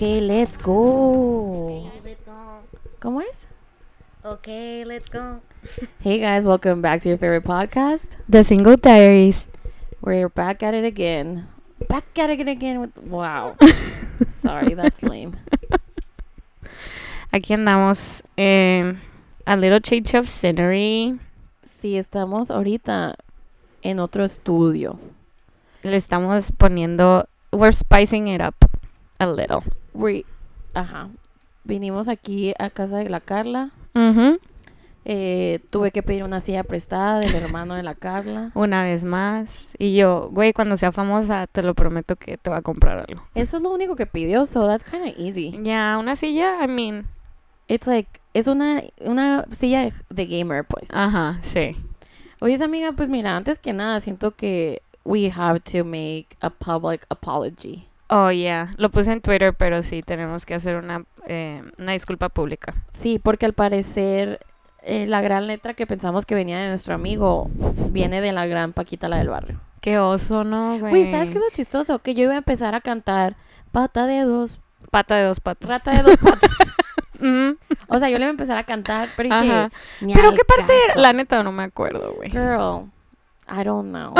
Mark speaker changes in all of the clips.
Speaker 1: let's go.
Speaker 2: Let's go.
Speaker 1: ¿Cómo es?
Speaker 2: Okay, let's go.
Speaker 1: Hey guys, welcome back to your favorite podcast.
Speaker 2: The Single Diaries.
Speaker 1: We're back at it again. Back at it again with wow. Sorry, that's lame.
Speaker 2: Aquí andamos. em, a little change of scenery.
Speaker 1: Sí, estamos ahorita en otro estudio.
Speaker 2: Le estamos poniendo. We're spicing it up a little.
Speaker 1: We, ajá. Vinimos aquí a casa de la Carla.
Speaker 2: Ujú.
Speaker 1: Eh, tuve que pedir una silla prestada del hermano de la Carla.
Speaker 2: Una vez más. Y yo, güey, cuando sea famosa, te lo prometo que te va a comprar algo.
Speaker 1: Eso es lo único que pidió, so that's kind of easy.
Speaker 2: Ya, una silla, I mean.
Speaker 1: It's like, es una, una silla de, de gamer, pues.
Speaker 2: Ajá, sí.
Speaker 1: Oye, amiga, pues mira, antes que nada, siento que we have to make a public apology.
Speaker 2: Oh, yeah. Lo puse en Twitter, pero sí, tenemos que hacer una, eh, una disculpa pública.
Speaker 1: Sí, porque al parecer eh, la gran letra que pensamos que venía de nuestro amigo viene de la gran Paquita, la del barrio.
Speaker 2: Qué oso, ¿no, güey?
Speaker 1: Uy, ¿sabes qué es lo chistoso? Que yo iba a empezar a cantar pata de dos,
Speaker 2: Pata de dos patas.
Speaker 1: rata de dos patas.
Speaker 2: Mm,
Speaker 1: O sea, yo le iba a empezar a cantar, pero dije,
Speaker 2: Ajá.
Speaker 1: "Ni
Speaker 2: Pero
Speaker 1: al
Speaker 2: qué parte
Speaker 1: caso".
Speaker 2: era? La neta no me acuerdo, güey.
Speaker 1: Girl, I don't know.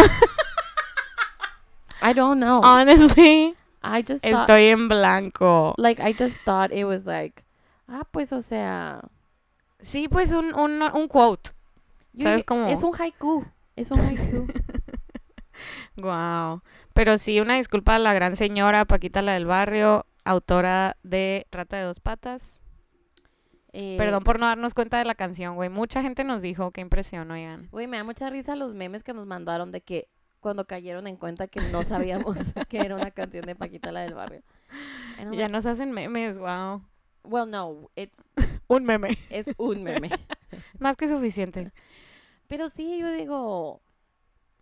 Speaker 1: I don't know.
Speaker 2: Ah, Honestly,
Speaker 1: I just thought,
Speaker 2: estoy en blanco.
Speaker 1: like, I just thought it was like, ah, pues, o sea,
Speaker 2: Sí, pues un, un, un quote.
Speaker 1: yo
Speaker 2: ¿Sabes
Speaker 1: dije,
Speaker 2: cómo?
Speaker 1: es un haiku, es un haiku.
Speaker 2: Wow. Pero sí, una disculpa a la gran señora Paquita la del barrio, autora de Rata de dos patas.
Speaker 1: Eh,
Speaker 2: Perdón por no darnos cuenta de la canción, güey. Mucha gente nos dijo, qué impresión, oigan.
Speaker 1: Güey, me da mucha risa los memes que nos mandaron de que cuando cayeron en cuenta que no sabíamos que era una canción de Paquita la del barrio. And I'm
Speaker 2: Ya
Speaker 1: like,
Speaker 2: nos hacen memes, wow.
Speaker 1: well, no, it's,
Speaker 2: Un meme.
Speaker 1: es un meme.
Speaker 2: Más que suficiente.
Speaker 1: Pero sí, yo digo,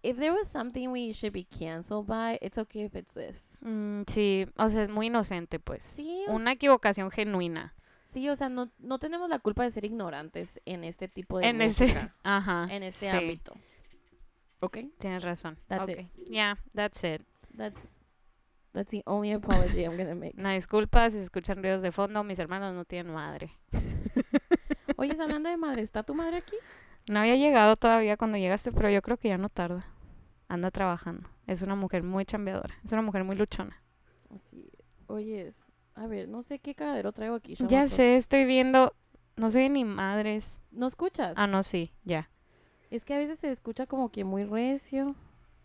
Speaker 1: if there was something we should be canceled by, it's okay if it's this.
Speaker 2: Mm, sí, o sea, es muy inocente, pues.
Speaker 1: Sí, o,
Speaker 2: Una equivocación genuina.
Speaker 1: sí, o sea, no, no tenemos la culpa de ser ignorantes en este tipo de
Speaker 2: En ese,
Speaker 1: música,
Speaker 2: ajá,
Speaker 1: en ese
Speaker 2: Ah, sí.
Speaker 1: ámbito. Ok.
Speaker 2: Tienes razón.
Speaker 1: That's
Speaker 2: Ok. Yeah, that's it.
Speaker 1: That's, that's the only apology I'm gonna make.
Speaker 2: Una disculpa si se escuchan ruidos de fondo, mis hermanos no tienen madre.
Speaker 1: Oye, hablando de madre, ¿está tu madre aquí?
Speaker 2: No había llegado todavía cuando llegaste, pero yo creo que ya no tarda. Anda trabajando. Es una mujer muy chambeadora. Es una mujer muy luchona.
Speaker 1: Así, oyes, a ver, no sé qué cagadero traigo aquí.
Speaker 2: ya
Speaker 1: chamacos.
Speaker 2: sé, estoy viendo. No soy ni madres.
Speaker 1: ¿No escuchas?
Speaker 2: Ah, no, sí, ya.
Speaker 1: Es que a veces se escucha como que muy recio,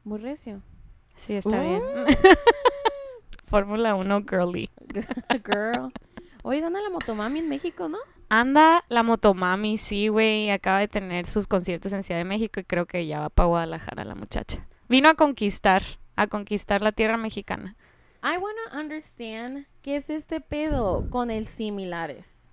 Speaker 1: muy recio.
Speaker 2: Sí, está bien. Fórmula 1 girly.
Speaker 1: Girl. Oye, anda la motomami en México, ¿no?
Speaker 2: Anda la motomami, sí, güey. Acaba de tener sus conciertos en Ciudad de México y creo que ya va para Guadalajara la muchacha. Vino a conquistar, a conquistar la tierra mexicana.
Speaker 1: I wanna understand qué es este pedo con el similares.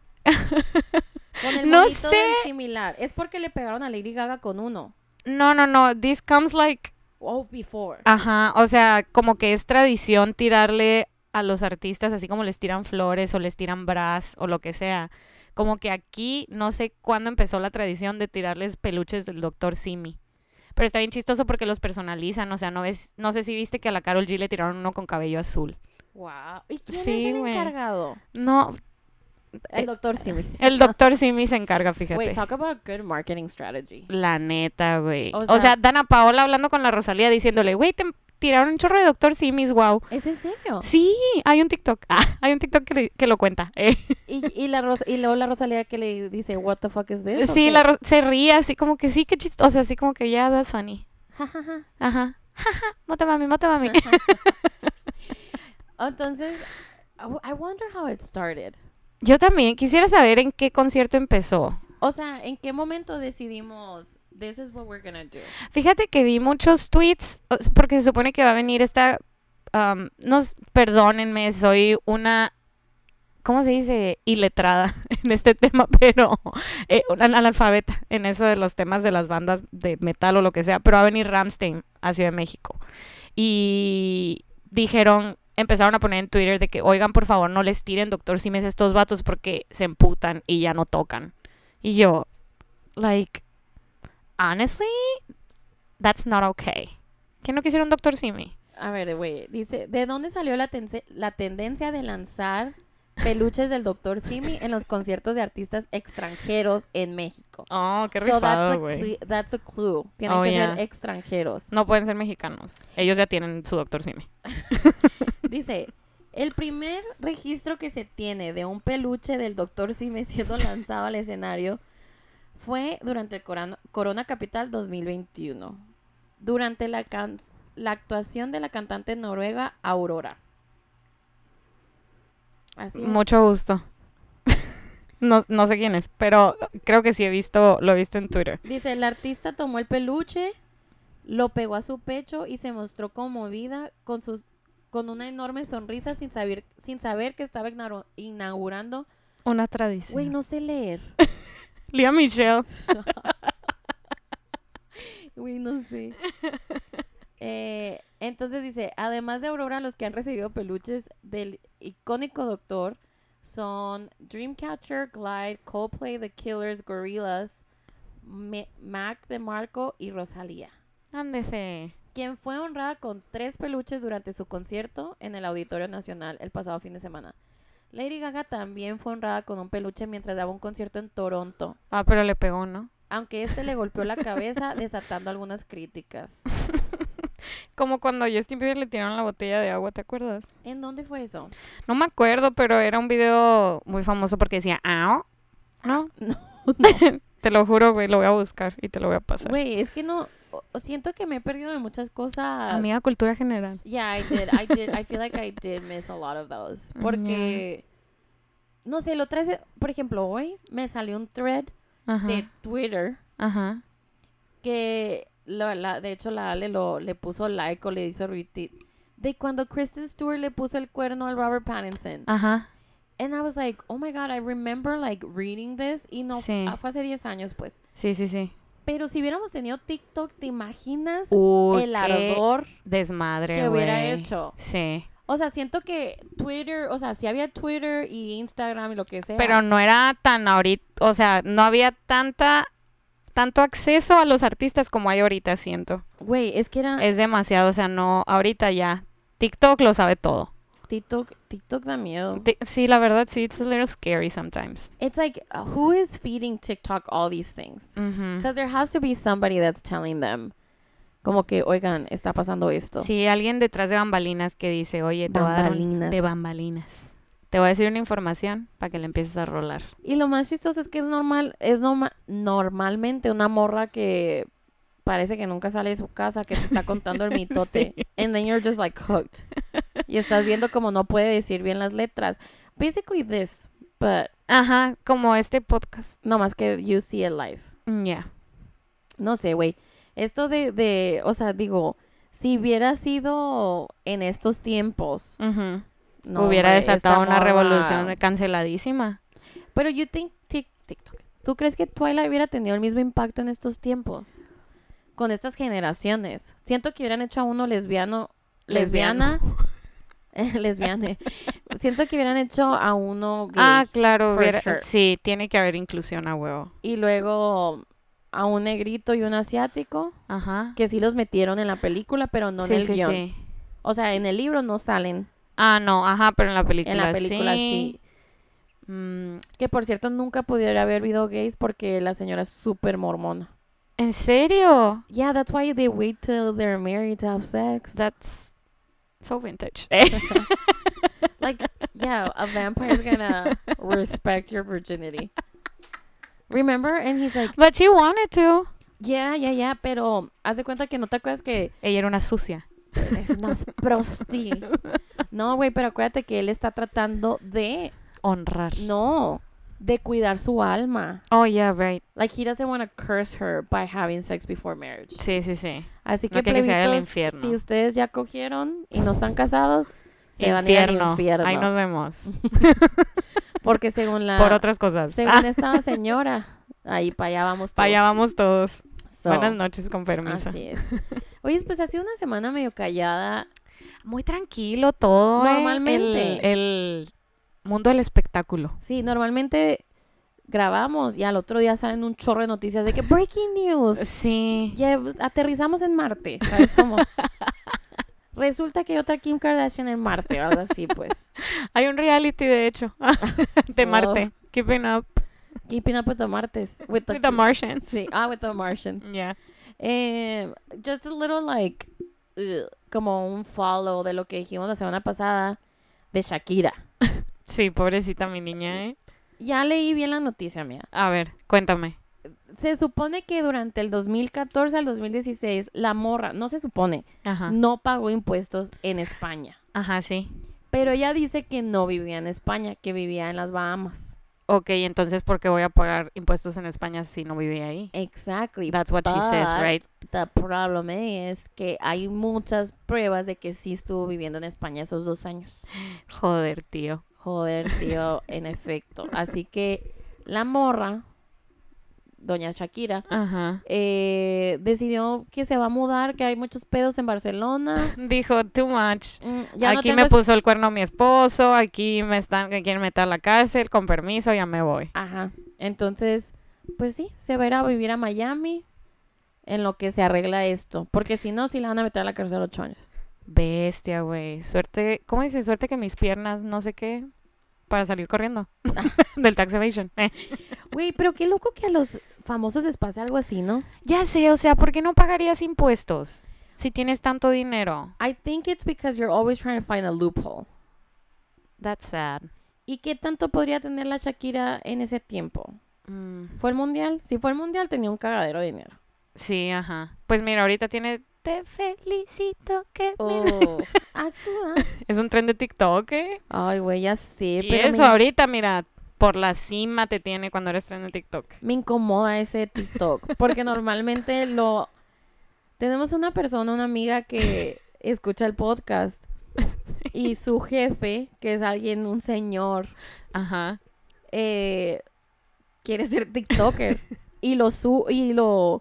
Speaker 1: Con el
Speaker 2: No
Speaker 1: monito
Speaker 2: sé.
Speaker 1: del similar. Es porque le pegaron a Lady Gaga con uno.
Speaker 2: No, no, no. This comes like
Speaker 1: Oh, before.
Speaker 2: Ajá, o sea, como que es tradición tirarle a los artistas así como les tiran flores o les tiran bras o lo que sea. Como que aquí no sé cuándo empezó la tradición de tirarles peluches del doctor Simi. Pero está bien chistoso porque los personalizan, o sea, no ves, no sé si viste que a la Carol G le tiraron uno con cabello azul.
Speaker 1: Wow. ¿Y quién
Speaker 2: Sí,
Speaker 1: es el
Speaker 2: güey. Eh,
Speaker 1: encargado?
Speaker 2: No,
Speaker 1: El doctor Simi.
Speaker 2: el doctor Simi se encarga, fíjate.
Speaker 1: Wait, talk about good marketing strategy.
Speaker 2: La neta, güey.
Speaker 1: O
Speaker 2: O,
Speaker 1: sea-
Speaker 2: sea, Dana Paola hablando con la Rosalía diciéndole, güey, te tiraron un chorro de doctor Simis, wow.
Speaker 1: ¿Es en serio?
Speaker 2: Sí, hay un TikTok. Ah, hay un TikTok que, que lo cuenta. eh.
Speaker 1: Y, y, la Ros- y luego la Rosalía que le dice, what the fuck is this? ¿o
Speaker 2: sí,
Speaker 1: qué?
Speaker 2: la Ros- se ríe así como que sí, qué chistoso. O sea, así como que ya, that's funny.
Speaker 1: Ja, ja, ja.
Speaker 2: Ajá. Jaja, mota mami, mota mami.
Speaker 1: Entonces, I w- I wonder how it started.
Speaker 2: Yo también quisiera saber en qué concierto empezó.
Speaker 1: O sea, ¿en qué momento decidimos, this is what we're gonna do?
Speaker 2: Fíjate que vi muchos tweets, o s- porque se supone que va a venir esta... am, nos, perdónenme, soy una... ¿Cómo se dice? Iletrada en este tema, pero eh, una analfabeta en eso de los temas de las bandas de metal o lo que sea. Pero va a venir Ramstein a Ciudad de México. Y dijeron, empezaron a poner en Twitter de que, oigan, por favor, no les tiren Doctor Simes a estos vatos porque se emputan y ya no tocan. Y yo, like, honestly, that's not okay. ¿Quién no quisiera un Doctor Simi?
Speaker 1: A ver, güey, dice, ¿de dónde salió la, tense- la tendencia de lanzar peluches del Dr. Simi en los conciertos de artistas extranjeros en México.
Speaker 2: Oh, qué
Speaker 1: so that's
Speaker 2: rifado,
Speaker 1: the,
Speaker 2: güey.
Speaker 1: clu- that's the clue. Tienen
Speaker 2: Oh,
Speaker 1: que
Speaker 2: yeah.
Speaker 1: ser extranjeros.
Speaker 2: No pueden ser mexicanos. Ellos ya tienen su doctor Simi.
Speaker 1: Dice, el primer registro que se tiene de un peluche del Dr. Simi siendo lanzado al escenario fue durante el Corano- Corona Capital 2021, durante la, can- la actuación de la cantante noruega Aurora. Así es.
Speaker 2: Mucho gusto. no, no sé quién es, pero creo que sí he visto, lo he visto en Twitter.
Speaker 1: Dice, el artista tomó el peluche, lo pegó a su pecho y se mostró conmovida con sus con una enorme sonrisa sin saber sin saber que estaba ignaru- inaugurando.
Speaker 2: Una tradición.
Speaker 1: Güey, no sé leer.
Speaker 2: Lea Michelle.
Speaker 1: Güey, no sé. Eh, entonces dice, además de Aurora, los que han recibido peluches del icónico doctor son Dreamcatcher, Glide, Coldplay, The Killers, Gorillaz, Me- Mac DeMarco y Rosalía.
Speaker 2: Ándese.
Speaker 1: quien fue honrada con tres peluches durante su concierto en el Auditorio Nacional el pasado fin de semana. Lady Gaga también fue honrada con un peluche mientras daba un concierto en Toronto,
Speaker 2: Ah, pero le pegó, ¿no?
Speaker 1: aunque este le golpeó la cabeza desatando algunas críticas.
Speaker 2: Como cuando a Justin Bieber le tiraron la botella de agua, ¿te acuerdas?
Speaker 1: ¿En dónde fue eso?
Speaker 2: No me acuerdo, pero era un video muy famoso porque decía, ah, ¿no?
Speaker 1: No,
Speaker 2: te lo juro, güey, lo voy a buscar y te lo voy a pasar.
Speaker 1: Güey, es que no, o- o siento que me he perdido de muchas cosas.
Speaker 2: Amiga, cultura general.
Speaker 1: Yeah, I did. I did. I feel like I did miss a lot of those.
Speaker 2: Mm,
Speaker 1: Porque, no sé, lo traes, por ejemplo, hoy me salió un thread
Speaker 2: Ajá.
Speaker 1: de Twitter
Speaker 2: Ajá.
Speaker 1: que la- la- de hecho la Ale lo, le puso like o le hizo retweet de cuando Kristen Stewart le puso el cuerno al Robert Pattinson.
Speaker 2: Ajá.
Speaker 1: And I was like, oh my god, I remember like reading this y no
Speaker 2: Sí.
Speaker 1: ah, fue hace 10 años pues.
Speaker 2: Sí, sí, sí.
Speaker 1: Pero si hubiéramos tenido TikTok, ¿te imaginas
Speaker 2: Uy,
Speaker 1: el
Speaker 2: qué
Speaker 1: ardor
Speaker 2: desmadre,
Speaker 1: que hubiera
Speaker 2: güey.
Speaker 1: hecho?
Speaker 2: Sí.
Speaker 1: O sea, siento que Twitter, o sea, si había Twitter y Instagram y lo que sea.
Speaker 2: Pero no era tan ahorita, o sea, no había tanta tanto acceso a los artistas como hay ahorita, siento.
Speaker 1: Güey, es que era
Speaker 2: Es demasiado, o sea, no ahorita ya TikTok lo sabe todo.
Speaker 1: TikTok, TikTok da miedo.
Speaker 2: Ti- sí, la verdad sí it's a little scary sometimes.
Speaker 1: It's like, uh, who is feeding TikTok all these things?
Speaker 2: Ujú.
Speaker 1: Because there has to be somebody that's telling them, como que, oigan, está pasando esto.
Speaker 2: Sí, alguien detrás de bambalinas que dice, "Oye, te voy a dar un-
Speaker 1: Bambalinas.
Speaker 2: de bambalinas. Te voy a decir una información para que la empieces a rolar."
Speaker 1: Y lo más chistoso es que es normal, es norma- normalmente una morra que parece que nunca sale de su casa, que te está contando el mitote. And then you're just like hooked. Y estás viendo como no puede decir bien las letras. Basically this, but
Speaker 2: Ajá, como este podcast.
Speaker 1: no más que you see it live.
Speaker 2: Ya.
Speaker 1: No sé, güey. Esto de, de, o sea, digo, si hubiera sido en estos tiempos,
Speaker 2: Ujú.
Speaker 1: no,
Speaker 2: Hubiera
Speaker 1: hombre, esta
Speaker 2: desatado una
Speaker 1: morra-
Speaker 2: revolución canceladísima.
Speaker 1: Pero you think Tik- TikTok. ¿Tú crees que Twilight hubiera tenido el mismo impacto en estos tiempos? Con estas generaciones. Siento que hubieran hecho a uno lesbiano, lesbiana, eh, lesbiane. Siento que hubieran hecho a uno gay
Speaker 2: Ah, claro,
Speaker 1: for
Speaker 2: hubiera-
Speaker 1: sure.
Speaker 2: sí, tiene que haber inclusión a huevo.
Speaker 1: y luego a un negrito y un asiático,
Speaker 2: Ajá.
Speaker 1: que sí los metieron en la película, pero no
Speaker 2: sí,
Speaker 1: en el
Speaker 2: sí,
Speaker 1: guión.
Speaker 2: sí.
Speaker 1: O sea, en el libro no salen.
Speaker 2: Ah, no, ajá, pero en la película
Speaker 1: En la película sí.
Speaker 2: sí. Mm,
Speaker 1: Que por cierto, nunca pudiera haber habido gays porque la señora es súper mormona.
Speaker 2: ¿En serio?
Speaker 1: Yeah, that's why they wait till they're married to have sex.
Speaker 2: That's so vintage.
Speaker 1: Eh. like, yeah, a vampire's gonna respect your virginity. Remember? And he's like,
Speaker 2: But she wanted to.
Speaker 1: yeah, yeah, yeah, pero haz de cuenta que no te acuerdas que
Speaker 2: Ella era una sucia.
Speaker 1: es una prosti. No, güey, pero acuérdate que él está tratando de,
Speaker 2: Honrar.
Speaker 1: no, de cuidar su alma.
Speaker 2: Oh, yeah, right.
Speaker 1: Like, he doesn't want to curse her by having sex before marriage.
Speaker 2: Sí, sí, sí.
Speaker 1: Así
Speaker 2: No
Speaker 1: que,
Speaker 2: quiere que se vaya al
Speaker 1: plebitos,
Speaker 2: infierno.
Speaker 1: si ustedes ya cogieron y no están casados, se van a ir al infierno. Ah.
Speaker 2: Ahí nos vemos.
Speaker 1: Porque según la...
Speaker 2: Por otras cosas.
Speaker 1: Según esta señora, ahí para allá vamos todos.
Speaker 2: para allá vamos todos.
Speaker 1: So, Ah,
Speaker 2: Buenas noches, con permiso.
Speaker 1: Así es. Oye, pues ha sido una semana medio callada.
Speaker 2: Muy tranquilo todo. ¿eh?
Speaker 1: Normalmente.
Speaker 2: El, el mundo del espectáculo.
Speaker 1: Sí, normalmente grabamos y al otro día salen un chorro de noticias de que breaking news.
Speaker 2: Sí.
Speaker 1: Ya, pues, aterrizamos en Marte. ¿Sabes cómo? Resulta que hay otra Kim Kardashian en Marte o algo así, pues.
Speaker 2: Hay un reality, de hecho, de
Speaker 1: Wow.
Speaker 2: Marte.
Speaker 1: Oh.
Speaker 2: Keeping up
Speaker 1: Keeping up with the Martes. With the,
Speaker 2: with the Martians.
Speaker 1: Sí, ah, with the Martians.
Speaker 2: Yeah.
Speaker 1: Eh, just a little like ugh, como un follow de lo que dijimos la semana pasada de Shakira.
Speaker 2: Sí, pobrecita mi niña, ¿eh?
Speaker 1: Ya leí bien la noticia mía.
Speaker 2: A ver, cuéntame.
Speaker 1: Se supone que durante el 2014 al 2016 la morra, no se supone,
Speaker 2: Ajá.
Speaker 1: no pagó impuestos en España.
Speaker 2: Mm. Ajá, sí.
Speaker 1: Pero ella dice que no vivía en España, que vivía en las Bahamas.
Speaker 2: Ok, entonces, ¿por qué voy a pagar impuestos en España si no viví ahí?
Speaker 1: Exactly.
Speaker 2: That's what she says,
Speaker 1: Eh, but
Speaker 2: right?
Speaker 1: The problem is que hay muchas pruebas de que sí estuvo viviendo en España esos dos años.
Speaker 2: Joder, tío.
Speaker 1: Joder, tío, en efecto. Así que la morra, doña Shakira,
Speaker 2: Ajá.
Speaker 1: eh, decidió que se va a mudar, que hay muchos pedos en Barcelona.
Speaker 2: Dijo, too much.
Speaker 1: Mm, ya no
Speaker 2: aquí
Speaker 1: tengo
Speaker 2: me
Speaker 1: es-
Speaker 2: puso el cuerno mi esposo, aquí me están, que quieren meter a la cárcel, con permiso, ya me voy.
Speaker 1: Ajá. Entonces, pues sí, se va a ir a vivir a Miami en lo que se arregla esto. Porque si no, sí la van a meter a la cárcel ocho años.
Speaker 2: Bestia, güey. Suerte, ¿cómo dice? Suerte que mis piernas, no sé qué, para salir corriendo
Speaker 1: Ah.
Speaker 2: del tax evasion. Eh.
Speaker 1: Güey, pero qué loco que a los famosos les pase algo así, ¿no?
Speaker 2: Ya sé, o sea, ¿por qué no pagarías impuestos si tienes tanto dinero?
Speaker 1: I think it's because you're always trying to find a loophole.
Speaker 2: That's sad.
Speaker 1: ¿Y qué tanto podría tener la Shakira en ese tiempo?
Speaker 2: Mm,
Speaker 1: ¿Fue el mundial? Si fue el mundial, tenía un cagadero de dinero.
Speaker 2: sí, ajá. Pues mira, ahorita tiene... Te felicito que... me-".
Speaker 1: Oh, actúa.
Speaker 2: Es un tren de TikTok, ¿eh?
Speaker 1: Ay, güey, ya sé,
Speaker 2: Y
Speaker 1: pero
Speaker 2: eso
Speaker 1: me,
Speaker 2: ahorita, mira, por la cima te tiene cuando eres tren de TikTok.
Speaker 1: me incomoda ese TikTok. Porque normalmente lo. Tenemos una persona, una amiga que escucha el podcast. Y su jefe, que es alguien, un señor,
Speaker 2: Ajá.
Speaker 1: eh, quiere ser TikToker. Y lo su y lo.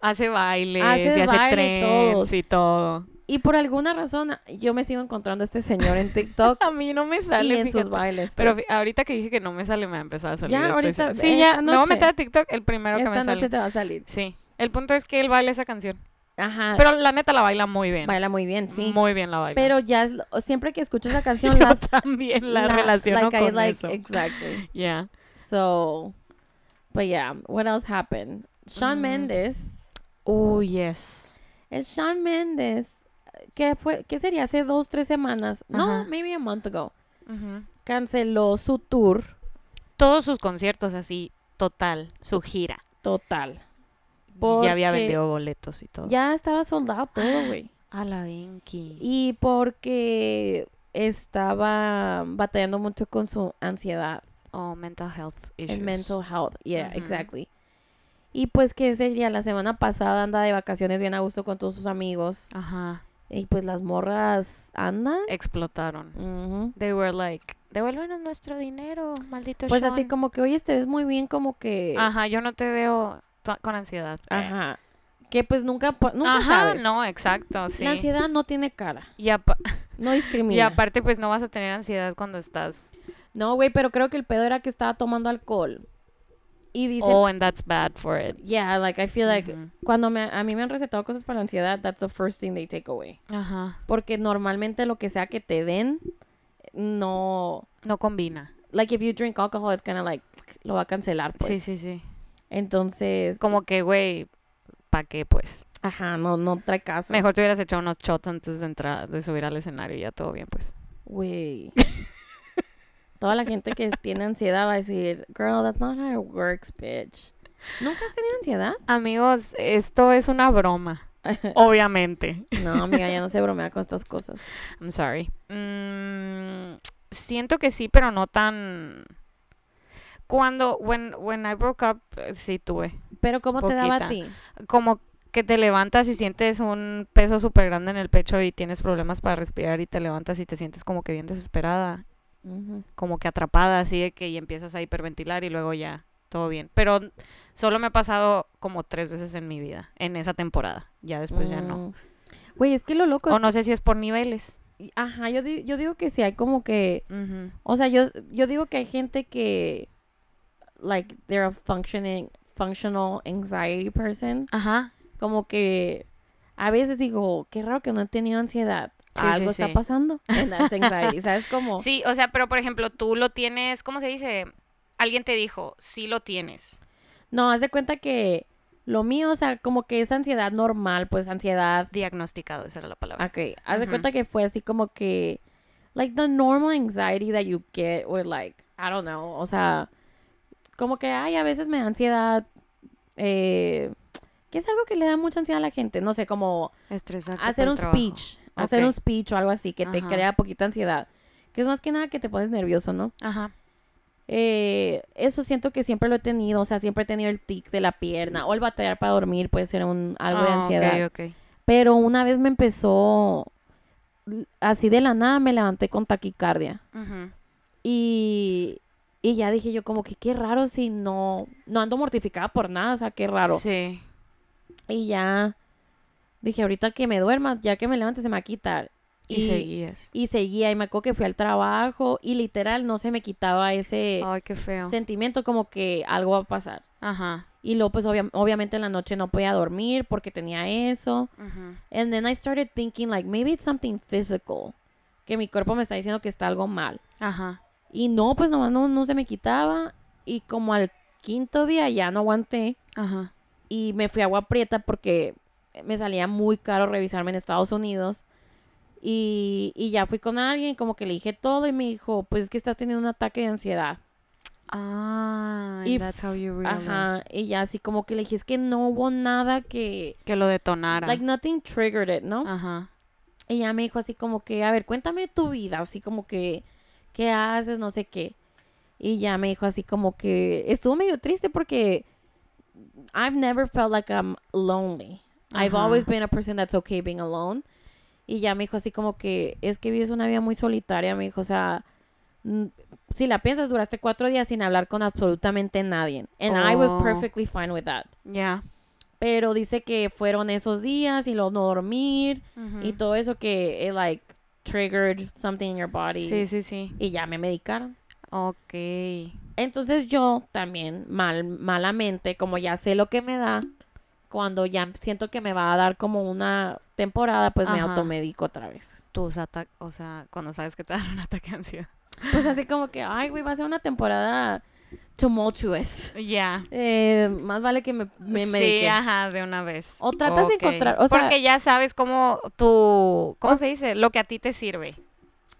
Speaker 2: Hace bailes
Speaker 1: Hace
Speaker 2: y hace
Speaker 1: baile y todo.
Speaker 2: trends y todo.
Speaker 1: Y por alguna razón, yo me sigo encontrando a este señor en TikTok
Speaker 2: A mí no me sale,
Speaker 1: y en
Speaker 2: fíjate.
Speaker 1: sus bailes.
Speaker 2: Pero
Speaker 1: pues.
Speaker 2: fi- ahorita que dije que no me sale, me ha empezado a salir.
Speaker 1: Ya,
Speaker 2: estoy
Speaker 1: ahorita, eh,
Speaker 2: segura. Sí, ya,
Speaker 1: esta
Speaker 2: me voy a
Speaker 1: noche.
Speaker 2: meter a TikTok el primero que
Speaker 1: esta
Speaker 2: me
Speaker 1: noche
Speaker 2: sale.
Speaker 1: te va a salir.
Speaker 2: Sí. El punto es que él baila esa canción.
Speaker 1: Ajá.
Speaker 2: Pero la neta la baila muy bien.
Speaker 1: Ah. Baila muy bien, sí.
Speaker 2: Muy bien la baila.
Speaker 1: pero ya es lo- siempre que escucho esa canción,
Speaker 2: yo
Speaker 1: las,
Speaker 2: también la,
Speaker 1: la-
Speaker 2: relaciono
Speaker 1: like I
Speaker 2: con
Speaker 1: like- eh,
Speaker 2: eso.
Speaker 1: Exactly.
Speaker 2: Yeah.
Speaker 1: So, but yeah, what else happened? Sean
Speaker 2: Mm.
Speaker 1: Mendes,
Speaker 2: Oh, yes.
Speaker 1: el Sean Mendes, que fue, ¿qué sería? Hace dos, tres semanas,
Speaker 2: Ajá.
Speaker 1: no, maybe a month ago, canceló su tour
Speaker 2: Todos sus conciertos así, total, su gira.
Speaker 1: total.
Speaker 2: Y ya había
Speaker 1: Porque
Speaker 2: vendido Ah, boletos y todo.
Speaker 1: Ya estaba soldado todo, güey.
Speaker 2: A la Vinky.
Speaker 1: Y porque estaba batallando mucho con su ansiedad.
Speaker 2: Oh, mental health issues.
Speaker 1: En mental health. Yeah,
Speaker 2: Ujú.
Speaker 1: exactly. Y pues que ese día, la semana pasada, anda de vacaciones bien a gusto con todos sus amigos.
Speaker 2: Ajá.
Speaker 1: Y pues las morras andan.
Speaker 2: Explotaron.
Speaker 1: Ujú.
Speaker 2: They were like, devuélvenos nuestro dinero, maldito
Speaker 1: Pues
Speaker 2: Sean".
Speaker 1: así como que, oye, te ves muy bien, como que. Ajá.
Speaker 2: Ajá, yo no te veo to- con ansiedad. Eh.
Speaker 1: Que pues nunca, po- nunca
Speaker 2: Ajá,
Speaker 1: sabes.
Speaker 2: no, exacto, sí.
Speaker 1: La ansiedad no tiene cara.
Speaker 2: Y, apa-
Speaker 1: No
Speaker 2: y
Speaker 1: discrimina.
Speaker 2: aparte, pues no vas a tener ansiedad cuando estás.
Speaker 1: No, güey, pero creo que el pedo era que estaba tomando alcohol. Y dice.
Speaker 2: Oh, and that's bad for it.
Speaker 1: Yeah, like I feel like.
Speaker 2: Ujú.
Speaker 1: Cuando me, a mí me han recetado cosas para la ansiedad, that's the first thing they take away.
Speaker 2: Ajá.
Speaker 1: Porque normalmente lo que sea que te den, no.
Speaker 2: No combina.
Speaker 1: Like, if you drink alcohol, it's kind of like. Lo va a cancelar, pues.
Speaker 2: sí, sí, sí.
Speaker 1: Entonces.
Speaker 2: Como que, güey, ¿pa' qué, pues?
Speaker 1: Ajá, no, no trae caso.
Speaker 2: Mejor te hubieras hecho unos shots antes de entrar, de subir al escenario y ya todo bien, pues.
Speaker 1: Güey. Toda la gente que tiene ansiedad va a decir, girl, that's not how it works, bitch. ¿Nunca has tenido ansiedad?
Speaker 2: Amigos, esto es una broma. Obviamente.
Speaker 1: No, amiga, ya no se bromea con estas cosas.
Speaker 2: I'm sorry. Mm, siento que sí, pero no tan. Cuando, when, when I broke up, eh, sí tuve.
Speaker 1: Pero ¿cómo te daba a
Speaker 2: Poquita.
Speaker 1: ti?
Speaker 2: Como que te levantas y sientes un peso súper grande en el pecho y tienes problemas para respirar y te levantas y te sientes como que bien desesperada,
Speaker 1: Ujú.
Speaker 2: como que atrapada, así de que y empiezas a hiperventilar y luego ya, todo bien. Pero solo me ha pasado como tres veces en mi vida, en esa temporada. Ya después ya no.
Speaker 1: Mm. Güey, es que lo loco es
Speaker 2: O no sé si es por niveles.
Speaker 1: que- Ajá, yo, di- yo digo que sí, hay como que...
Speaker 2: Ujú.
Speaker 1: O sea, yo, yo digo que hay gente que, like, they're a functioning, functional anxiety person.
Speaker 2: Ajá.
Speaker 1: Como que a veces digo, qué raro que no he tenido ansiedad.
Speaker 2: Sí,
Speaker 1: Algo
Speaker 2: sí,
Speaker 1: está
Speaker 2: sí.
Speaker 1: pasando en las anxiety, ¿sabes? Como,
Speaker 2: Sí, o sea, pero por ejemplo, tú lo tienes, ¿cómo se dice? Alguien te dijo, sí lo tienes.
Speaker 1: no, haz de cuenta que lo mío, o sea, como que es ansiedad normal, pues ansiedad
Speaker 2: Diagnosticado, esa era la palabra.
Speaker 1: Okay, haz de
Speaker 2: Ujú.
Speaker 1: cuenta que fue así como que like the normal anxiety that you get or like I don't know, o sea, como que ay, a veces me da ansiedad eh, que es algo que le da mucha ansiedad a la gente, no sé, como
Speaker 2: Estresarte
Speaker 1: hacer un speech, hacer
Speaker 2: Ok.
Speaker 1: un speech o algo así que te
Speaker 2: Ajá.
Speaker 1: crea poquita ansiedad, que es más que nada que te pones nervioso, ¿no?
Speaker 2: Ajá.
Speaker 1: Eh, eso siento que siempre lo he tenido, o sea, siempre he tenido el tic de la pierna o el batallar para dormir puede ser un algo de
Speaker 2: Mm. Ah, ok,
Speaker 1: ansiedad.
Speaker 2: ok.
Speaker 1: Pero una vez me empezó, l- así de la nada me levanté con taquicardia.
Speaker 2: Ujú.
Speaker 1: Y, y ya dije yo como que qué raro si no, no ando mortificada por nada, o sea, qué raro.
Speaker 2: Sí.
Speaker 1: Y ya dije, ahorita que me duerma, ya que me levante se me va a quitar.
Speaker 2: Y, seguías.
Speaker 1: y seguía, y me acuerdo que fui al trabajo y literal no se me quitaba ese
Speaker 2: Ay, qué feo.
Speaker 1: sentimiento como que algo va a pasar.
Speaker 2: Ajá.
Speaker 1: Y luego pues obvia- obviamente en la noche no podía dormir porque tenía eso.
Speaker 2: Ujú.
Speaker 1: And then I started thinking like maybe it's something physical, que mi cuerpo me está diciendo que está algo mal.
Speaker 2: Ajá.
Speaker 1: Y no, pues nomás no, no se me quitaba y como al quinto día ya no aguanté
Speaker 2: Ajá.
Speaker 1: y me fui a agua prieta porque me salía muy caro revisarme en Estados Unidos. Y, y ya fui con alguien, como que le dije todo y me dijo, pues es que estás teniendo un ataque de ansiedad.
Speaker 2: Ah, and
Speaker 1: Y
Speaker 2: that's how you realize.
Speaker 1: Ajá, y ya así como que le dije, es que no hubo nada que...
Speaker 2: Que lo detonara.
Speaker 1: Like nothing triggered it, ¿no?
Speaker 2: Ajá.
Speaker 1: Y ya me dijo así como que, a ver, cuéntame tu vida, así como que, ¿qué haces? No sé qué. Y ya me dijo así como que, estuvo medio triste porque I've never felt like I'm lonely. I've
Speaker 2: Ajá.
Speaker 1: always been a person that's okay being alone. Y ya me dijo así como que, es que vives una vida muy solitaria, me dijo, o sea, mm, si la piensas, duraste cuatro días sin hablar con absolutamente nadie. And I was
Speaker 2: Oh.
Speaker 1: perfectly fine with that.
Speaker 2: Ya.
Speaker 1: Pero dice que fueron esos días y los no dormir y
Speaker 2: Ujú.
Speaker 1: todo eso que it like triggered something in your body
Speaker 2: Sí, sí, sí.
Speaker 1: y ya me medicaron.
Speaker 2: Ok.
Speaker 1: Entonces yo también mal malamente como ya sé lo que me da cuando ya siento que me va a dar como una temporada pues me
Speaker 2: Ajá.
Speaker 1: automedico otra vez.
Speaker 2: Tus ataques, o sea, cuando sabes que te dan un ataque de ansiedad.
Speaker 1: Pues así como que ay güey va a ser una temporada tumultuous.
Speaker 2: Ya.
Speaker 1: Eh, más vale que me, me
Speaker 2: sí, ah.
Speaker 1: medique.
Speaker 2: ajá, de una vez.
Speaker 1: O tratas de
Speaker 2: Ok.
Speaker 1: encontrar- o sea-
Speaker 2: Porque ya sabes cómo tu, ¿cómo se dice? Lo que a ti te sirve.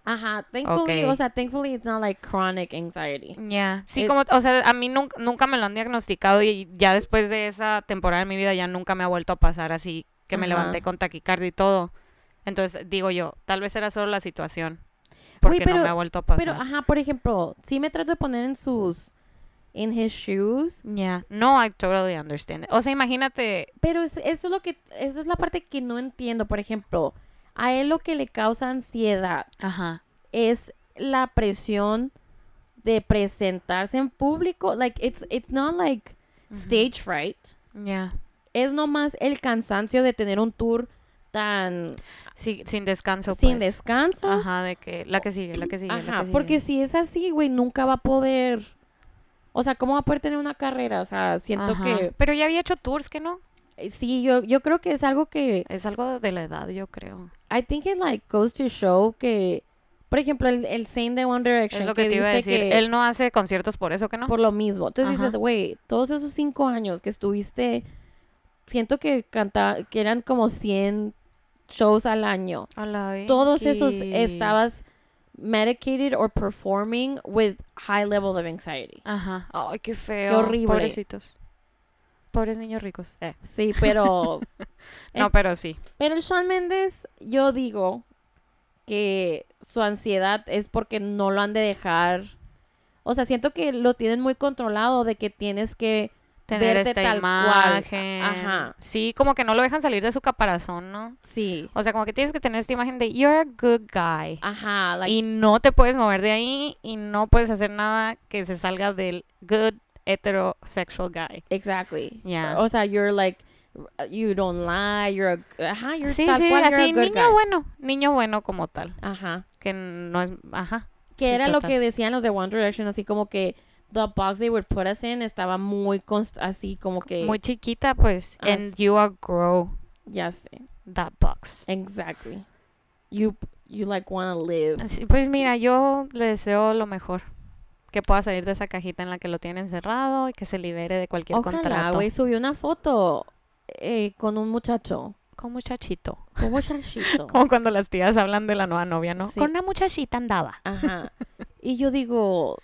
Speaker 1: Ajá, thankfully,
Speaker 2: Ok.
Speaker 1: o sea, thankfully it's not like chronic anxiety.
Speaker 2: Ya. Sí,
Speaker 1: Eh,
Speaker 2: como, o sea, a mí nunca, nunca me lo han diagnosticado y ya después de esa temporada de mi vida ya nunca me ha vuelto a pasar así que me
Speaker 1: Ajá.
Speaker 2: levanté con taquicardia y todo. Entonces, digo yo, tal vez era solo la situación.
Speaker 1: Uy,
Speaker 2: Porque
Speaker 1: pero-
Speaker 2: no me ha vuelto a pasar.
Speaker 1: Pero, ajá, por ejemplo, sí me trato de poner en sus, en his shoes,
Speaker 2: Ya. No, I totally understand. O sea, imagínate.
Speaker 1: pero es- eso es lo que, eso es la parte que no entiendo, por ejemplo, a él lo que le causa ansiedad
Speaker 2: Ajá.
Speaker 1: es la presión de presentarse en público, like, it's, it's not like
Speaker 2: Ujú.
Speaker 1: stage fright,
Speaker 2: Ya.
Speaker 1: es nomás el cansancio de tener un tour tan
Speaker 2: Sí, sin descanso.
Speaker 1: sin
Speaker 2: pues.
Speaker 1: descanso, ajá,
Speaker 2: Ajá, de que la que sigue, la que sigue. la que sigue.
Speaker 1: porque si es así, güey, nunca va a poder... O sea, ¿cómo va a poder tener una carrera? O sea, siento
Speaker 2: Ajá.
Speaker 1: que
Speaker 2: Pero ya había hecho tours, que no?
Speaker 1: Eh, Sí, yo, yo creo que es algo que
Speaker 2: Es algo de la edad, yo creo.
Speaker 1: I think it like goes to show que por ejemplo el, el Saint de One Direction
Speaker 2: es lo que,
Speaker 1: que
Speaker 2: te iba a
Speaker 1: dice
Speaker 2: decir.
Speaker 1: que
Speaker 2: Él no hace conciertos por eso, que no?
Speaker 1: por lo mismo. Entonces
Speaker 2: Ajá.
Speaker 1: dices, güey, todos esos cinco años que estuviste, siento que canta, que eran como 100 shows al año.
Speaker 2: A la
Speaker 1: Todos
Speaker 2: Enki.
Speaker 1: esos estabas medicated or performing with high level of anxiety.
Speaker 2: Ajá. Ay, qué feo.
Speaker 1: Qué horrible.
Speaker 2: Pobrecitos. Pobres niños ricos. Eh.
Speaker 1: Sí, pero Eh,
Speaker 2: No, pero sí.
Speaker 1: Pero el Shawn Mendes, yo digo que su ansiedad es porque no lo han de dejar. O sea, siento que lo tienen muy controlado de que tienes que.
Speaker 2: Tener
Speaker 1: Verte
Speaker 2: esta
Speaker 1: tal cual.
Speaker 2: imagen.
Speaker 1: Ajá.
Speaker 2: Sí, como que no lo dejan salir de su caparazón, ¿no?
Speaker 1: Sí.
Speaker 2: O sea, como que tienes que tener esta imagen de you're a good guy.
Speaker 1: Ajá. like-
Speaker 2: y no te puedes mover de ahí y no puedes hacer nada que se salga del good heterosexual guy.
Speaker 1: exactly.
Speaker 2: Yeah.
Speaker 1: O sea, you're like. You don't lie. You're a. Ajá, you're
Speaker 2: sí,
Speaker 1: tal
Speaker 2: sí,
Speaker 1: cual.
Speaker 2: así,
Speaker 1: you're a
Speaker 2: niño
Speaker 1: good guy.
Speaker 2: bueno, niño bueno como tal,
Speaker 1: Ajá.
Speaker 2: que no es, ajá.
Speaker 1: Que
Speaker 2: Sí,
Speaker 1: era lo
Speaker 2: total.
Speaker 1: que decían los de One Direction, así como que. The box they would put us in estaba muy. const- así como que.
Speaker 2: Muy chiquita, pues,
Speaker 1: As-
Speaker 2: and you are grow.
Speaker 1: Ya sé.
Speaker 2: that box.
Speaker 1: Exactly. You, you like wanna live.
Speaker 2: Así, pues mira, yo le deseo lo mejor. Que pueda salir de esa cajita en la que lo tiene encerrado y que se libere de cualquier
Speaker 1: Ojalá,
Speaker 2: contrato.
Speaker 1: güey. Subió una foto eh, con un muchacho.
Speaker 2: Con muchachito.
Speaker 1: Con un muchachito.
Speaker 2: Como cuando las tías hablan de la nueva novia, ¿no?
Speaker 1: Sí.
Speaker 2: Con una muchachita andaba.
Speaker 1: Ajá. Y yo digo,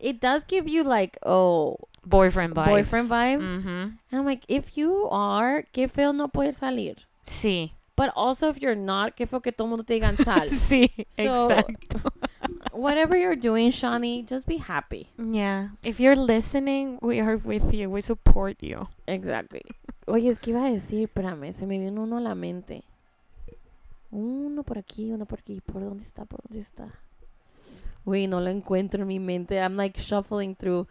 Speaker 1: it does give you like, oh,
Speaker 2: Boyfriend vibes. Mm.
Speaker 1: Boyfriend vibes.
Speaker 2: Ujú.
Speaker 1: and I'm like, if you are, qué feo no poder salir.
Speaker 2: Sí.
Speaker 1: But also if you're not, qué feo que todo mundo te digan sal.
Speaker 2: Sí,
Speaker 1: So-
Speaker 2: exacto.
Speaker 1: Whatever you're doing, Shawnee, just be happy.
Speaker 2: Yeah. If you're listening, we are with you. We support you.
Speaker 1: Exactly. Oye, es que iba a decir, espérame, se me vino uno a la mente. Uno por aquí, uno por aquí. ¿Por dónde está? ¿Por dónde está? Uy, no lo encuentro en mi mente. I'm like shuffling through.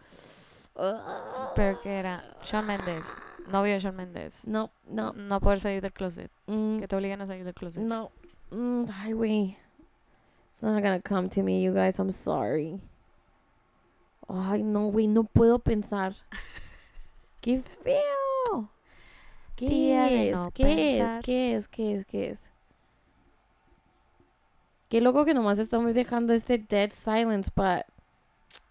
Speaker 2: Pero que era Shawn Mendes, novio de Shawn Mendes.
Speaker 1: No, no.
Speaker 2: No poder salir del closet.
Speaker 1: mm,
Speaker 2: Que te obligan a salir del closet.
Speaker 1: No. Mm, ay, güey. It's not gonna come to me, you guys. I'm sorry. Ay, no, güey. No puedo pensar. ¡Qué feo! ¿Qué
Speaker 2: Día de
Speaker 1: es?
Speaker 2: no
Speaker 1: ¿Qué
Speaker 2: pensar.
Speaker 1: es? ¿Qué es? ¿Qué es? ¿Qué es? Qué loco que nomás estamos dejando este dead silence, but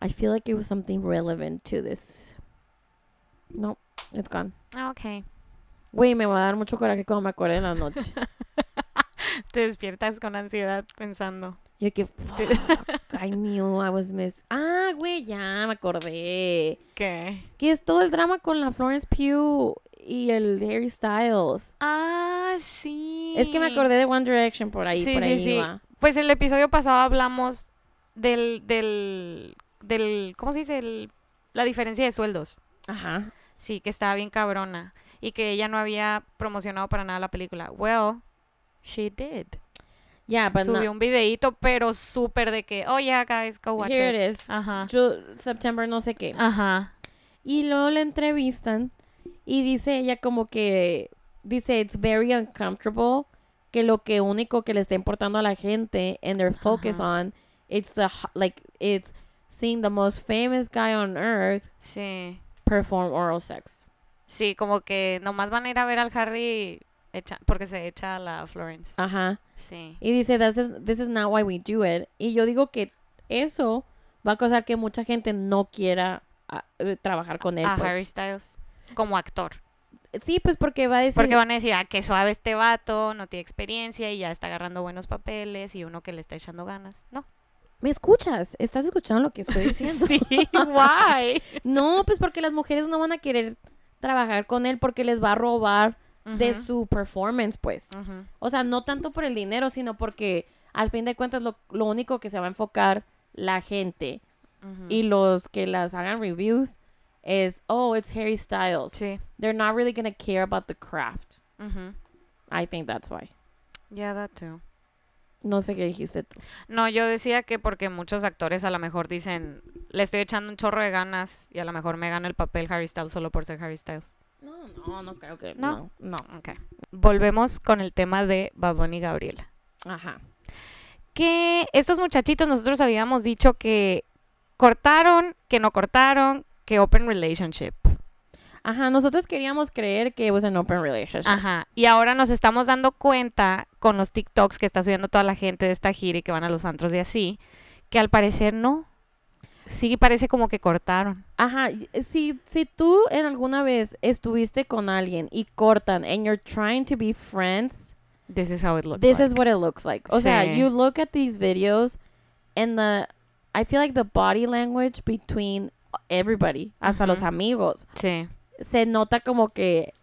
Speaker 1: I feel like it was something relevant to this. No, it's gone.
Speaker 2: Ah, Ok.
Speaker 1: Güey, me va a dar mucho coraje cuando me acuerde en la noche.
Speaker 2: Te despiertas con ansiedad pensando.
Speaker 1: Yo que fuck, I knew I was miss. Ah, güey, ya me acordé.
Speaker 2: ¿Qué?
Speaker 1: Que es todo el drama con la Florence Pugh y el Harry Styles.
Speaker 2: Ah, sí.
Speaker 1: Es que me acordé de One Direction por ahí,
Speaker 2: Sí,
Speaker 1: por
Speaker 2: sí,
Speaker 1: ahí
Speaker 2: sí.
Speaker 1: iba.
Speaker 2: Pues el episodio pasado hablamos del, del, del, ¿cómo se dice? El- la diferencia de sueldos.
Speaker 1: Ajá.
Speaker 2: Sí, que estaba bien cabrona y que ella no había promocionado para nada la película. Well, she did.
Speaker 1: Ya, pero
Speaker 2: Subió
Speaker 1: Pues no.
Speaker 2: un videíto, pero súper de que, oh yeah, guys, go watch
Speaker 1: Here
Speaker 2: it.
Speaker 1: it is.
Speaker 2: Ajá.
Speaker 1: Ju- September no sé qué.
Speaker 2: Ajá.
Speaker 1: Y luego la entrevistan y dice ella como que dice it's very uncomfortable que lo que único que le está importando a la gente and their focus
Speaker 2: Ajá.
Speaker 1: on it's the ho- like it's seeing the most famous guy on earth
Speaker 2: Sí.
Speaker 1: perform oral sex.
Speaker 2: Sí, como que nomás van a ir a ver al Harry echa- porque se echa a la Florence.
Speaker 1: Ajá.
Speaker 2: Sí.
Speaker 1: Y dice this is, this is not why we do it. Y yo digo que eso va a causar que mucha gente no quiera ah, eh, trabajar con él.
Speaker 2: A
Speaker 1: pues.
Speaker 2: Harry Styles. Como actor.
Speaker 1: Sí, pues porque va a decir
Speaker 2: Porque van a decir, ah, qué suave este vato, no tiene experiencia y ya está agarrando buenos papeles y uno que le está echando ganas. No.
Speaker 1: ¿Me escuchas? ¿Estás escuchando lo que estoy diciendo?
Speaker 2: Sí, guay.
Speaker 1: No, pues porque las mujeres no van a querer trabajar con él porque les va a robar de
Speaker 2: Ujú,
Speaker 1: su performance, pues.
Speaker 2: ujú.
Speaker 1: O sea, no tanto por el dinero, sino porque al fin de cuentas lo, lo único que se va a enfocar la gente
Speaker 2: Ujú.
Speaker 1: y los que las hagan reviews es, oh, it's Harry Styles.
Speaker 2: Sí.
Speaker 1: They're not really gonna care about the craft.
Speaker 2: ujú.
Speaker 1: I think that's why.
Speaker 2: Yeah, that too.
Speaker 1: No sé qué dijiste tú.
Speaker 2: No, yo decía que porque muchos actores a lo mejor dicen, le estoy echando un chorro de ganas y a lo mejor me gana el papel Harry Styles solo por ser Harry Styles.
Speaker 1: No, no, no creo que.
Speaker 2: No.
Speaker 1: No, no.
Speaker 2: Ok. Volvemos con el tema de Babón y Gabriela.
Speaker 1: Ajá.
Speaker 2: Que estos muchachitos nosotros habíamos dicho que cortaron, que no cortaron, que open relationship.
Speaker 1: Ajá, nosotros queríamos creer que it was an open relationship.
Speaker 2: Ajá. Y ahora nos estamos dando cuenta con los TikToks que está subiendo toda la gente de esta gira y que van a los antros y así, que al parecer no. Sí, parece como que cortaron.
Speaker 1: Ajá, y- eh, si, si tú en alguna vez estuviste con alguien y cortan and you're trying to be friends,
Speaker 2: This is how it looks.
Speaker 1: this
Speaker 2: like.
Speaker 1: is what it looks like. O sea,
Speaker 2: Sí.
Speaker 1: you look at these videos and the I feel like the body language between everybody, hasta los
Speaker 2: Ujú.
Speaker 1: amigos,
Speaker 2: Sí,
Speaker 1: se nota como que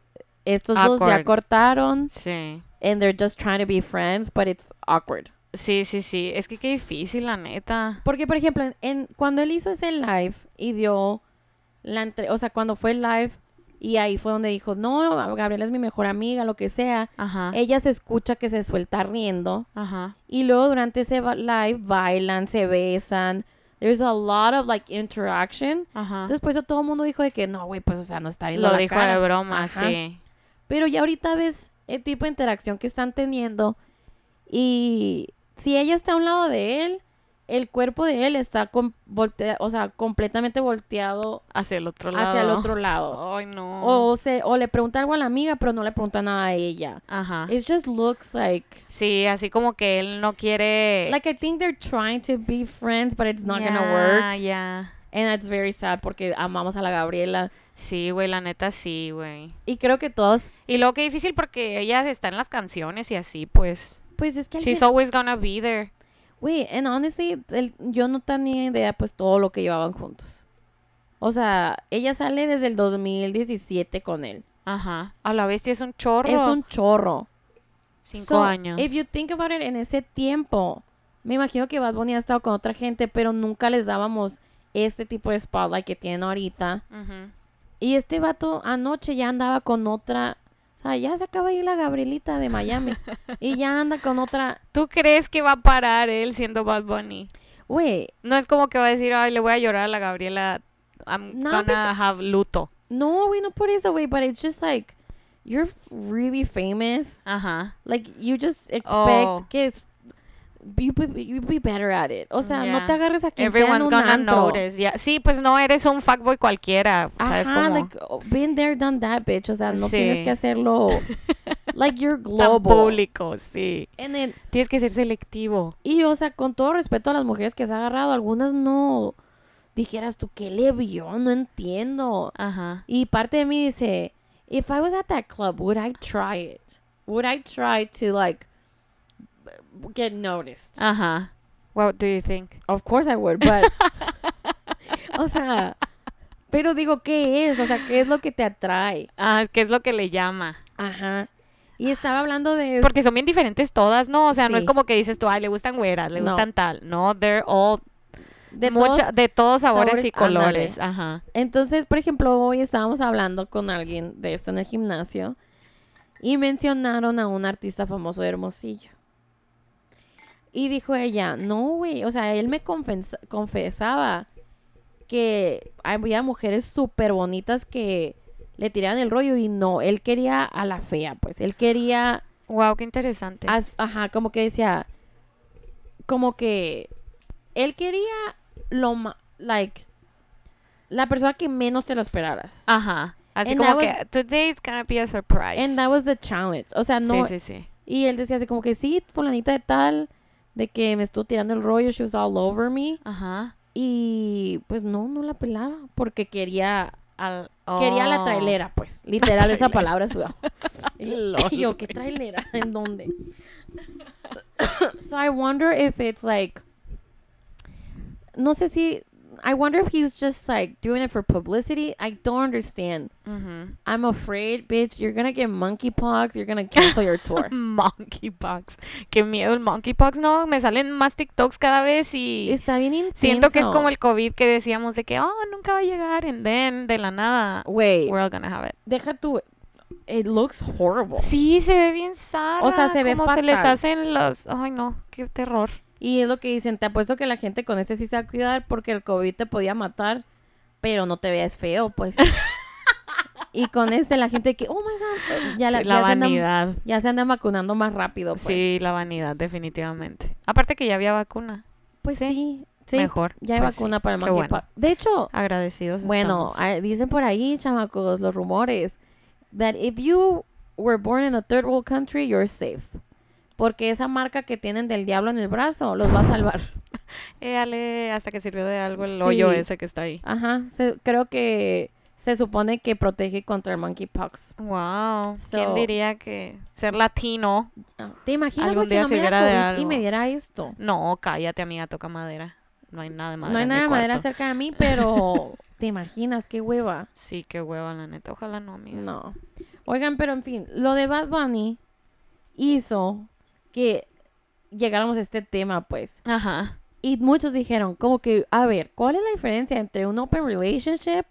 Speaker 1: estos dos ya
Speaker 2: Awkward.
Speaker 1: cortaron
Speaker 2: sí.
Speaker 1: and they're just trying to be friends, but it's awkward.
Speaker 2: Sí, sí, sí. Es que qué difícil, la neta.
Speaker 1: Porque, por ejemplo, en, en- cuando él hizo ese live y dio la entre, o sea, cuando fue el live y ahí fue donde dijo, no, Gabriela es mi mejor amiga, lo que sea,
Speaker 2: Ajá.
Speaker 1: ella se escucha que se suelta riendo
Speaker 2: Ajá.
Speaker 1: y luego durante ese ba- live bailan, se besan, there's a lot of like interaction.
Speaker 2: Ajá.
Speaker 1: Entonces, por eso todo el mundo dijo de que no, güey, pues, o sea, no está viendo
Speaker 2: Lo
Speaker 1: la
Speaker 2: dijo
Speaker 1: cara".
Speaker 2: de broma,
Speaker 1: Ajá.
Speaker 2: sí.
Speaker 1: Pero ya ahorita ves el tipo de interacción que están teniendo. Y si ella está a un lado de él, el cuerpo de él está com- voltea- o sea, completamente volteado
Speaker 2: Hacia el otro lado. Oh.
Speaker 1: hacia el otro lado.
Speaker 2: Ay, no.
Speaker 1: O, se, o le pregunta algo a la amiga, pero no le pregunta nada a ella.
Speaker 2: Ajá.
Speaker 1: It just looks like...
Speaker 2: Sí, así como que él no quiere.
Speaker 1: Like, I think they're trying to be friends, but it's not gonna work.
Speaker 2: Ya, ya.
Speaker 1: And that's very sad porque amamos a la Gabriela.
Speaker 2: Sí, güey, la neta sí, güey.
Speaker 1: Y creo que todos...
Speaker 2: Y luego qué difícil porque ella está en las canciones y así, pues.
Speaker 1: Pues es que... alguien-
Speaker 2: She's always gonna be there.
Speaker 1: Güey, and honestly, el- yo no tenía idea pues todo lo que llevaban juntos. O sea, ella sale desde el 2017 con él.
Speaker 2: Ajá. A la bestia es un chorro.
Speaker 1: Es un chorro.
Speaker 2: Cinco
Speaker 1: So,
Speaker 2: años.
Speaker 1: If you think about it, en ese tiempo, me imagino que Bad Bunny ha estado con otra gente, pero nunca les dábamos este tipo de spotlight que tienen ahorita.
Speaker 2: Ujú.
Speaker 1: Y este vato anoche ya andaba con otra. O sea, ya se acaba de ir la Gabrielita de Miami. y ya anda con otra.
Speaker 2: ¿Tú crees que va a parar él siendo Bad Bunny?
Speaker 1: Güey,
Speaker 2: No es como que va a decir, ay, le voy a llorar a la Gabriela. I'm
Speaker 1: No,
Speaker 2: gonna have luto.
Speaker 1: no, güey, no por eso, güey. But it's just like, you're really famous.
Speaker 2: Ajá.
Speaker 1: Like, you just expect
Speaker 2: Oh.
Speaker 1: que es. You be, you be better at it. O sea, no
Speaker 2: Yeah.
Speaker 1: te agarres a quien sea en
Speaker 2: Everyone's
Speaker 1: un
Speaker 2: gonna
Speaker 1: antro.
Speaker 2: notice. ya. Sí, pues no eres un fuckboy cualquiera. ¿Sabes
Speaker 1: Ajá,
Speaker 2: cómo?
Speaker 1: like, oh, been there, done that, bitch. O sea, no tienes
Speaker 2: Sí.
Speaker 1: que hacerlo. like, you're
Speaker 2: Tan
Speaker 1: global.
Speaker 2: público, sí.
Speaker 1: And then-
Speaker 2: Tienes que ser selectivo.
Speaker 1: y, o sea, con todo respeto a las mujeres que se ha agarrado, algunas no. Dijeras tú, ¿qué le vio? No entiendo.
Speaker 2: Ajá.
Speaker 1: Y parte de mí dice, if I was at that club, would I try it? Would I try to, like, b- get noticed?
Speaker 2: Ajá. What do you think?
Speaker 1: Of course I would, but... o sea, pero digo, ¿qué es? O sea, ¿qué es lo que te atrae?
Speaker 2: Ah, ¿qué es lo que le llama?
Speaker 1: Ajá. Y estaba hablando de...
Speaker 2: Porque son bien diferentes todas, ¿no? O sea, no es
Speaker 1: Sí.
Speaker 2: como que dices tú, ay, le gustan güeras, le
Speaker 1: No.
Speaker 2: gustan tal. No, they're all
Speaker 1: de
Speaker 2: mucha-
Speaker 1: todos.
Speaker 2: de todos sabores, y
Speaker 1: sabores, ándale.
Speaker 2: colores. Ajá.
Speaker 1: Entonces, por ejemplo, hoy estábamos hablando con alguien de esto en el gimnasio y mencionaron a un artista famoso de Hermosillo. Y dijo ella, no, güey, o sea, él me confes- confesaba que había mujeres súper bonitas que le tiraban el rollo y no, él quería a la fea, pues, él quería
Speaker 2: Wow, qué interesante.
Speaker 1: As- ajá, como que decía, como que él quería lo ma- like, la persona que menos te lo esperaras.
Speaker 2: Ajá. Así
Speaker 1: And
Speaker 2: como
Speaker 1: that
Speaker 2: que
Speaker 1: was-
Speaker 2: today is gonna be a surprise.
Speaker 1: And that was the challenge. O sea, no.
Speaker 2: Sí, sí, sí.
Speaker 1: Y él decía así como que sí, fulanita de tal, de que me estuvo tirando el rollo, she was all over me.
Speaker 2: Ajá.
Speaker 1: Y pues no, no la pelaba, porque quería,
Speaker 2: Al-
Speaker 1: quería la
Speaker 2: oh.
Speaker 1: trailera, pues. Literal, esa
Speaker 2: trailera.
Speaker 1: palabra es Y
Speaker 2: Lol,
Speaker 1: yo, ¿qué
Speaker 2: güey.
Speaker 1: trailera? ¿En dónde? so I wonder if it's like. No sé si. I wonder if he's just like doing it for publicity. I don't understand.
Speaker 2: Ujú.
Speaker 1: I'm afraid, bitch. You're gonna get monkeypox. You're gonna cancel your tour.
Speaker 2: Monkeypox. Qué miedo el monkeypox. No, me salen más TikToks cada vez y
Speaker 1: Está bien intenso.
Speaker 2: siento que es como el COVID que decíamos de que, oh, nunca va a llegar. And then, de la nada,
Speaker 1: Wait,
Speaker 2: we're all gonna have it.
Speaker 1: deja tu. It looks horrible.
Speaker 2: Sí, se ve bien Sara.
Speaker 1: O sea, se ve
Speaker 2: cómo se les
Speaker 1: fatal.
Speaker 2: hacen los... Ay, no, qué terror.
Speaker 1: Y es lo que dicen. Te apuesto que la gente con este sí se va a cuidar porque el COVID te podía matar, pero no te veas feo, pues. y con este la gente que, oh my God, eh, ya, la,
Speaker 2: Sí, la
Speaker 1: ya se andan-
Speaker 2: vanidad.
Speaker 1: ya se andan vacunando más rápido, pues.
Speaker 2: Sí, la vanidad, definitivamente. Aparte que ya había vacuna.
Speaker 1: Pues
Speaker 2: sí.
Speaker 1: sí, sí.
Speaker 2: Mejor.
Speaker 1: Ya hay
Speaker 2: pues sí.
Speaker 1: vacuna para el
Speaker 2: qué
Speaker 1: monkeypox.
Speaker 2: bueno.
Speaker 1: De hecho,
Speaker 2: Agradecidos
Speaker 1: bueno,
Speaker 2: estamos.
Speaker 1: ah, dicen por ahí, chamacos, los rumores, that if you were born in a third world country, you're safe. Porque esa marca que tienen del diablo en el brazo los va a salvar.
Speaker 2: Éale, Eh, hasta que sirvió de algo el hoyo
Speaker 1: Sí.
Speaker 2: ese que está ahí.
Speaker 1: Ajá, se- creo que se supone que protege contra el monkeypox.
Speaker 2: Wow.
Speaker 1: So-
Speaker 2: ¿Quién diría que ser latino?
Speaker 1: Ah, ¿Te imaginas
Speaker 2: Algún
Speaker 1: güey, que
Speaker 2: día
Speaker 1: no
Speaker 2: se
Speaker 1: me diera
Speaker 2: hubiera de
Speaker 1: COVID y
Speaker 2: algo.
Speaker 1: me diera esto?
Speaker 2: No, cállate, amiga, toca madera. No hay nada de madera.
Speaker 1: no hay
Speaker 2: en
Speaker 1: nada de
Speaker 2: mi
Speaker 1: madera
Speaker 2: cuarto.
Speaker 1: cerca de mí, pero ¿te imaginas qué hueva?
Speaker 2: Sí, qué hueva, la neta. Ojalá no, amiga.
Speaker 1: No. Oigan, pero en fin, lo de Bad Bunny hizo que llegáramos a este tema, pues.
Speaker 2: Ajá.
Speaker 1: Y muchos dijeron, como que, a ver, ¿cuál es la diferencia entre un open relationship,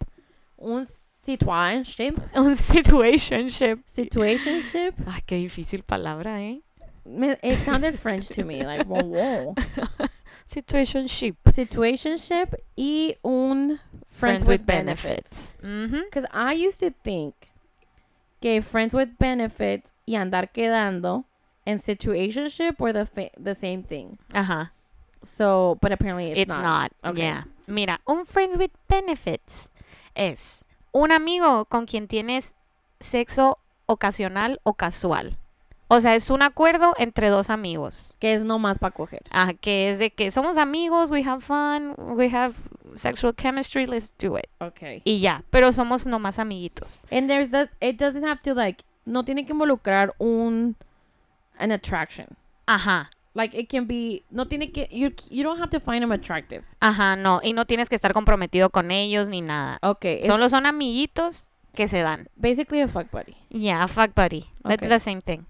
Speaker 1: un situationship,
Speaker 2: Un situationship.
Speaker 1: situationship?
Speaker 2: Ay, qué difícil palabra, ¿eh?
Speaker 1: Me- It sounded French to me, like, wow, wow.
Speaker 2: Situationship.
Speaker 1: situationship y un friends, with, benefits.
Speaker 2: Ujú.
Speaker 1: Because I used to think que friends with benefits y andar quedando and situationship were the, fa- the same thing.
Speaker 2: Ajá.
Speaker 1: So, but apparently it's,
Speaker 2: It's not.
Speaker 1: Okay.
Speaker 2: yeah. Mira, un friends with benefits es un amigo con quien tienes sexo ocasional o casual. O sea, es un acuerdo entre dos amigos.
Speaker 1: Que es nomás para coger.
Speaker 2: Ah, que es de que somos amigos, we have fun, we have sexual chemistry, let's do it.
Speaker 1: Okay.
Speaker 2: Y ya, pero somos nomás amiguitos.
Speaker 1: And there's that it doesn't have to like no tiene que involucrar un an attraction.
Speaker 2: Ajá,
Speaker 1: Like it can be no tiene que you you don't have to find them attractive.
Speaker 2: ajá, no. Y no tienes que estar comprometido con ellos ni nada.
Speaker 1: Okay. It's
Speaker 2: Solo son amiguitos que se dan.
Speaker 1: basically a fuck buddy.
Speaker 2: Yeah, fuck buddy. That's
Speaker 1: Okay.
Speaker 2: the same thing.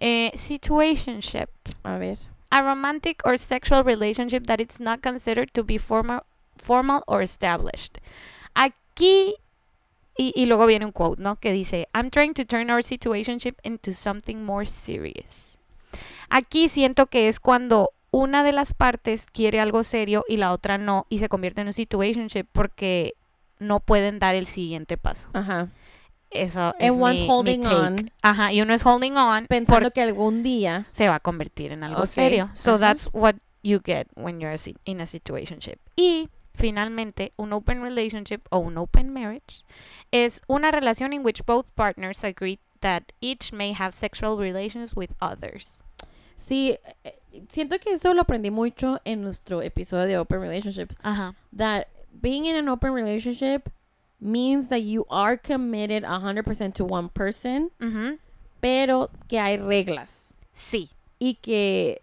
Speaker 2: Eh, situationship.
Speaker 1: A ver.
Speaker 2: A romantic or sexual relationship that it's not considered to be formal, formal or established. Aquí, y, y luego viene un quote, ¿no? Que dice, I'm trying to turn our situationship into something more serious. Aquí siento que es cuando una de las partes quiere algo serio y la otra no, y se convierte en un situationship porque no pueden dar el siguiente paso.
Speaker 1: Ajá.
Speaker 2: Eso es
Speaker 1: And one's
Speaker 2: mi- mi
Speaker 1: holding
Speaker 2: take.
Speaker 1: on.
Speaker 2: Ajá, y uno es holding on
Speaker 1: Pensando
Speaker 2: porque
Speaker 1: que algún día
Speaker 2: se va a convertir en algo
Speaker 1: Ok,
Speaker 2: serio. So
Speaker 1: ajá.
Speaker 2: that's what you get when you're si- in a situationship. Y finalmente, un open relationship o un open marriage es una relación in which both partners agree that each may have sexual relations with others.
Speaker 1: sí eh, siento que esto lo aprendí mucho en nuestro episodio de open relationships
Speaker 2: Ajá.
Speaker 1: that being in an open relationship means that you are committed 100% to one person,
Speaker 2: Ujú.
Speaker 1: pero que hay reglas
Speaker 2: Sí,
Speaker 1: y que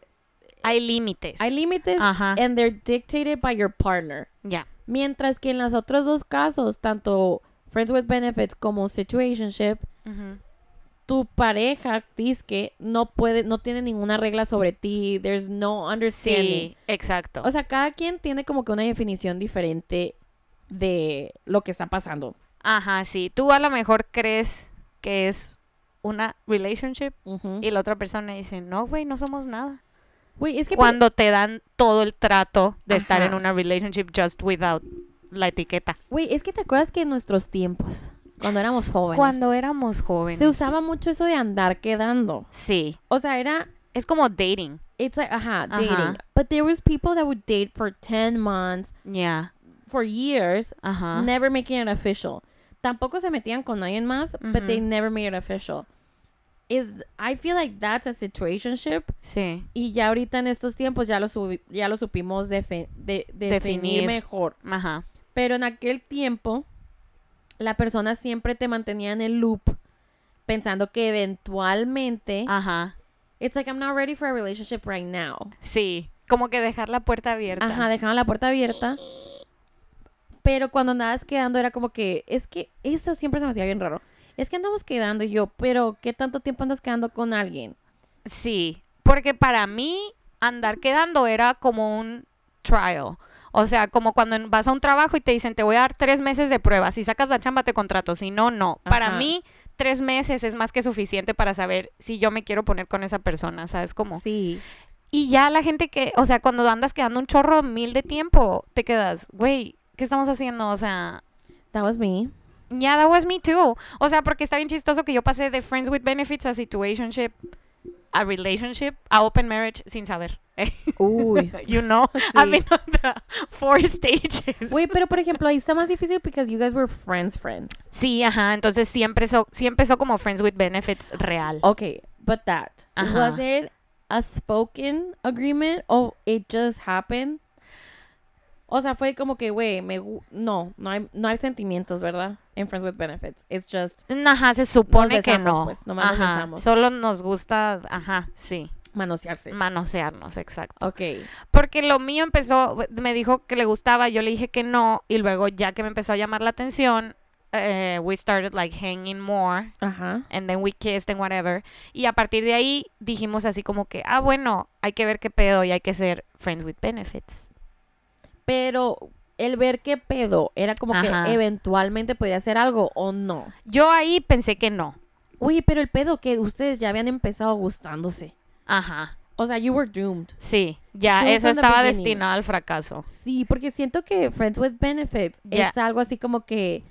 Speaker 2: hay límites.
Speaker 1: Eh, hay límites
Speaker 2: Ajá.
Speaker 1: and they're dictated by your partner.
Speaker 2: Ya.
Speaker 1: Mientras que en los otros dos casos, tanto Friends with Benefits como Situationship,
Speaker 2: Ujú.
Speaker 1: tu pareja dice que no puede, no tiene ninguna regla sobre ti, there's no understanding.
Speaker 2: Sí, exacto.
Speaker 1: O sea, cada quien tiene como que una definición diferente de lo que está pasando.
Speaker 2: Ajá, sí. Tú a lo mejor crees que es una relationship
Speaker 1: Ujú.
Speaker 2: Y la otra persona dice, no, güey, no somos nada.
Speaker 1: Eh, Güey, es que pe-
Speaker 2: Cuando te dan todo el trato de estar en
Speaker 1: Ajá.
Speaker 2: una relationship just without la etiqueta.
Speaker 1: Güey, es que te acuerdas que en nuestros tiempos, cuando éramos jóvenes,
Speaker 2: Cuando éramos jóvenes.
Speaker 1: se usaba mucho eso de andar quedando.
Speaker 2: Sí.
Speaker 1: O sea, era
Speaker 2: Es como dating.
Speaker 1: it's like ajá,
Speaker 2: Ajá.
Speaker 1: dating. But there was people that would date for 10 months,
Speaker 2: Ya.
Speaker 1: for years,
Speaker 2: Ajá.
Speaker 1: never making it official. Tampoco se metían con alguien más, but they
Speaker 2: Ujú.
Speaker 1: never made it official. Is I feel like that's a situationship
Speaker 2: sí.
Speaker 1: y ya ahorita en estos tiempos ya lo subi- ya lo supimos defe- de- definir
Speaker 2: Definir.
Speaker 1: mejor.
Speaker 2: Ajá.
Speaker 1: Pero en aquel tiempo, la persona siempre te mantenía en el loop, pensando que eventualmente.
Speaker 2: Ajá.
Speaker 1: It's like I'm not ready for a relationship right now.
Speaker 2: Sí. Como que dejar la puerta abierta.
Speaker 1: Ajá, dejaban la puerta abierta. Pero cuando andabas quedando, era como que. Es que esto siempre se me hacía bien raro. Es que andamos quedando y yo, pero ¿qué tanto tiempo andas quedando con alguien?
Speaker 2: Sí. Porque para mí andar quedando era como un trial. O sea, como cuando en- vas a un trabajo y te dicen, te voy a dar tres meses de prueba. Si sacas la chamba, te contrato. Si no, no. Para
Speaker 1: Ajá.
Speaker 2: mí, tres meses es más que suficiente para saber si yo me quiero poner con esa persona, ¿sabes cómo?
Speaker 1: Sí.
Speaker 2: Y ya la gente que, o sea, cuando andas quedando un chorro mil de tiempo, te quedas, güey, ¿qué estamos haciendo? O sea,
Speaker 1: That was me.
Speaker 2: Yeah, that was me too. O sea, porque está bien chistoso que yo pasé de friends with benefits a situationship, a relationship, a open marriage sin saber.
Speaker 1: Uy.
Speaker 2: You know?
Speaker 1: Sí.
Speaker 2: I've been on the four stages.
Speaker 1: Güey, pero por ejemplo, ahí está más difícil because you guys were friends, friends.
Speaker 2: Sí, ajá. Entonces sí empezó, sí empezó como friends with benefits real.
Speaker 1: Okay, but that.
Speaker 2: Ajá.
Speaker 1: Was it a spoken agreement or it just happened? O sea, fue como que, güey, me gu- no, no hay, no hay sentimientos, ¿verdad? En Friends with Benefits. It's just
Speaker 2: Ajá, se supone
Speaker 1: Nos
Speaker 2: que
Speaker 1: besamos,
Speaker 2: no.
Speaker 1: pues, nomás nos
Speaker 2: ajá.
Speaker 1: besamos.
Speaker 2: Solo nos gusta, ajá, sí,
Speaker 1: manosearse.
Speaker 2: manosearnos, exacto.
Speaker 1: Ok.
Speaker 2: Porque lo mío empezó, me dijo que le gustaba, yo le dije que no, y luego ya que me empezó a llamar la atención, eh, we started like hanging more,
Speaker 1: Ajá.
Speaker 2: and then we kissed and whatever. Y a partir de ahí dijimos así como que, ah, bueno, hay que ver qué pedo y hay que ser friends with benefits.
Speaker 1: Pero el ver qué pedo era como
Speaker 2: Ajá.
Speaker 1: que eventualmente podía hacer algo o no.
Speaker 2: Yo ahí pensé que no.
Speaker 1: Oye, pero el pedo que ustedes ya habían empezado gustándose.
Speaker 2: Ajá,
Speaker 1: O sea, you were doomed.
Speaker 2: sí, ya
Speaker 1: Tú
Speaker 2: eso
Speaker 1: from the
Speaker 2: estaba
Speaker 1: beginning.
Speaker 2: destinado al fracaso.
Speaker 1: Sí, porque siento que Friends with Benefits
Speaker 2: Ya.
Speaker 1: es algo así como que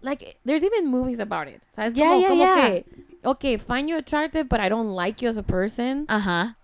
Speaker 1: like there's even movies about it. ¿Sabes?
Speaker 2: Ya,
Speaker 1: como
Speaker 2: ya,
Speaker 1: como
Speaker 2: ya.
Speaker 1: que okay, find you attractive but I don't like you as a person.
Speaker 2: Ajá,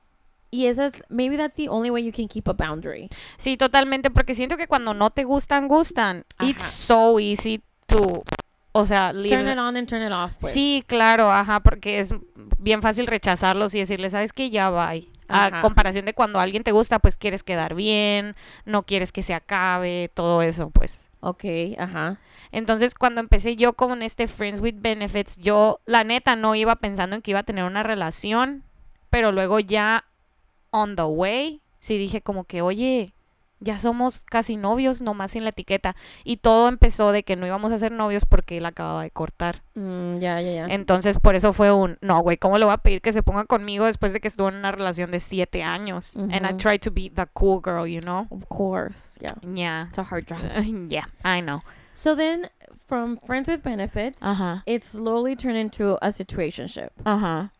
Speaker 1: Y esa es, maybe that's the only way you can keep a boundary.
Speaker 2: Sí, totalmente, porque siento que cuando no te gustan, gustan. It's
Speaker 1: Ajá.
Speaker 2: so easy to, o sea, leave
Speaker 1: Turn it on and turn it off. pues.
Speaker 2: Sí, claro, ajá, porque es bien fácil rechazarlos y decirles, sabes que ya va.
Speaker 1: Ajá.
Speaker 2: A comparación de cuando alguien te gusta, pues quieres quedar bien, no quieres que se acabe, todo eso, pues.
Speaker 1: Ok, ajá.
Speaker 2: Entonces, cuando empecé yo con este Friends with Benefits, yo la neta no iba pensando en que iba a tener una relación, pero luego ya on the way, sí dije como que, oye, ya somos casi novios, nomás sin la etiqueta. Y todo empezó de que no íbamos a ser novios porque él acababa de cortar.
Speaker 1: Mm, ya, ya, ya.
Speaker 2: Entonces, por eso fue un, no, güey, ¿cómo le voy a pedir que se ponga conmigo después de que estuvo en una relación de siete años? And I
Speaker 1: Ujú.
Speaker 2: tried to be the cool girl, you know?
Speaker 1: of course, yeah.
Speaker 2: Yeah.
Speaker 1: It's a hard job.
Speaker 2: yeah, I know.
Speaker 1: So then, from friends with benefits,
Speaker 2: Ajá.
Speaker 1: it slowly turned into a situationship.
Speaker 2: Ajá.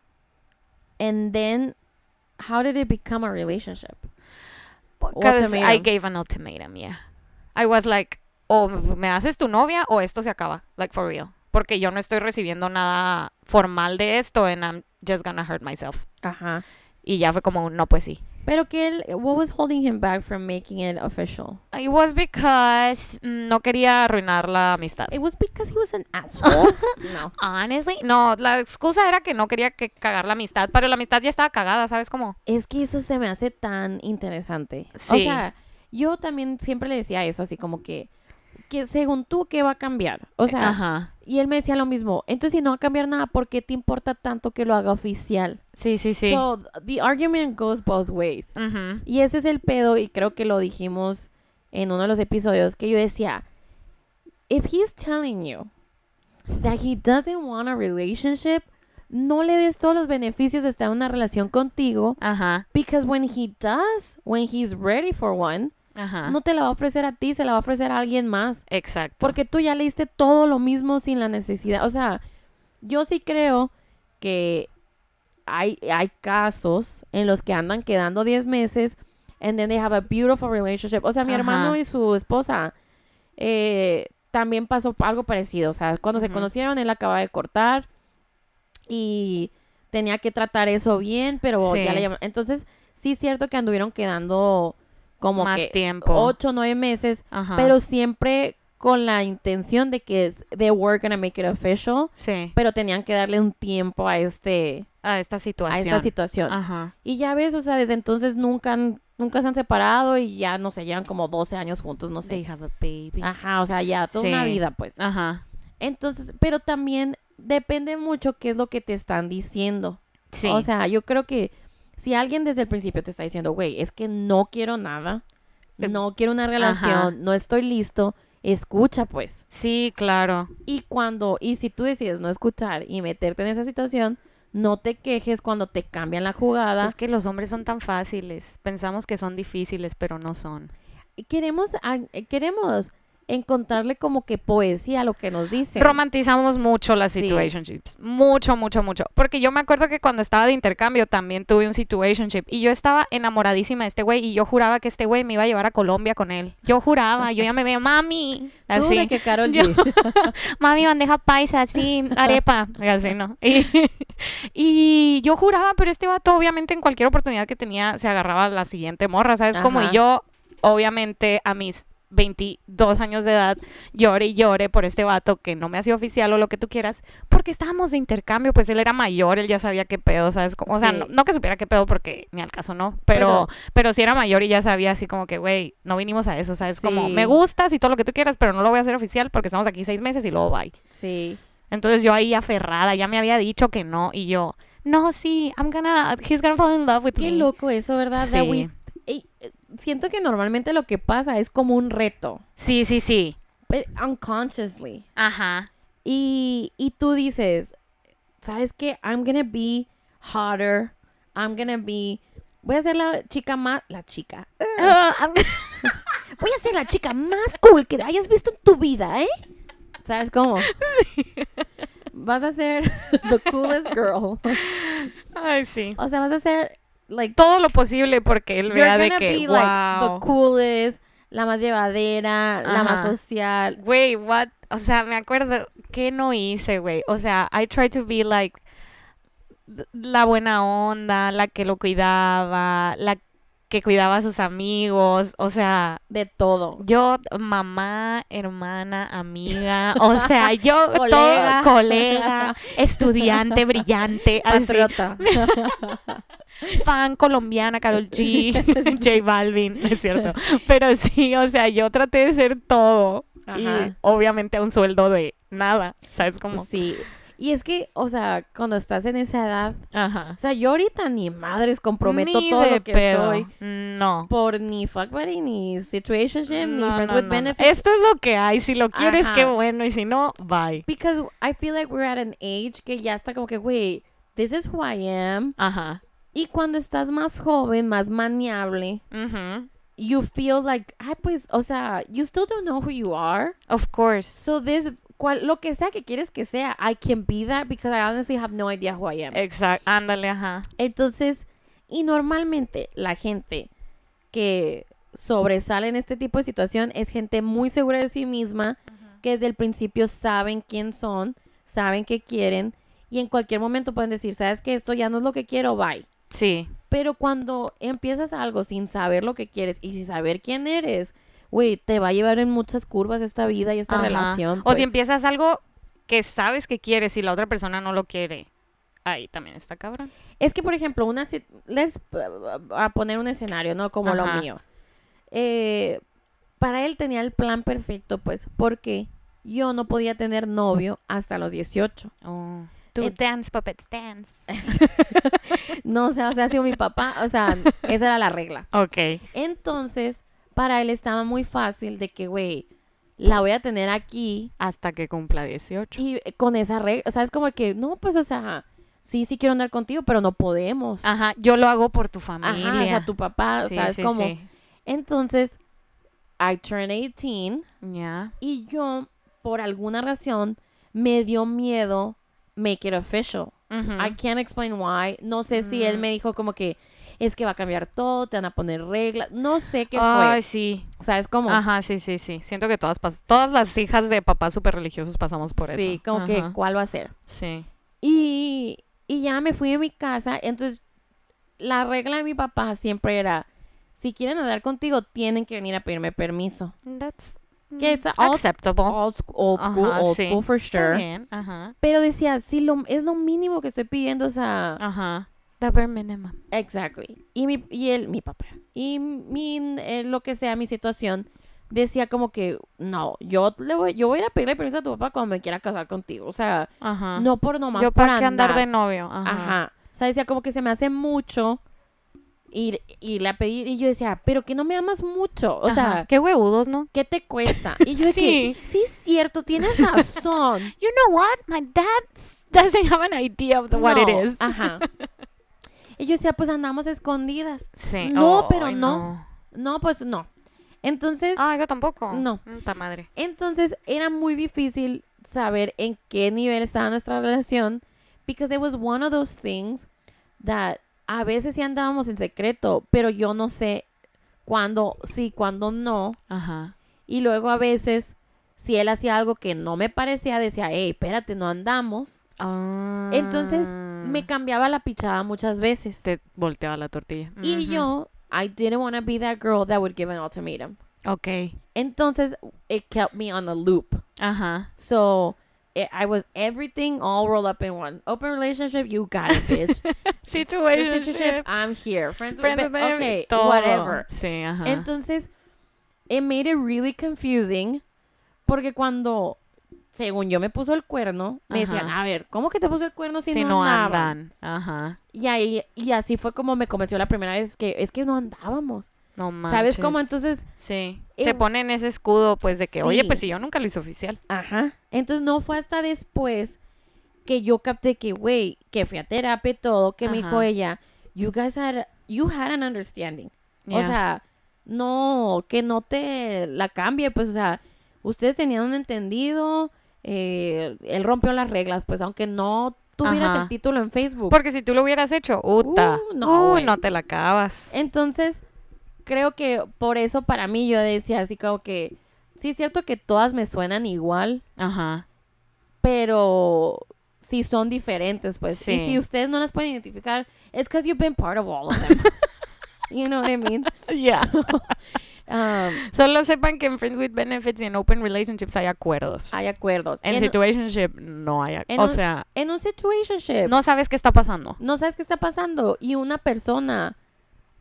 Speaker 1: And then, how did it become a relationship?
Speaker 2: Because I
Speaker 1: Ultimatum.
Speaker 2: gave an ultimatum, yeah. I was like, o me haces tu novia o esto se acaba, like for real. Porque yo no estoy recibiendo nada formal de esto and I'm just gonna hurt myself.
Speaker 1: Ajá.
Speaker 2: Y ya fue como un, no, pues sí.
Speaker 1: Pero que él, what was holding him back from making it official?
Speaker 2: It was because mm, no quería arruinar la amistad.
Speaker 1: It was because he was an asshole. no.
Speaker 2: Honestly, no, la excusa era que no quería que cagar la amistad, pero la amistad ya estaba cagada, ¿sabes cómo?
Speaker 1: Es que eso se me hace tan interesante. O
Speaker 2: Sí.
Speaker 1: sea, yo también siempre le decía eso, así como que, que según tú, ¿qué va a cambiar? O sea,
Speaker 2: Ajá.
Speaker 1: y él me decía lo mismo. Entonces, si no va a cambiar nada, ¿por qué te importa tanto que lo haga oficial?
Speaker 2: Sí, sí, sí.
Speaker 1: So, the argument goes both ways.
Speaker 2: Ujú.
Speaker 1: Y ese es el pedo, y creo que lo dijimos en uno de los episodios, que yo decía, if he's telling you that he doesn't want a relationship, no le des todos los beneficios de estar en una relación contigo,
Speaker 2: Ajá.
Speaker 1: because when he does, when he's ready for one,
Speaker 2: Ajá.
Speaker 1: no te la va a ofrecer a ti, se la va a ofrecer a alguien más,
Speaker 2: Exacto.
Speaker 1: porque tú ya le diste todo lo mismo sin la necesidad. O sea, yo sí creo que hay, hay casos en los que andan quedando 10 meses and then they have a beautiful relationship. O sea, mi
Speaker 2: Ajá.
Speaker 1: hermano y su esposa eh, también pasó algo parecido. O sea, cuando se
Speaker 2: Ujú.
Speaker 1: conocieron, él acababa de cortar y tenía que tratar eso bien, pero
Speaker 2: Sí.
Speaker 1: ya le llam- Entonces, sí es cierto que anduvieron quedando como
Speaker 2: Más
Speaker 1: que
Speaker 2: tiempo.
Speaker 1: 8 o 9 meses,
Speaker 2: Ajá.
Speaker 1: pero siempre con la intención de que es- they were gonna make it official,
Speaker 2: sí,
Speaker 1: pero tenían que darle un tiempo a este
Speaker 2: a esta
Speaker 1: a
Speaker 2: situación. Ah.
Speaker 1: esta situación.
Speaker 2: Ajá.
Speaker 1: Y ya ves, o sea, desde entonces nunca han- nunca se han separado y ya no sé, llevan como 12 años juntos, no sé. Ah.
Speaker 2: They have a baby.
Speaker 1: Ajá, o sea, ya toda una
Speaker 2: Sí.
Speaker 1: vida, pues.
Speaker 2: Ajá.
Speaker 1: Entonces, pero también depende mucho qué es lo que te están diciendo.
Speaker 2: Sí.
Speaker 1: O sea, yo creo que si alguien desde el principio te está diciendo, güey, es que no quiero nada,
Speaker 2: Eh,
Speaker 1: no quiero una relación, no estoy listo, escucha pues.
Speaker 2: sí, claro.
Speaker 1: Y cuando, y si tú decides no escuchar y meterte en esa situación, no te quejes cuando te cambian la jugada.
Speaker 2: Es que los hombres son tan fáciles. Pensamos que son difíciles, pero no son.
Speaker 1: Queremos, a- eh, queremos encontrarle como que poesía a lo que nos dicen.
Speaker 2: Romantizamos mucho las
Speaker 1: Sí.
Speaker 2: situationships. Mucho, mucho, mucho. Porque yo me acuerdo que cuando estaba de intercambio también tuve un situationship y yo estaba enamoradísima de este güey y yo juraba que este güey me iba a llevar a Colombia con él. Yo juraba, yo ya me veía, mami.
Speaker 1: Tú de
Speaker 2: Así,
Speaker 1: que Carol
Speaker 2: Ah, Yo-
Speaker 1: G.
Speaker 2: mami, bandeja paisa, así, arepa. y Así, ¿no? Y, y yo juraba, pero este vato obviamente en cualquier oportunidad que tenía se agarraba a la siguiente morra, ¿sabes? Como y
Speaker 1: Ajá.
Speaker 2: yo, obviamente, a mis 22 años de edad, llore y llore por este vato que no me hacía oficial o lo que tú quieras, porque estábamos de intercambio, pues él era mayor, él ya sabía qué pedo, ¿sabes? Como- O sea,
Speaker 1: Sí.
Speaker 2: no, no que supiera qué pedo porque ni al caso no, pero, pero, sí era mayor y ya sabía así como que, güey, no vinimos a eso, ¿sabes? Como,
Speaker 1: Sí.
Speaker 2: me gustas y todo lo que tú quieras, pero no lo voy a hacer oficial porque estamos aquí seis meses y luego bye.
Speaker 1: Sí.
Speaker 2: Entonces yo ahí aferrada, ya me había dicho que no y yo, no, sí, I'm gonna, he's gonna fall in love with
Speaker 1: Qué
Speaker 2: me.
Speaker 1: loco eso, ¿verdad? That
Speaker 2: Sí.
Speaker 1: we- Ey, eh, siento que normalmente lo que pasa es como un reto,
Speaker 2: Sí, sí, sí.
Speaker 1: but unconsciously.
Speaker 2: Ajá.
Speaker 1: Y, y tú dices, ¿sabes qué? I'm gonna be hotter. I'm gonna be. Voy a ser la chica más. La chica.
Speaker 2: Ah, I'm-
Speaker 1: Voy a ser la chica más cool que hayas visto en tu vida, ¿eh? ¿Sabes cómo? Vas a ser the coolest girl.
Speaker 2: Ay, sí.
Speaker 1: O sea, vas a ser, like,
Speaker 2: Todo lo posible porque él
Speaker 1: You're
Speaker 2: vea de
Speaker 1: gonna
Speaker 2: que,
Speaker 1: be like
Speaker 2: wow.
Speaker 1: the coolest, la más llevadera, la más
Speaker 2: Ajá.
Speaker 1: social.
Speaker 2: Güey, what? O sea, me acuerdo, ¿qué no hice, güey? O sea, I tried to be like la buena onda, la que lo cuidaba, la que cuidaba a sus amigos, o sea,
Speaker 1: De todo.
Speaker 2: yo, mamá, hermana, amiga, o sea, yo, todo-
Speaker 1: Colega.
Speaker 2: colega, estudiante brillante, así,
Speaker 1: Patriota.
Speaker 2: fan colombiana, Carol G, J Balvin, no es cierto, pero sí, o sea, yo traté de ser todo y
Speaker 1: Ajá.
Speaker 2: obviamente a un sueldo de nada, ¿sabes cómo?
Speaker 1: Sí. Y es que, o sea, cuando estás en esa edad,
Speaker 2: Ajá.
Speaker 1: o sea, yo ahorita ni madres comprometo
Speaker 2: Ni
Speaker 1: todo
Speaker 2: de
Speaker 1: lo que
Speaker 2: pedo.
Speaker 1: soy
Speaker 2: No.
Speaker 1: por ni fuck buddy, ni situationship, ni
Speaker 2: No,
Speaker 1: friends
Speaker 2: no,
Speaker 1: with
Speaker 2: no, no.
Speaker 1: benefits.
Speaker 2: Esto es lo que hay. Si lo quieres, qué
Speaker 1: Ajá.
Speaker 2: bueno. Y si no, bye.
Speaker 1: Because I feel like we're at an age que ya está como que, wait, this is who I am.
Speaker 2: Ajá.
Speaker 1: Y cuando estás más joven, más maniable,
Speaker 2: Ujú.
Speaker 1: you feel like, ay, pues, o sea, you still don't know who you are.
Speaker 2: Of course.
Speaker 1: So this, cual, lo que sea que quieres que sea, I can be that because I honestly have no idea who I am.
Speaker 2: Exacto. Ándale, ajá.
Speaker 1: Entonces, y normalmente la gente que sobresale en este tipo de situación es gente muy segura de sí misma, que desde el principio saben quién son, saben qué quieren, y en cualquier momento pueden decir, sabes que esto ya no es lo que quiero, bye.
Speaker 2: Sí.
Speaker 1: Pero cuando empiezas algo sin saber lo que quieres y sin saber quién eres, güey, te va a llevar en muchas curvas esta vida y esta
Speaker 2: Ajá.
Speaker 1: relación.
Speaker 2: O si
Speaker 1: pues.
Speaker 2: empiezas algo que sabes que quieres y la otra persona no lo quiere. Ahí también está cabrón.
Speaker 1: Es que, por ejemplo, una sit- let's uh, a poner un escenario, ¿no? Como
Speaker 2: Ajá.
Speaker 1: lo mío. Eh, para él tenía el plan perfecto, pues, porque yo no podía tener novio hasta los 18.
Speaker 2: Oh. Tú
Speaker 1: Eh,
Speaker 2: dance, puppets, dance.
Speaker 1: No, o sea, o sea, ha sido mi papá, o sea, esa era la regla.
Speaker 2: Ok.
Speaker 1: Entonces, para él estaba muy fácil de que, güey, la voy a tener aquí
Speaker 2: Hasta que cumpla 18.
Speaker 1: y con esa regla, o sea, es como que, no, pues, o sea, sí, sí quiero andar contigo, pero no podemos.
Speaker 2: Ajá. Yo lo hago por tu Ah, familia.
Speaker 1: Ajá, o sea, tu papá, o
Speaker 2: Sí,
Speaker 1: sea, es
Speaker 2: sí,
Speaker 1: como...
Speaker 2: sí.
Speaker 1: Entonces, I turned 18
Speaker 2: Ya.
Speaker 1: y yo, por alguna razón, me dio miedo make it official.
Speaker 2: Ujú.
Speaker 1: I can't explain why. No sé si él
Speaker 2: Mm.
Speaker 1: me dijo como que es que va a cambiar todo, te van a poner reglas. No sé qué
Speaker 2: Ay,
Speaker 1: fue.
Speaker 2: sí.
Speaker 1: ¿Sabes cómo?
Speaker 2: Ajá, sí, sí, sí. Siento que todas pas- todas las hijas de papás súper religiosos pasamos por eso.
Speaker 1: Sí, como que
Speaker 2: Ajá.
Speaker 1: cuál va a ser.
Speaker 2: Sí.
Speaker 1: Y, y ya me fui de mi casa. Entonces, la regla de mi papá siempre era, si quieren hablar contigo, tienen que venir a pedirme permiso.
Speaker 2: That's mm,
Speaker 1: Que it's all-
Speaker 2: acceptable.
Speaker 1: Old sc- old school,
Speaker 2: Ajá,
Speaker 1: old
Speaker 2: sí.
Speaker 1: school for
Speaker 2: Está
Speaker 1: sure.
Speaker 2: bien, Ajá.
Speaker 1: Pero decía, sí, lo, es lo mínimo que estoy pidiendo, o sea...
Speaker 2: Ah. Ajá. The bare minimum.
Speaker 1: Exactly. Y, mi, y él, mi papá, y mi, eh, lo que sea mi situación, decía como que, no, yo, le voy, yo voy a ir a pedirle permiso a tu papá cuando me quiera casar contigo. O sea,
Speaker 2: Ajá.
Speaker 1: no por nomás
Speaker 2: Ah. Yo
Speaker 1: por
Speaker 2: para qué andar de
Speaker 1: andar.
Speaker 2: novio. Ajá.
Speaker 1: Ajá. O sea, decía como que se me hace mucho ir, irle a pedir. Y yo decía, pero que no me amas mucho. O
Speaker 2: Ajá.
Speaker 1: sea,
Speaker 2: qué huevudos, ¿no?
Speaker 1: ¿qué te cuesta? Y yo
Speaker 2: Sí.
Speaker 1: sí. sí, es cierto, tienes razón.
Speaker 2: You know what? My dad doesn't have an idea of the- what it
Speaker 1: No,
Speaker 2: is.
Speaker 1: Ajá. Y yo decía, pues andamos escondidas.
Speaker 2: Sí. Oh,
Speaker 1: No,
Speaker 2: Ay,
Speaker 1: pero no. No, pues no. Entonces,
Speaker 2: Ah, eso tampoco.
Speaker 1: No.
Speaker 2: Esta madre.
Speaker 1: entonces era muy difícil saber en qué nivel estaba nuestra relación. Because it was one of those things that a veces sí andábamos en secreto, pero yo no sé cuándo sí, cuándo no.
Speaker 2: Ajá.
Speaker 1: Y luego a veces, si él hacía algo que no me parecía, decía, hey, espérate, no andamos.
Speaker 2: Ah.
Speaker 1: Entonces, Me cambiaba la pichada muchas veces.
Speaker 2: te volteaba la tortilla.
Speaker 1: Y
Speaker 2: Ujú.
Speaker 1: yo, I didn't want to be that girl that would give an ultimatum.
Speaker 2: Ok.
Speaker 1: Entonces, it kept me on a loop.
Speaker 2: Ajá.
Speaker 1: So, eh, I was everything all rolled up in one. Open relationship, you got it, bitch. Situationship, I'm here. Friends,
Speaker 2: friends
Speaker 1: with be-
Speaker 2: with benefit,
Speaker 1: okay,
Speaker 2: todo.
Speaker 1: whatever.
Speaker 2: Sí, ajá.
Speaker 1: Entonces, it made it really confusing porque cuando, según yo, me puso el cuerno, me decían,
Speaker 2: Ajá.
Speaker 1: a ver, ¿cómo que te puso el cuerno si,
Speaker 2: si
Speaker 1: no,
Speaker 2: no
Speaker 1: andaban?
Speaker 2: andan. Ajá.
Speaker 1: Y, ahí, y así fue como me convenció la primera vez que es que no andábamos.
Speaker 2: No manches.
Speaker 1: ¿Sabes cómo? Entonces,
Speaker 2: Sí.
Speaker 1: Eh,
Speaker 2: Se ponen ese escudo, pues, de que, oye,
Speaker 1: sí.
Speaker 2: pues si yo nunca lo hice oficial.
Speaker 1: Ajá. Entonces no fue hasta después que yo capté que, güey, que fui a terapia y todo, que me dijo
Speaker 2: Ajá.
Speaker 1: ella, you guys had, you had an understanding. O
Speaker 2: Ya.
Speaker 1: sea, no, que no te la cambie, pues, o sea, ustedes tenían un entendido, eh, él rompió las reglas, pues, aunque no tuvieras
Speaker 2: Ajá.
Speaker 1: el título en Facebook.
Speaker 2: Porque si tú lo hubieras hecho, uta.
Speaker 1: Uh, no,
Speaker 2: Uy,
Speaker 1: güey. Eh.
Speaker 2: no te la acabas.
Speaker 1: Entonces, creo que por eso para mí yo decía así como que, sí es cierto que todas me suenan igual,
Speaker 2: Ajá.
Speaker 1: pero sí son diferentes, pues. Y
Speaker 2: Sí.
Speaker 1: si ustedes no las pueden identificar, it's because you've been part of all of them. you know what I mean?
Speaker 2: Yeah.
Speaker 1: Um,
Speaker 2: Solo sepan que en Friends with Benefits y en Open Relationships hay acuerdos.
Speaker 1: hay acuerdos.
Speaker 2: en
Speaker 1: En,
Speaker 2: Situationship no hay
Speaker 1: en
Speaker 2: acuerdos. O
Speaker 1: un-
Speaker 2: sea,
Speaker 1: en un situationship, no.
Speaker 2: no sabes qué está pasando.
Speaker 1: sabes qué está pasando. Y una persona,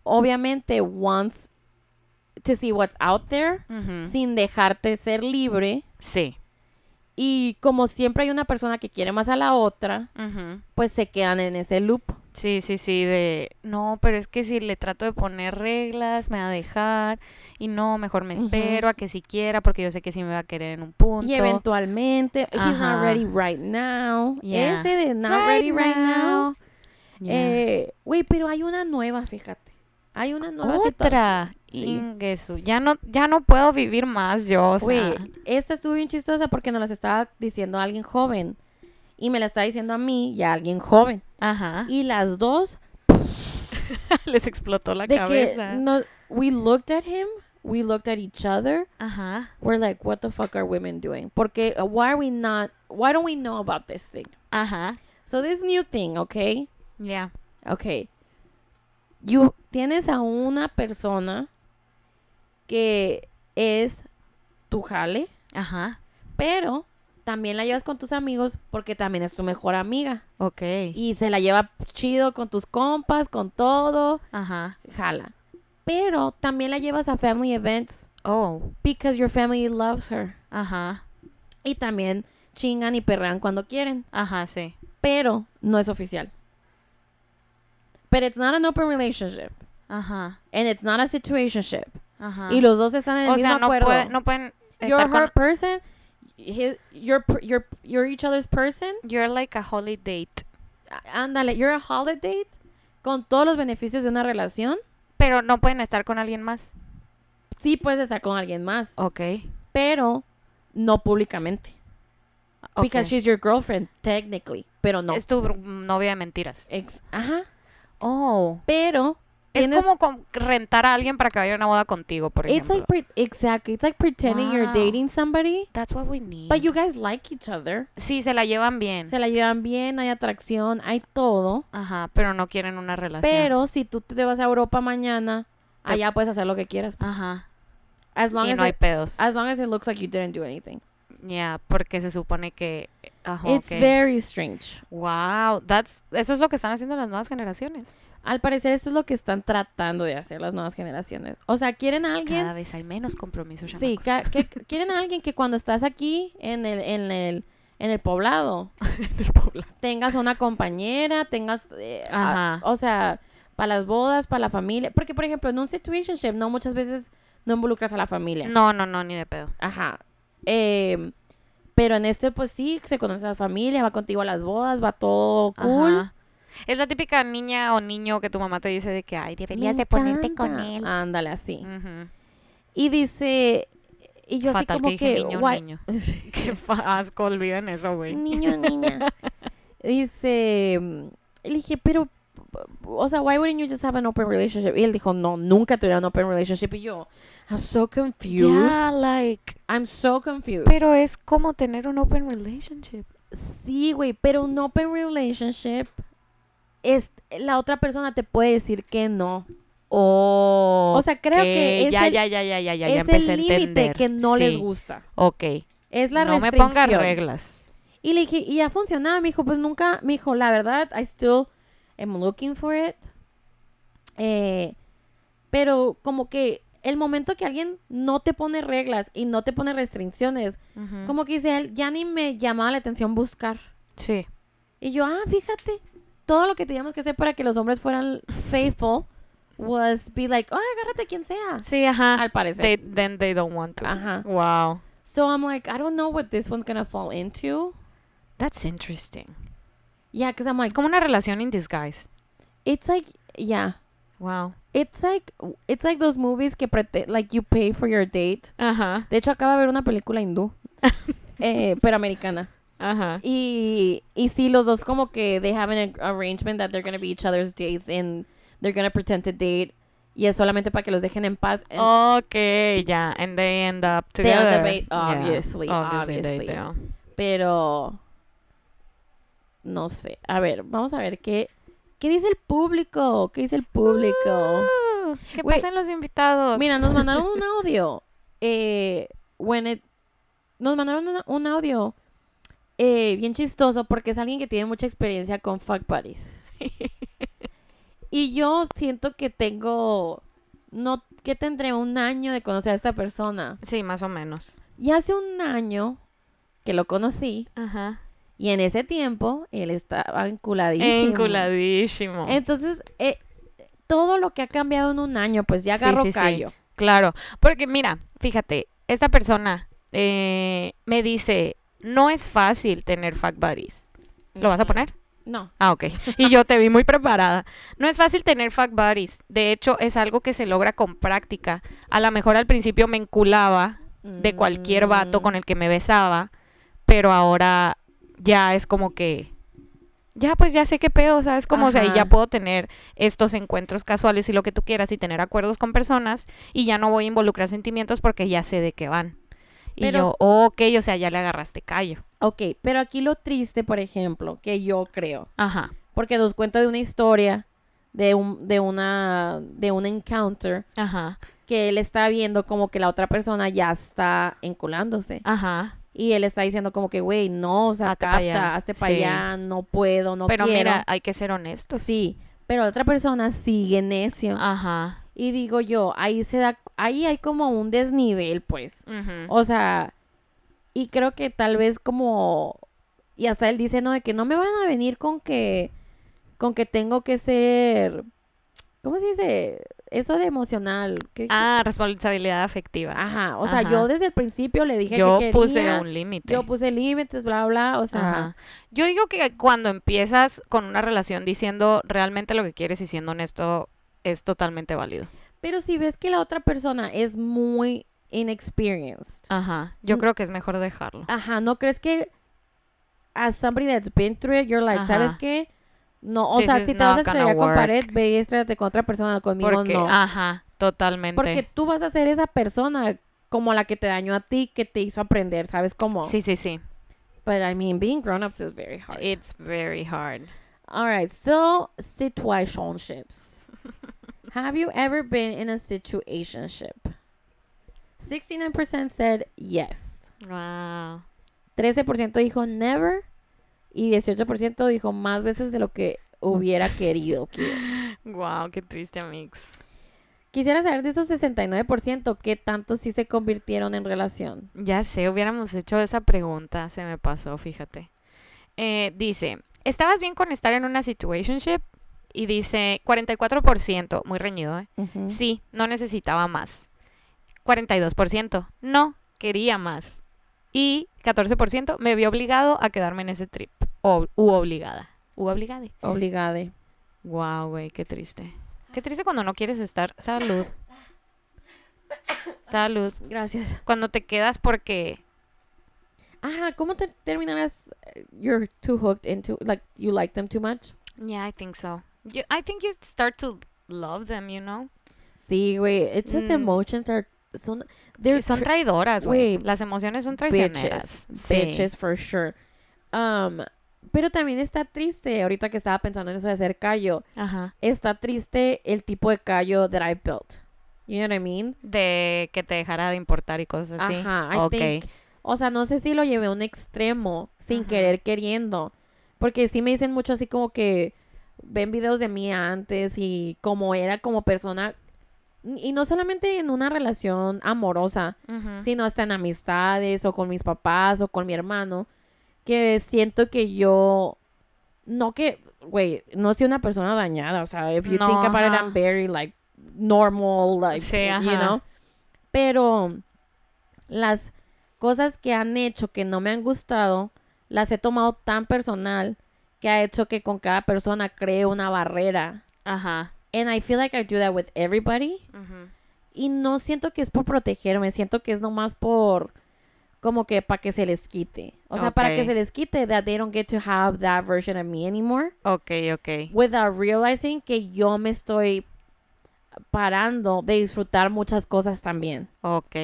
Speaker 1: obviamente, wants to see what's out there
Speaker 2: Ujú.
Speaker 1: sin dejarte ser libre.
Speaker 2: Sí.
Speaker 1: Y como siempre hay una persona que quiere más a la otra,
Speaker 2: Ujú.
Speaker 1: pues se quedan en ese loop.
Speaker 2: Sí, sí, sí, de no, pero es que si le trato de poner reglas, me va a dejar y no, mejor me
Speaker 1: Ujú.
Speaker 2: espero a que siquiera porque yo sé que sí me va a querer en un punto.
Speaker 1: Y eventualmente, he's not
Speaker 2: Ajá.
Speaker 1: ready right now.
Speaker 2: Yeah.
Speaker 1: Ese de not ready right now. eh, Güey, pero hay una nueva, fíjate. Hay una nueva situación.
Speaker 2: Otra.
Speaker 1: Sí.
Speaker 2: Inguesu. Ya no ya no puedo vivir más yo, o sea.
Speaker 1: Güey, esta estuvo bien chistosa porque nos las estaba diciendo a alguien joven. Y me la estaba diciendo a mí y a alguien joven.
Speaker 2: Ajá.
Speaker 1: Y las dos,
Speaker 2: Les explotó la
Speaker 1: de
Speaker 2: cabeza.
Speaker 1: que no, we looked at him, we looked at each other.
Speaker 2: Ajá.
Speaker 1: We're like, what the fuck are women doing? Porque, uh, why are we not, why don't we know about this thing?
Speaker 2: Ajá.
Speaker 1: So, this new thing, okay?
Speaker 2: Ya.
Speaker 1: Ok. You, tienes a una persona que es tu jale,
Speaker 2: Ajá.
Speaker 1: pero también la llevas con tus amigos porque también es tu mejor amiga.
Speaker 2: Ok.
Speaker 1: Y se la lleva chido con tus compas, con todo.
Speaker 2: Ajá.
Speaker 1: Jala. Pero también la llevas a family events
Speaker 2: Oh.
Speaker 1: because your family loves her.
Speaker 2: Ajá.
Speaker 1: Y también chingan y perrean cuando quieren.
Speaker 2: Ajá, sí.
Speaker 1: Pero no es oficial. But it's not an open relationship.
Speaker 2: Ajá.
Speaker 1: and it's not a situationship.
Speaker 2: Ajá.
Speaker 1: Y los dos están en el
Speaker 2: o
Speaker 1: mismo
Speaker 2: sea, no,
Speaker 1: acuerdo.
Speaker 2: puede- no pueden
Speaker 1: you're
Speaker 2: estar
Speaker 1: her
Speaker 2: con
Speaker 1: person, his, you're, per- you're, you're each other's person.
Speaker 2: You're like a holy date.
Speaker 1: Ándale, you're a holiday con todos los beneficios de una relación.
Speaker 2: Pero no pueden estar con alguien más.
Speaker 1: Sí puedes estar con alguien más,
Speaker 2: Ok.
Speaker 1: pero no públicamente. Because she's your girlfriend, technically, pero no.
Speaker 2: Es tu br- novia de mentiras.
Speaker 1: Ex- Ajá,
Speaker 2: Oh.
Speaker 1: pero
Speaker 2: Es
Speaker 1: tienes-
Speaker 2: como com- rentar a alguien para que vaya a una boda contigo, por
Speaker 1: It's
Speaker 2: ejemplo.
Speaker 1: like pre- exactly. It's like pretending you're
Speaker 2: Wow.
Speaker 1: dating somebody,
Speaker 2: That's what we need.
Speaker 1: but you guys like each other.
Speaker 2: Sí, se la llevan bien.
Speaker 1: Se la llevan bien, hay atracción, hay todo.
Speaker 2: Ajá, pero no quieren una relación.
Speaker 1: Pero si tú te vas a Europa mañana,
Speaker 2: Te-
Speaker 1: allá puedes hacer lo que quieras. pues.
Speaker 2: Ajá.
Speaker 1: As long
Speaker 2: Y
Speaker 1: as
Speaker 2: no hay
Speaker 1: it,
Speaker 2: pedos.
Speaker 1: as long as it looks like you didn't do anything.
Speaker 2: Ya, porque se supone que. Ajá,
Speaker 1: It's
Speaker 2: Ah, ok.
Speaker 1: very strange.
Speaker 2: Wow, that's, eso es lo que están haciendo las nuevas generaciones.
Speaker 1: Al parecer esto es lo que están tratando de hacer las nuevas generaciones. O sea, quieren a
Speaker 2: Cada
Speaker 1: alguien,
Speaker 2: vez hay menos compromiso,
Speaker 1: sí,
Speaker 2: chamacos.
Speaker 1: ca- que- quieren a alguien que cuando estás aquí en el en el en el poblado
Speaker 2: En el poblado.
Speaker 1: tengas una compañera, tengas eh, a-
Speaker 2: Ajá.
Speaker 1: o sea, para las bodas, para la familia, porque por ejemplo, en un situationship no muchas veces no involucras a la familia.
Speaker 2: No, no, no, ni de pedo.
Speaker 1: Ajá. Em, pero en este, pues sí, se conoce a la familia, va contigo a las bodas, va todo cool.
Speaker 2: Ajá. Es la típica niña o niño que tu mamá te dice de que, ay,
Speaker 1: Me
Speaker 2: deberías de ponerte con
Speaker 1: encanta.
Speaker 2: él. Mm.
Speaker 1: Ándale, así.
Speaker 2: Ujú.
Speaker 1: Y dice. Y yo
Speaker 2: Fatal
Speaker 1: así como
Speaker 2: que
Speaker 1: que.
Speaker 2: dije niño o
Speaker 1: "Why-"
Speaker 2: niño.
Speaker 1: Sí.
Speaker 2: Qué fa- asco, olviden eso, güey.
Speaker 1: niño, niña. dice. mm, Le dije, pero. O sea, why wouldn't you just have an open relationship? Y él dijo, no, nunca tuviera an open relationship. Y yo, I'm so confused.
Speaker 2: Yeah, like,
Speaker 1: I'm so confused.
Speaker 2: pero es como tener un open relationship.
Speaker 1: Sí, güey, pero un open relationship es la otra persona te puede decir que no.
Speaker 2: Oh,
Speaker 1: O sea, creo que es
Speaker 2: ya,
Speaker 1: el,
Speaker 2: ya, ya, ya, ya, ya, ya
Speaker 1: es
Speaker 2: empecé a
Speaker 1: el límite
Speaker 2: entender.
Speaker 1: que no les
Speaker 2: Sí,
Speaker 1: gusta.
Speaker 2: Ok,
Speaker 1: Es la
Speaker 2: no me
Speaker 1: restricción.
Speaker 2: pongas reglas.
Speaker 1: Y le dije, y ha funcionado, me dijo, pues nunca, me dijo, la verdad, I still am looking for it. Eh, pero como que el momento que alguien no te pone reglas y no te pone restricciones,
Speaker 2: Ujú.
Speaker 1: como que dice él, ya ni me llamaba la atención buscar.
Speaker 2: Sí.
Speaker 1: Y yo, ah, fíjate, todo lo que teníamos que hacer para que los hombres fueran faithful was be like, oh, agárrate a quien sea.
Speaker 2: Sí, ajá.
Speaker 1: Al parecer.
Speaker 2: They- then they don't want to.
Speaker 1: Ajá.
Speaker 2: Wow.
Speaker 1: So I'm like, I don't know what this one's gonna fall into.
Speaker 2: That's interesting.
Speaker 1: Yeah, because I'm
Speaker 2: Es
Speaker 1: like,
Speaker 2: como una relación in disguise.
Speaker 1: it's like, yeah.
Speaker 2: Wow.
Speaker 1: It's like, it's like those movies que pretend, like you pay for your date.
Speaker 2: Ajá.
Speaker 1: De hecho, acaba de ver una película hindú, eh, pero americana.
Speaker 2: Ajá.
Speaker 1: Y, y sí, los dos como que they have an arrangement that they're gonna be each other's dates and they're gonna pretend to date. Y es solamente para que los dejen en paz. And
Speaker 2: Oh. Okay, yeah, and they end up
Speaker 1: They
Speaker 2: together.
Speaker 1: end up,
Speaker 2: Yeah,
Speaker 1: obviously,
Speaker 2: obviously they
Speaker 1: obviously.
Speaker 2: do.
Speaker 1: Pero No sé. A ver, vamos a ver qué, qué dice el público. ¿Qué dice el público?
Speaker 2: Ah, ¿Qué
Speaker 1: Güey,
Speaker 2: pasan los invitados?
Speaker 1: Mira, nos mandaron un audio. Eh, when it- nos mandaron una- un audio eh, bien chistoso porque es alguien que tiene mucha experiencia con fuck buddies. Y yo siento que tengo, no, que tendré un año de conocer a esta persona.
Speaker 2: Sí, más o menos.
Speaker 1: Y hace un año que lo conocí
Speaker 2: Ajá.
Speaker 1: y en ese tiempo él estaba enculadísimo.
Speaker 2: Enculadísimo.
Speaker 1: Entonces, eh, todo lo que ha cambiado en un año, pues ya
Speaker 2: Sí,
Speaker 1: agarró
Speaker 2: sí, sí.
Speaker 1: callo.
Speaker 2: Claro, porque mira, fíjate, esta persona eh, me dice, no es fácil tener fuck buddies. ¿Lo vas a
Speaker 1: Ujú.
Speaker 2: poner?
Speaker 1: No.
Speaker 2: Ah, ok. Y yo te vi muy preparada. No es fácil tener fuck buddies. De hecho, es algo que se logra con práctica. A lo mejor al principio me enculaba de cualquier vato con el que me besaba, pero ahora ya es como que... Ya, pues ya sé qué pedo, ¿sabes? Como, o sea, y ya
Speaker 1: Ajá.
Speaker 2: puedo tener estos encuentros casuales y lo que tú quieras y tener acuerdos con personas y ya no voy a involucrar sentimientos porque ya sé de qué van. Y
Speaker 1: Pero-
Speaker 2: yo, oh, ok, o sea, ya le agarraste callo.
Speaker 1: Mm, Ok, pero aquí lo triste, por ejemplo, que yo creo,
Speaker 2: Ajá,
Speaker 1: porque nos cuenta de una historia, de un, de una, de un encounter,
Speaker 2: ajá,
Speaker 1: que él está viendo como que la otra persona ya está enculándose.
Speaker 2: ajá.
Speaker 1: Y él está diciendo como que, güey, no, o sea,
Speaker 2: Ah. Hazte pa'
Speaker 1: capta,
Speaker 2: allá".
Speaker 1: hazte para
Speaker 2: Sí.
Speaker 1: allá, no puedo, no
Speaker 2: Pero
Speaker 1: quiero.
Speaker 2: mira, hay que ser honestos.
Speaker 1: Sí, pero la otra persona sigue necio.
Speaker 2: Ah. Ajá.
Speaker 1: Y digo yo, ahí se da, ahí hay como un desnivel, pues.
Speaker 2: Ujú.
Speaker 1: O sea, y creo que tal vez como y hasta él dice, "No, de que no me van a venir con que con que tengo que ser ¿cómo se dice? Eso de emocional, ¿qué dije?
Speaker 2: Ah, responsabilidad afectiva.
Speaker 1: ajá, o sea,
Speaker 2: ajá.
Speaker 1: yo desde el principio le Ah, dije
Speaker 2: yo
Speaker 1: que
Speaker 2: puse
Speaker 1: quería,
Speaker 2: un límite.
Speaker 1: yo puse límites, bla bla, o sea,
Speaker 2: Ajá. Yo digo que cuando empiezas con una relación diciendo realmente lo que quieres y siendo honesto, es totalmente válido.
Speaker 1: pero si ves que la otra persona es muy inexperienced.
Speaker 2: Ajá. Yo
Speaker 1: Mm.
Speaker 2: creo que es mejor dejarlo.
Speaker 1: Ajá, ¿no crees que as somebody that's been through it, you're like, ¿sabes
Speaker 2: Ajá.
Speaker 1: qué? No, o
Speaker 2: This
Speaker 1: sea,
Speaker 2: is
Speaker 1: si te vas a
Speaker 2: not gonna
Speaker 1: estrellar con
Speaker 2: work.
Speaker 1: pared, ve y estrellate con otra persona, conmigo
Speaker 2: Porque, ah,
Speaker 1: no.
Speaker 2: ajá, totalmente.
Speaker 1: Porque tú vas a ser esa persona como la que te dañó a ti, que te hizo aprender, ¿sabes cómo?
Speaker 2: Sí, Eh. sí, sí.
Speaker 1: But I mean, being grown-ups is very hard.
Speaker 2: It's very hard.
Speaker 1: All right, so situationships. Have you ever been in a situationship? 69% said yes.
Speaker 2: Wow.
Speaker 1: 13% dijo never y 18% dijo más veces de lo que hubiera querido. que-
Speaker 2: Wow, qué triste, mix.
Speaker 1: Quisiera saber de esos 69% qué tanto sí se convirtieron en relación.
Speaker 2: Ya sé, hubiéramos hecho esa pregunta, se me pasó, fíjate. Eh, dice, ¿estabas bien con estar en una situationship? Y dice, 44%, muy reñido, ¿eh? Sí, no necesitaba más. 42%, no, quería más. Y 14%, me vi obligado a quedarme en ese trip. O, u obligada. U obligada.
Speaker 1: Obligade.
Speaker 2: Wow, güey, qué triste. Qué triste cuando no quieres estar. Salud. Salud.
Speaker 1: Gracias.
Speaker 2: Cuando te quedas porque
Speaker 1: Ajá, ¿cómo te terminarás? eh, You're too hooked into, like, you like them too much.
Speaker 2: Yeah, I think so. You, I think you start to love them, you know.
Speaker 1: Sí, güey. It's just
Speaker 2: Mm.
Speaker 1: emotions are, son,
Speaker 2: Que
Speaker 1: they're
Speaker 2: son
Speaker 1: tra-
Speaker 2: traidoras, güey.
Speaker 1: güey,
Speaker 2: Las emociones son
Speaker 1: bitches.
Speaker 2: traicioneras. Sí.
Speaker 1: Bitches for sure. Um, pero también está triste, ahorita que estaba pensando en eso de hacer callo,
Speaker 2: Ajá.
Speaker 1: está triste el tipo de callo that I built. You know what I mean?
Speaker 2: De que te dejara de importar y cosas así.
Speaker 1: Ajá, I
Speaker 2: Ok.
Speaker 1: think. O sea, no sé si lo llevé a un extremo sin
Speaker 2: Ajá.
Speaker 1: querer queriendo. Porque sí me dicen mucho así como que ven videos de mí antes y cómo era como persona. Y no solamente en una relación amorosa,
Speaker 2: Ujú.
Speaker 1: sino hasta en amistades o con mis papás o con mi hermano, que siento que yo, no que, güey, no soy una persona dañada, o sea, if you
Speaker 2: No,
Speaker 1: think about it,
Speaker 2: ajá.
Speaker 1: I'm very, like, normal, like, eh,
Speaker 2: Sí,
Speaker 1: you
Speaker 2: ajá.
Speaker 1: know, pero las cosas que han hecho que no me han gustado, las he tomado tan personal que ha hecho que con cada persona cree una barrera.
Speaker 2: Ajá.
Speaker 1: And I feel like I do that with everybody.
Speaker 2: Ujú.
Speaker 1: Y no siento que es por protegerme, siento que es nomás por como que para que se les quite. O sea, para que
Speaker 2: Ok.
Speaker 1: se les quite that they don't get to have that version of me anymore
Speaker 2: Ok, ok.
Speaker 1: without realizing que yo me estoy parando de disfrutar muchas cosas también.
Speaker 2: Ok.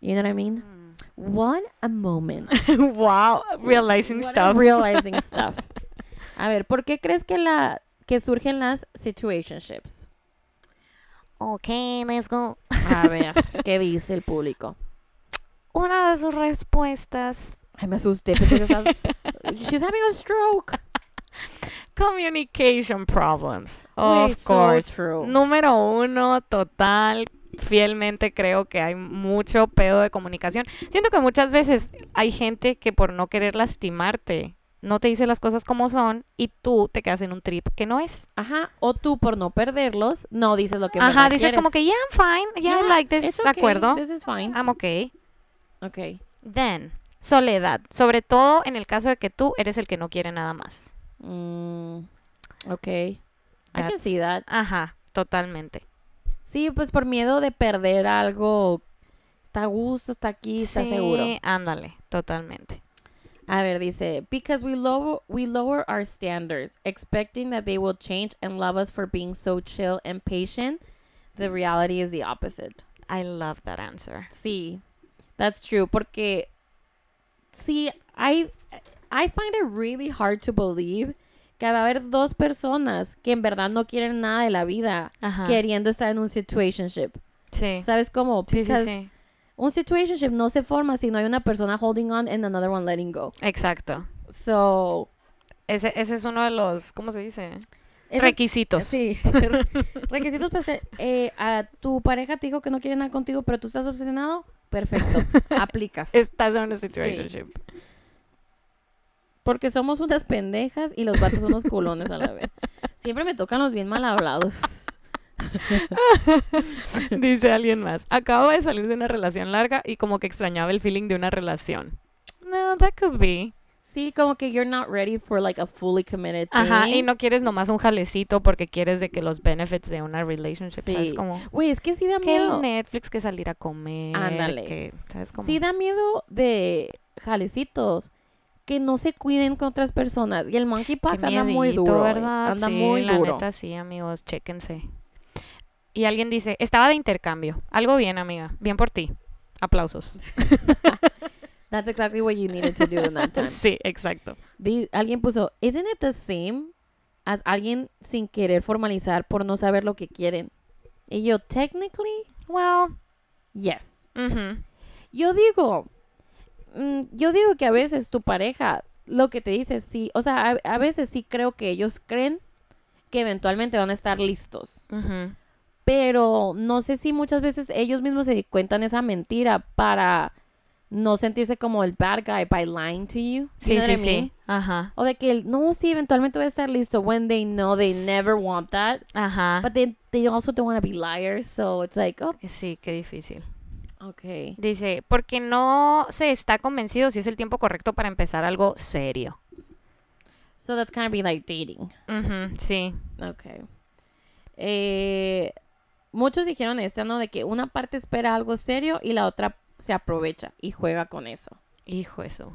Speaker 1: You know what I mean?
Speaker 2: Mm.
Speaker 1: What a moment.
Speaker 2: wow. Realizing
Speaker 1: What a
Speaker 2: stuff.
Speaker 1: realizing stuff. A ver, ¿por qué crees que, la, que surgen las situationships?
Speaker 2: Ok, let's go.
Speaker 1: A ver, ¿qué dice el público?
Speaker 2: Una de sus respuestas.
Speaker 1: Ay, me asusté. pensé que estabas- She's having a stroke.
Speaker 2: Communication problems.
Speaker 1: Güey,
Speaker 2: Of
Speaker 1: so
Speaker 2: course.
Speaker 1: true.
Speaker 2: Número uno, total. Fielmente creo que hay mucho pedo de comunicación. Siento que muchas veces hay gente que por no querer lastimarte no te dice las cosas como son y tú te quedas en un trip que no es.
Speaker 1: Ajá, o tú por no perderlos, no dices lo que en
Speaker 2: Ajá,
Speaker 1: verdad
Speaker 2: dices
Speaker 1: quieres.
Speaker 2: como que, yeah, I'm fine. Yeah, I
Speaker 1: Yeah,
Speaker 2: like this.
Speaker 1: it's okay,
Speaker 2: acuerdo?
Speaker 1: This is fine.
Speaker 2: I'm okay.
Speaker 1: Ok.
Speaker 2: Then, soledad. Sobre todo en el caso de que tú eres el que no quiere nada más.
Speaker 1: Mm, ok. I can
Speaker 2: That's-
Speaker 1: see that.
Speaker 2: Ajá, totalmente.
Speaker 1: Sí, pues por miedo de perder algo. Está a gusto, está aquí, está seguro.
Speaker 2: Sí, Ándale, totalmente.
Speaker 1: A ver, dice, because we lower we lower our standards, expecting that they will change and love us for being so chill and patient. The reality is the opposite.
Speaker 2: I love that answer.
Speaker 1: Sí, that's true. Porque, sí, I I find it really hard to believe que va a haber dos personas que en verdad no quieren nada de la vida
Speaker 2: Ajá.
Speaker 1: queriendo estar en un situationship.
Speaker 2: Sí.
Speaker 1: ¿Sabes cómo?
Speaker 2: Sí, sí,
Speaker 1: Because
Speaker 2: sí.
Speaker 1: un situationship no se forma si no hay una persona holding on and another one letting go.
Speaker 2: Exacto.
Speaker 1: So,
Speaker 2: Ese, ese es uno de los, ¿cómo se dice?
Speaker 1: ese es
Speaker 2: Requisitos.
Speaker 1: Sí. Re- Requisitos para ser, eh, a tu pareja te dijo que no quiere nada contigo, pero tú estás obsesionado. Perfecto. Aplicas.
Speaker 2: Estás en una situationship.
Speaker 1: Porque somos unas pendejas y los vatos unos culones a la vez. Siempre me tocan los bien mal hablados.
Speaker 2: Dice alguien más. Acabo de salir de una relación larga y como que extrañaba el feeling de una relación. No, that could be.
Speaker 1: Sí, como que you're not ready for like a fully committed thing.
Speaker 2: Ajá, y no quieres nomás un jalecito porque quieres de que los benefits de una relationship, ¿sabes?
Speaker 1: Sí.
Speaker 2: Como
Speaker 1: Güey, es que sí da
Speaker 2: que
Speaker 1: miedo.
Speaker 2: el Netflix, que salir a comer,
Speaker 1: Ándale.
Speaker 2: que, ¿sabes? Como,
Speaker 1: Sí da miedo de jalecitos que no se cuiden con otras personas. Y el monkey
Speaker 2: qué
Speaker 1: pax anda muy
Speaker 2: miedito,
Speaker 1: duro. güey.
Speaker 2: ¿verdad?
Speaker 1: Anda
Speaker 2: Sí,
Speaker 1: muy
Speaker 2: la
Speaker 1: duro.
Speaker 2: neta, sí, amigos, chéquense. Y alguien dice, estaba de intercambio. Algo bien, amiga. Bien por ti. Aplausos.
Speaker 1: That's exactly what you needed to do in that time.
Speaker 2: sí, exacto.
Speaker 1: Di- alguien puso, isn't it the same as alguien sin querer formalizar por no saber lo que quieren? Y yo, technically,
Speaker 2: Well,
Speaker 1: yes.
Speaker 2: ujú,
Speaker 1: Yo digo, mm, yo digo que a veces tu pareja, lo que te dice, sí, o sea, a, a veces sí creo que ellos creen que eventualmente van a estar listos.
Speaker 2: ujú.
Speaker 1: Pero no sé si muchas veces ellos mismos se cuentan esa mentira para no sentirse como el bad guy by lying to you. You
Speaker 2: Sí,
Speaker 1: know what
Speaker 2: sí,
Speaker 1: I mean?
Speaker 2: sí. Ajá.
Speaker 1: O de que el, no, sí, eventualmente voy a estar listo. When they know they
Speaker 2: S- ah.
Speaker 1: never want that.
Speaker 2: Ajá. Eh,
Speaker 1: But they, they also don't want to be liars. So it's like, oh,
Speaker 2: Sí, qué difícil.
Speaker 1: okay.
Speaker 2: Dice, porque no se está convencido si es el tiempo correcto para empezar algo serio.
Speaker 1: So that's kind of be like dating.
Speaker 2: Ujú, sí.
Speaker 1: Okay. Eh, muchos dijeron esta, ¿no? De que una parte espera algo serio y la otra se aprovecha y juega con eso.
Speaker 2: Hijo eso.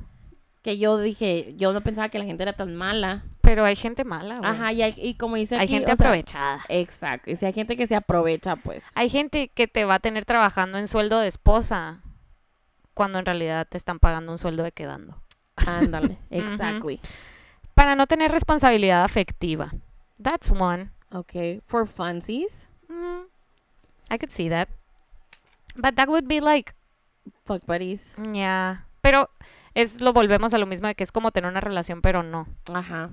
Speaker 1: Que yo dije, yo no pensaba que la gente era tan mala.
Speaker 2: Pero hay gente mala, güey.
Speaker 1: Ajá, y, hay- y como dice
Speaker 2: Ah, hay
Speaker 1: aquí,
Speaker 2: gente
Speaker 1: o sea,
Speaker 2: aprovechada.
Speaker 1: Exacto. Y si hay gente que se aprovecha, pues.
Speaker 2: Hay gente que te va a tener trabajando en sueldo de esposa cuando en realidad te están pagando un sueldo de quedando.
Speaker 1: Ándale. exactly.
Speaker 2: Para no tener responsabilidad afectiva. That's one.
Speaker 1: Okay. For funsies.
Speaker 2: Mm, I could see that. But that would be like
Speaker 1: Fuck buddies.
Speaker 2: Ya. Pero es lo volvemos a lo mismo de que es como tener una relación, pero no.
Speaker 1: Ajá.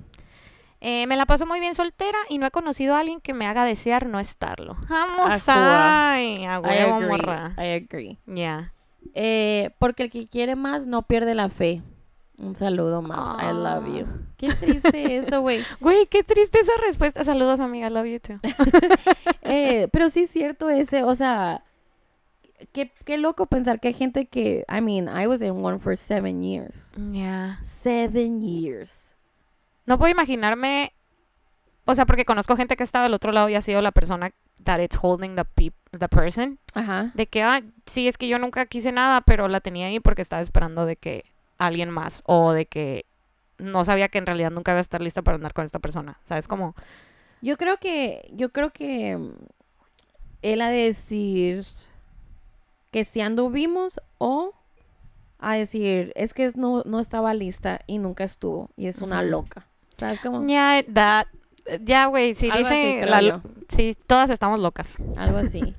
Speaker 2: Eh, me la paso muy bien soltera y no he conocido a alguien que me haga desear no estarlo. ¡Vamos!
Speaker 1: Ajá.
Speaker 2: ¡Ay! ¡A
Speaker 1: I
Speaker 2: huevo,
Speaker 1: agree.
Speaker 2: morra!
Speaker 1: I agree.
Speaker 2: Ya.
Speaker 1: Eh, porque el que quiere más no pierde la fe. Un saludo, Maps. I love you.
Speaker 2: Ah.
Speaker 1: Qué triste esto, güey.
Speaker 2: Güey, qué triste esa respuesta. Saludos, amiga. Love you too.
Speaker 1: Eh, pero sí es cierto ese, o sea, qué, qué loco pensar que hay gente que, I mean, I was in one for seven years.
Speaker 2: Ya.
Speaker 1: Seven years.
Speaker 2: No puedo imaginarme. O sea, porque conozco gente que ha estado del otro lado y ha sido la persona that it's holding the, peop- the person.
Speaker 1: Ajá.
Speaker 2: De que, ah, sí, es que yo nunca quise nada, pero la tenía ahí porque estaba esperando de que alguien más o de que no sabía que en realidad nunca iba a estar lista para andar con esta persona. ¿Sabes cómo?
Speaker 1: Yo creo que, yo creo que mm, él a decir que si anduvimos o a decir es que no, no estaba lista y nunca estuvo y es una
Speaker 2: Ujú.
Speaker 1: loca. ¿Sabes cómo?
Speaker 2: Yeah, that. Ya, güey, si
Speaker 1: Oh. Algo así,
Speaker 2: dice...
Speaker 1: creo
Speaker 2: la-
Speaker 1: yo.
Speaker 2: sí, todas estamos locas.
Speaker 1: Algo así.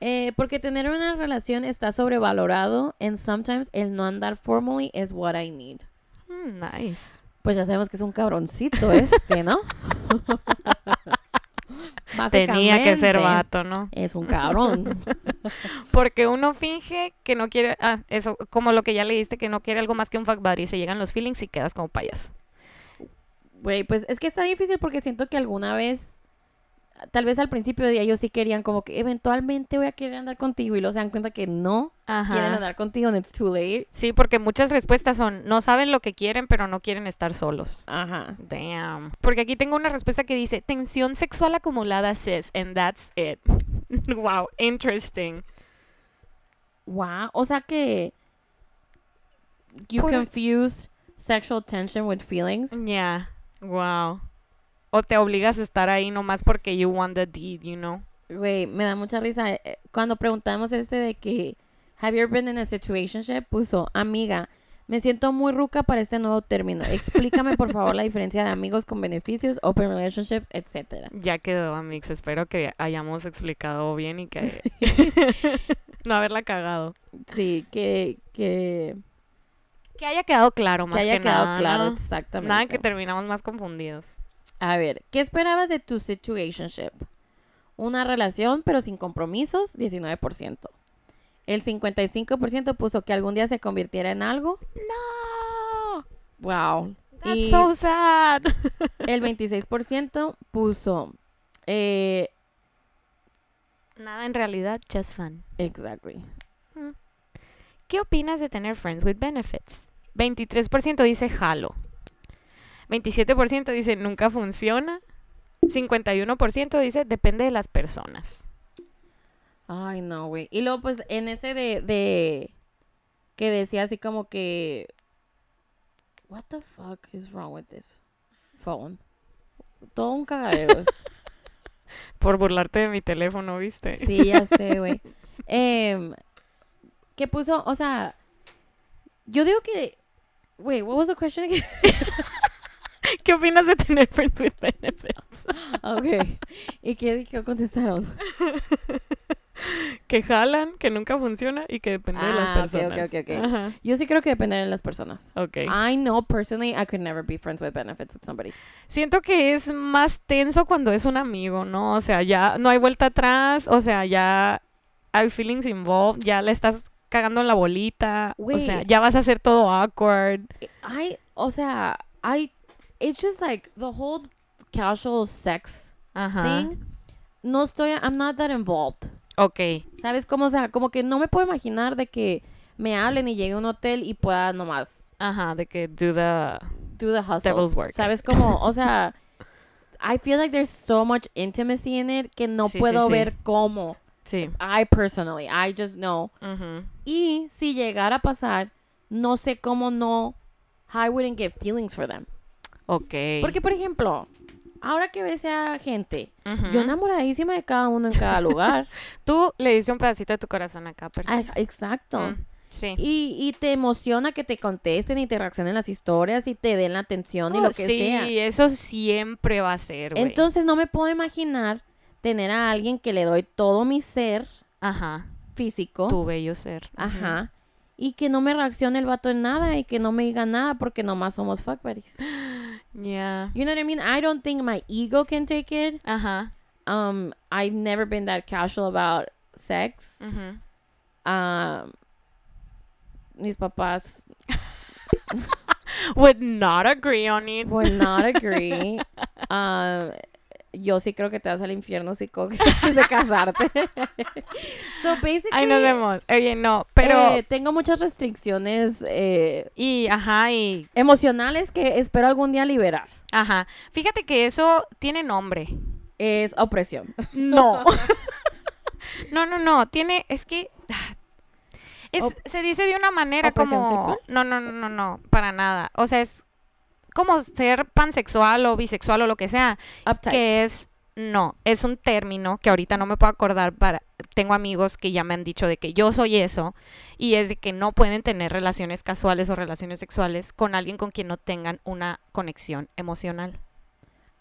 Speaker 1: Eh, porque tener una relación está sobrevalorado and sometimes el no andar formally is what I need.
Speaker 2: Mm, nice.
Speaker 1: Pues ya sabemos que es un cabroncito este, ¿no?
Speaker 2: Tenía que ser
Speaker 1: Básicamente,
Speaker 2: vato, ¿no?
Speaker 1: Es un cabrón.
Speaker 2: Porque uno finge que no quiere... Ah, eso, como lo que ya leíste, que no quiere algo más que un fuck buddy. Se llegan los feelings y quedas como payaso.
Speaker 1: Güey, pues es que está difícil porque siento que alguna vez, tal vez al principio de ellos sí querían como que eventualmente voy a querer andar contigo y luego se dan cuenta que no quieren
Speaker 2: Ajá.
Speaker 1: andar contigo and it's too late.
Speaker 2: Sí, porque muchas respuestas son... No saben lo que quieren, pero no quieren estar solos.
Speaker 1: Ajá.
Speaker 2: Damn. Porque aquí tengo una respuesta que dice tensión sexual acumulada sis and that's it. wow, interesting.
Speaker 1: Wow. O sea que you
Speaker 2: Por- e
Speaker 1: confuse sexual tension with feelings.
Speaker 2: Yeah. Wow. O te obligas a estar ahí nomás porque you want the deed, you know.
Speaker 1: Güey, me da mucha risa. eh, eh, Cuando preguntamos este de que have you ever been in a situationship, puso amiga. Me siento muy ruca para este nuevo término. Explícame, por favor, la diferencia de amigos con beneficios, open relationships, etcétera.
Speaker 2: Ya quedó, Amix. Espero que hayamos explicado bien y que no haberla cagado.
Speaker 1: Sí, que, que,
Speaker 2: Que haya quedado claro
Speaker 1: que
Speaker 2: más
Speaker 1: haya
Speaker 2: que
Speaker 1: quedado
Speaker 2: nada.
Speaker 1: claro,
Speaker 2: ¿no?
Speaker 1: exactamente.
Speaker 2: Nada que terminamos más confundidos.
Speaker 1: A ver, ¿qué esperabas de tu situationship? Una relación, pero sin compromisos, 19%. El 55% puso que algún día se convirtiera en algo.
Speaker 2: No.
Speaker 1: Wow.
Speaker 2: That's
Speaker 1: Y-
Speaker 2: so sad.
Speaker 1: El 26% puso. Eh,
Speaker 2: Nada en realidad, just fun.
Speaker 1: exactly.
Speaker 2: ¿Qué opinas de tener friends with benefits? 23% dice jalo. 27% dice nunca funciona. 51% dice depende de las personas.
Speaker 1: Ay, no, güey. Y luego, pues, en ese de, de. Que decía así como que. What the fuck is wrong with this phone? Todo un cagadero.
Speaker 2: Por burlarte de mi teléfono, ¿viste?
Speaker 1: Sí, ya sé, güey. Em, ¿Qué puso? O sea, yo digo que. Wait, what was the question again?
Speaker 2: ¿Qué opinas de tener friends with benefits?
Speaker 1: Ok. ¿Y qué, qué contestaron?
Speaker 2: Que jalan, que nunca funciona y que depende de las
Speaker 1: Ah, ok, ok,
Speaker 2: personas.
Speaker 1: ok, ok. Ah.
Speaker 2: Ajá,
Speaker 1: Yo sí creo que depende de las personas.
Speaker 2: ok.
Speaker 1: I know personally I could never be friends with benefits with somebody.
Speaker 2: Siento que es más tenso cuando es un amigo, ¿no? O sea, ya no hay vuelta atrás, o sea, ya hay feelings involved, ya le estás cagando en la bolita, o sea,
Speaker 1: Güey.
Speaker 2: ya vas a hacer todo awkward.
Speaker 1: I, o sea, I, it's just like the whole casual sex
Speaker 2: Ajá.
Speaker 1: thing. No estoy, I'm not that involved.
Speaker 2: Ok.
Speaker 1: ¿Sabes cómo? O sea, como que no me puedo imaginar de que me hablen y llegue a un hotel y pueda nomás
Speaker 2: Ajá, de que do the...
Speaker 1: do the hustle.
Speaker 2: Devil's work.
Speaker 1: ¿Sabes cómo? O sea, I feel like there's so much intimacy in it que no
Speaker 2: Sí, sí,
Speaker 1: puedo
Speaker 2: sí.
Speaker 1: ver cómo.
Speaker 2: Sí.
Speaker 1: I personally, I just know.
Speaker 2: Ujú.
Speaker 1: Y si llegara a pasar, no sé cómo no. I wouldn't get feelings for them.
Speaker 2: Ok.
Speaker 1: Porque, por ejemplo, ahora que ves a gente,
Speaker 2: Ujú.
Speaker 1: yo enamoradísima de cada uno en cada lugar.
Speaker 2: Tú le diste un pedacito de tu corazón a cada persona.
Speaker 1: Ay, exacto.
Speaker 2: Mm, Sí.
Speaker 1: Y, y te emociona que te contesten y te reaccionen las historias y te den la atención y lo
Speaker 2: Oh,
Speaker 1: que
Speaker 2: sí,
Speaker 1: sea.
Speaker 2: eso siempre va a ser, este güey.
Speaker 1: Entonces no me puedo imaginar tener a alguien que le doy todo mi ser
Speaker 2: Ajá.
Speaker 1: físico.
Speaker 2: Tu bello ser. Ujú.
Speaker 1: Ajá. Y que no me reaccione el vato en nada y que no me diga nada porque nomás somos fuck buddies.
Speaker 2: Yeah.
Speaker 1: You know what I mean? I don't think my ego can take it.
Speaker 2: Ajá.
Speaker 1: Um, I've never been that casual about sex.
Speaker 2: Ujú.
Speaker 1: Um, mis papás
Speaker 2: Would not agree on it.
Speaker 1: would not agree. Um, yo sí creo que te vas al infierno si coges antes de casarte. so basically,
Speaker 2: Ahí nos vemos. Oye, no, pero...
Speaker 1: eh, tengo muchas restricciones eh,
Speaker 2: Y, ajá, y...
Speaker 1: emocionales que espero algún día liberar.
Speaker 2: Ajá. Fíjate que eso tiene nombre.
Speaker 1: Es opresión.
Speaker 2: No. no, no, no. Tiene... Es que... ah, es-
Speaker 1: Op-
Speaker 2: se dice de una manera
Speaker 1: ¿Opresión
Speaker 2: como...
Speaker 1: sexual?
Speaker 2: No, no, no, no, no. Para nada. O sea, es como ser pansexual o bisexual o lo que sea.
Speaker 1: Uptight.
Speaker 2: Que es No, es un término que ahorita no me puedo acordar para tengo amigos que ya me han dicho de que yo soy eso y es de que no pueden tener relaciones casuales o relaciones sexuales con alguien con quien no tengan una conexión emocional.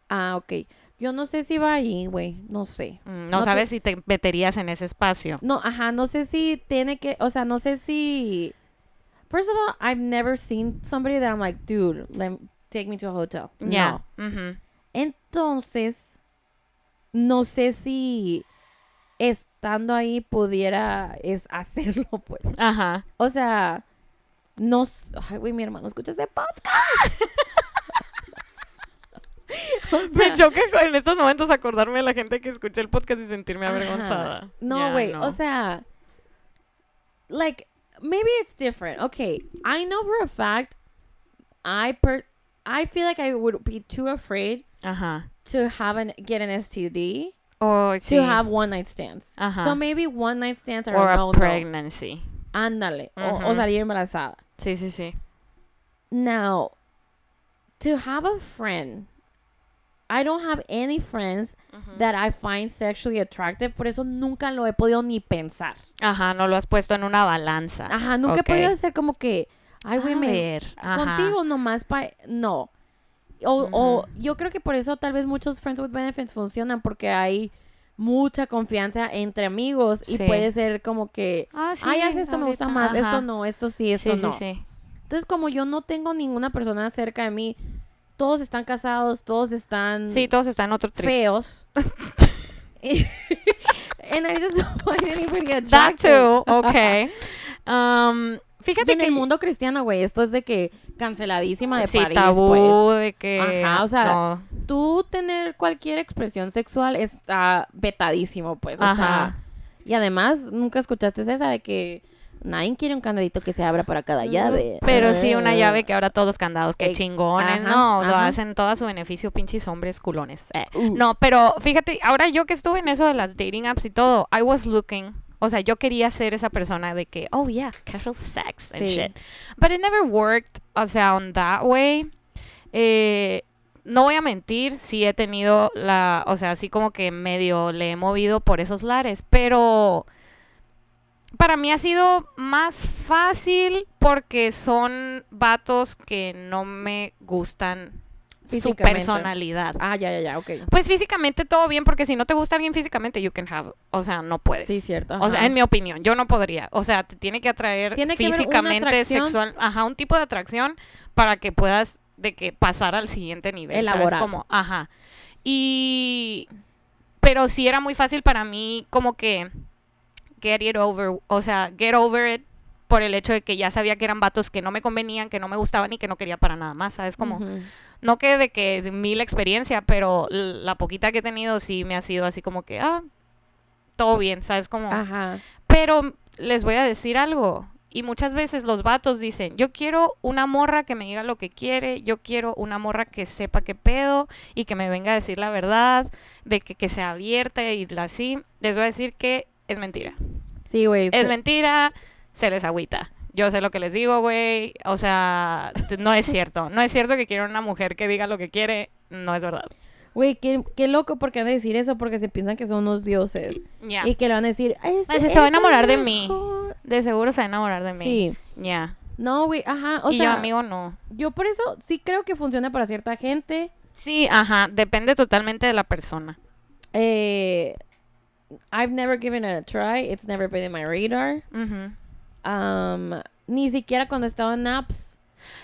Speaker 1: Ah, ok. Yo no sé si va ahí, güey. No sé.
Speaker 2: Mm,
Speaker 1: No
Speaker 2: No,
Speaker 1: te-
Speaker 2: sabes si te meterías en ese espacio.
Speaker 1: No, ajá, no sé si tiene que, o sea, no sé si. First of all, I've never seen somebody that I'm like, dude, let take me to a hotel.
Speaker 2: Ya.
Speaker 1: No.
Speaker 2: ujú.
Speaker 1: Entonces, no sé si estando ahí pudiera es hacerlo, pues.
Speaker 2: Ajá.
Speaker 1: O sea, no. s- Ay, güey, mi hermano, escucha este podcast. O sea,
Speaker 2: Me choca co- en estos momentos acordarme de la gente que escuché el podcast y sentirme
Speaker 1: Ajá.
Speaker 2: avergonzada.
Speaker 1: No,
Speaker 2: Ya,
Speaker 1: güey,
Speaker 2: no.
Speaker 1: o sea, like maybe it's different. Okay, I know for a fact I per I feel like I would be too afraid
Speaker 2: Ajá.
Speaker 1: to have an get an STD
Speaker 2: O sí.
Speaker 1: to have one night stands.
Speaker 2: Ajá.
Speaker 1: So maybe one night stands are
Speaker 2: Or
Speaker 1: a
Speaker 2: a
Speaker 1: no no.
Speaker 2: pregnancy.
Speaker 1: Ándale, o, o
Speaker 2: Ujú.
Speaker 1: salir embarazada.
Speaker 2: Sí, sí, sí.
Speaker 1: Now, to have a friend, I don't have any friends
Speaker 2: Ujú.
Speaker 1: that I find sexually attractive, por eso nunca lo he podido ni pensar.
Speaker 2: Ajá, no lo has puesto en una balanza.
Speaker 1: Ajá, nunca he podido
Speaker 2: Ok.
Speaker 1: hacer como que, ay, güey,
Speaker 2: A
Speaker 1: me-
Speaker 2: ver, ajá.
Speaker 1: contigo nomás, pa, no. O, o yo creo que por eso tal vez muchos Friends with Benefits funcionan, porque hay mucha confianza entre amigos y
Speaker 2: Sí.
Speaker 1: puede ser como que,
Speaker 2: Ah, sí,
Speaker 1: ay, haz esto, me gusta
Speaker 2: ahorita,
Speaker 1: más,
Speaker 2: ajá.
Speaker 1: esto no, esto sí, esto
Speaker 2: sí,
Speaker 1: no.
Speaker 2: sí, sí.
Speaker 1: Entonces, como yo no tengo ninguna persona cerca de mí, todos están casados, todos están
Speaker 2: Sí, todos están en otro trip.
Speaker 1: feos. And I just find anybody
Speaker 2: That
Speaker 1: attractive.
Speaker 2: too, ok. Um,
Speaker 1: Y
Speaker 2: fíjate
Speaker 1: en
Speaker 2: que...
Speaker 1: el mundo cristiano, güey, esto es de que canceladísima de
Speaker 2: sí,
Speaker 1: París,
Speaker 2: tabú,
Speaker 1: pues.
Speaker 2: de que...
Speaker 1: Ajá, o sea,
Speaker 2: no.
Speaker 1: Tú tener cualquier expresión sexual está vetadísimo, pues. O sea,
Speaker 2: Ajá.
Speaker 1: y además, nunca escuchaste esa de que nadie quiere un candadito que se abra para cada llave.
Speaker 2: Mm, Pero sí,
Speaker 1: Ah.
Speaker 2: una llave que ahora todos los candados, que
Speaker 1: Ex-
Speaker 2: chingones,
Speaker 1: ajá,
Speaker 2: no, lo
Speaker 1: ajá.
Speaker 2: hacen todo a su beneficio, pinches hombres culones. Eh,
Speaker 1: Uh.
Speaker 2: No, pero fíjate, ahora yo que estuve en eso de las dating apps y todo, I was looking, o sea, yo quería ser esa persona de que, oh yeah, casual sex and
Speaker 1: Sí.
Speaker 2: shit. But it never worked, o sea, on that way. Eh, no voy a mentir, sí he tenido la, o sea, así como que medio le he movido por esos lares, pero para mí ha sido más fácil porque son vatos que no me gustan su
Speaker 1: Físicamente.
Speaker 2: personalidad.
Speaker 1: Ah, ya, ya, ya, ok.
Speaker 2: Pues físicamente todo bien, porque si no te gusta alguien físicamente, you can have, o sea, no puedes.
Speaker 1: Sí, cierto.
Speaker 2: O sea,
Speaker 1: ajá.
Speaker 2: en mi opinión, yo no podría. O sea, te tiene que atraer
Speaker 1: Tiene que haber una
Speaker 2: físicamente,
Speaker 1: atracción.
Speaker 2: sexual, ajá, un tipo de atracción para que puedas de que pasar al siguiente nivel.
Speaker 1: Elaborar.
Speaker 2: ¿sabes? Como, ajá. Y pero sí era muy fácil para mí como que get it over, o sea, get over it por el hecho de que ya sabía que eran vatos que no me convenían, que no me gustaban y que no quería para nada más, ¿sabes? Como
Speaker 1: Ujú.
Speaker 2: no que de que de mil experiencia, pero l- la poquita que he tenido sí me ha sido así como que, ah, todo bien, ¿sabes? Como...
Speaker 1: Ajá.
Speaker 2: Pero les voy a decir algo. Y muchas veces los vatos dicen, yo quiero una morra que me diga lo que quiere, yo quiero una morra que sepa qué pedo y que me venga a decir la verdad, de que, que sea abierta y la así. Les voy a decir que es mentira.
Speaker 1: Sí, güey.
Speaker 2: Es
Speaker 1: se-
Speaker 2: mentira, se les agüita. Yo sé lo que les digo, güey. O sea, no es cierto. No es cierto que quiero una mujer que diga lo que quiere. No es verdad.
Speaker 1: Güey, qué, qué loco porque han de decir eso porque se piensan que son unos dioses.
Speaker 2: Ya.
Speaker 1: Y que le van a decir, "Ese
Speaker 2: Ese
Speaker 1: es
Speaker 2: se va a enamorar
Speaker 1: el
Speaker 2: de mí.
Speaker 1: mejor".
Speaker 2: De seguro se va a enamorar de mí.
Speaker 1: Sí.
Speaker 2: Ya.
Speaker 1: No, güey, ajá. O
Speaker 2: y
Speaker 1: sea,
Speaker 2: yo, amigo, no.
Speaker 1: yo por eso sí creo que funciona para cierta gente.
Speaker 2: Sí, ajá, depende totalmente de la persona.
Speaker 1: Eh, I've never given it a try. It's never been in my radar.
Speaker 2: Ujú.
Speaker 1: Um, ni siquiera cuando estaba en apps.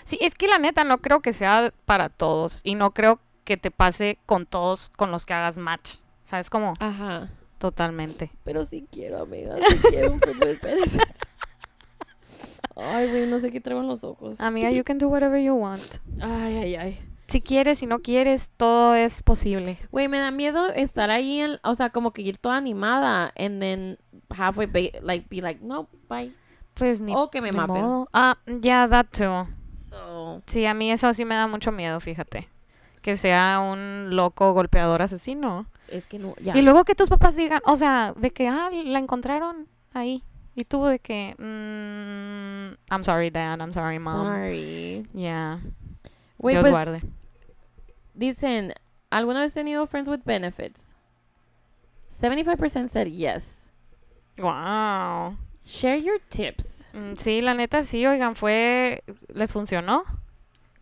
Speaker 2: Sí, es que la neta no creo que sea para todos y no creo que te pase con todos con los que hagas match. ¿Sabes cómo?
Speaker 1: Ajá.
Speaker 2: Totalmente.
Speaker 1: Pero sí quiero, amiga. Sí quiero un friend with benefits. Ay, güey, no sé qué traigo en los ojos.
Speaker 2: Amiga, you can do whatever you want.
Speaker 1: Ay, ay, ay.
Speaker 2: Si quieres, si no quieres, todo es posible.
Speaker 1: Güey, me da miedo estar ahí, en, o sea, como que ir toda animada and then halfway, ba- like, be like, no, bye.
Speaker 2: Pues ni,
Speaker 1: o que me
Speaker 2: ni
Speaker 1: maten.
Speaker 2: modo. Ah, ya, that too.
Speaker 1: So,
Speaker 2: Sí, a mí eso sí me da mucho miedo, fíjate. Que sea un loco golpeador asesino.
Speaker 1: es que no, ya.
Speaker 2: Y luego que tus papás digan, o sea, de que, ah, la encontraron ahí. Y tú de que, mm, I'm sorry, Dad, I'm sorry, Mom.
Speaker 1: Sorry.
Speaker 2: Yeah.
Speaker 1: Güey,
Speaker 2: Dios
Speaker 1: pues,
Speaker 2: guarde.
Speaker 1: dicen, ¿alguna vez has tenido friends with benefits? 75% said yes.
Speaker 2: Wow.
Speaker 1: Share your tips.
Speaker 2: Mm, Sí, la neta sí, oigan, fue. ¿Les funcionó?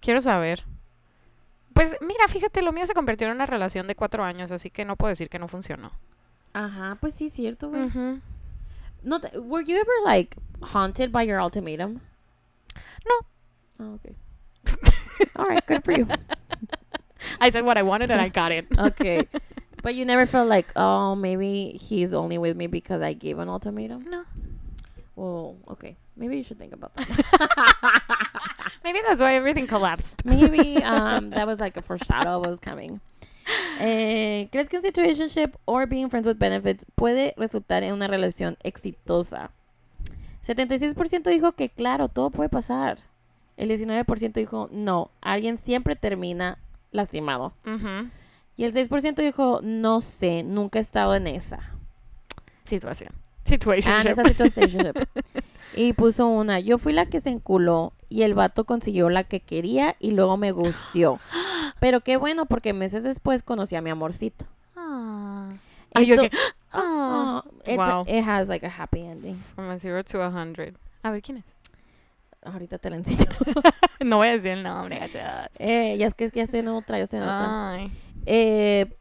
Speaker 2: Quiero saber. Pues mira, fíjate, lo mío se convirtió en una relación de cuatro años, así que no puedo decir que no funcionó.
Speaker 1: Ajá, pues sí, cierto, güey.
Speaker 2: Ujú.
Speaker 1: No te- were you ever like haunted by your ultimatum?
Speaker 2: No.
Speaker 1: Oh, okay. All right, good for you.
Speaker 2: I said what I wanted and I got it.
Speaker 1: Okay. But you never felt like, oh, maybe he's only with me because I gave an ultimatum?
Speaker 2: No.
Speaker 1: Well, okay. Maybe you should think about that.
Speaker 2: Maybe that's why everything collapsed.
Speaker 1: Maybe um, that was like a foreshadow of what was coming. Eh, ¿Crees que un situationship or being friends with benefits puede resultar en una relación exitosa? 76% dijo que claro, todo puede pasar. El 19% dijo no, alguien siempre termina lastimado.
Speaker 2: Ujú.
Speaker 1: Y el 6% dijo no sé, nunca he estado en esa.
Speaker 2: Situación. Situation.
Speaker 1: Ah, en esa situationship. Y puso una, yo fui la que se enculó y el vato consiguió la que quería y luego me gustó. Pero qué bueno, porque meses después conocí a mi amorcito.
Speaker 2: Ah, Are you
Speaker 1: Ento-
Speaker 2: okay? Ah.
Speaker 1: Oh, it's-
Speaker 2: Wow.
Speaker 1: It has like a happy ending.
Speaker 2: From a zero to a hundred. A ver, ¿quién es?
Speaker 1: Ahorita te la enseño.
Speaker 2: No voy a decir el nombre, gachas.
Speaker 1: Eh, ya es que, es que ya estoy en otra, ya estoy en otra.
Speaker 2: Ay.
Speaker 1: Eh,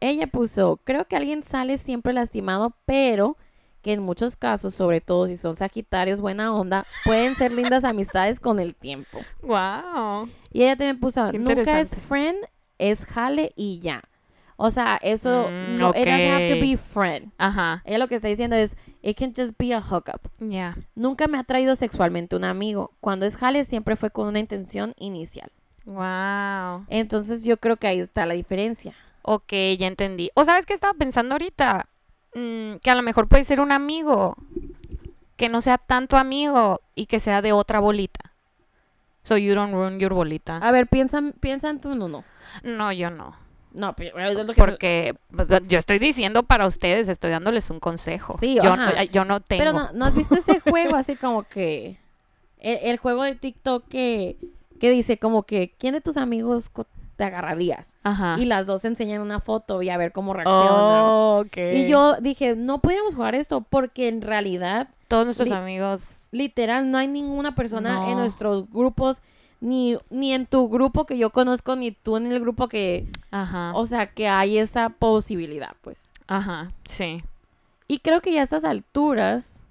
Speaker 1: ella puso, creo que alguien sale siempre lastimado, pero que en muchos casos, sobre todo si son sagitarios buena onda, pueden ser lindas amistades con el tiempo.
Speaker 2: Wow.
Speaker 1: Y ella también puso,
Speaker 2: Qué
Speaker 1: nunca es
Speaker 2: interesante.
Speaker 1: friend, es jale y ya. O sea, eso
Speaker 2: Mm,
Speaker 1: no, it doesn't have to
Speaker 2: ok.
Speaker 1: be friend.
Speaker 2: Ajá.
Speaker 1: Ella lo que está diciendo es, it can just be a hookup.
Speaker 2: Yeah.
Speaker 1: Nunca me ha traído sexualmente un amigo. Cuando es jale siempre fue con una intención inicial.
Speaker 2: Wow.
Speaker 1: Entonces yo creo que ahí está la diferencia.
Speaker 2: Ok, ya entendí. ¿O sabes qué estaba pensando ahorita? Mm, que a lo mejor puede ser un amigo. Que no sea tanto amigo y que sea de otra bolita. So you don't ruin your bolita.
Speaker 1: A ver, piensa, piensa en tu Nuno.
Speaker 2: No, yo no.
Speaker 1: No, pero es lo que...
Speaker 2: Porque pues, yo estoy diciendo para ustedes, estoy dándoles un consejo.
Speaker 1: Sí,
Speaker 2: yo,
Speaker 1: ajá.
Speaker 2: yo no tengo.
Speaker 1: Pero no, ¿no has visto ese juego así como que... El, el juego de TikTok que, que dice como que, ¿quién de tus amigos co- te agarrarías?
Speaker 2: Ajá.
Speaker 1: Y las dos enseñan una foto y a ver cómo reaccionan.
Speaker 2: Ah. Oh, ok.
Speaker 1: Y yo dije, no pudiéramos jugar esto porque en realidad,
Speaker 2: Todos nuestros
Speaker 1: li-
Speaker 2: amigos.
Speaker 1: literal, no hay ninguna persona en
Speaker 2: No.
Speaker 1: nuestros grupos, ni, ni en tu grupo que yo conozco, ni tú en el grupo que...
Speaker 2: Ajá.
Speaker 1: O sea, que hay esa posibilidad, pues.
Speaker 2: Ajá. Sí.
Speaker 1: Y creo que ya a estas alturas,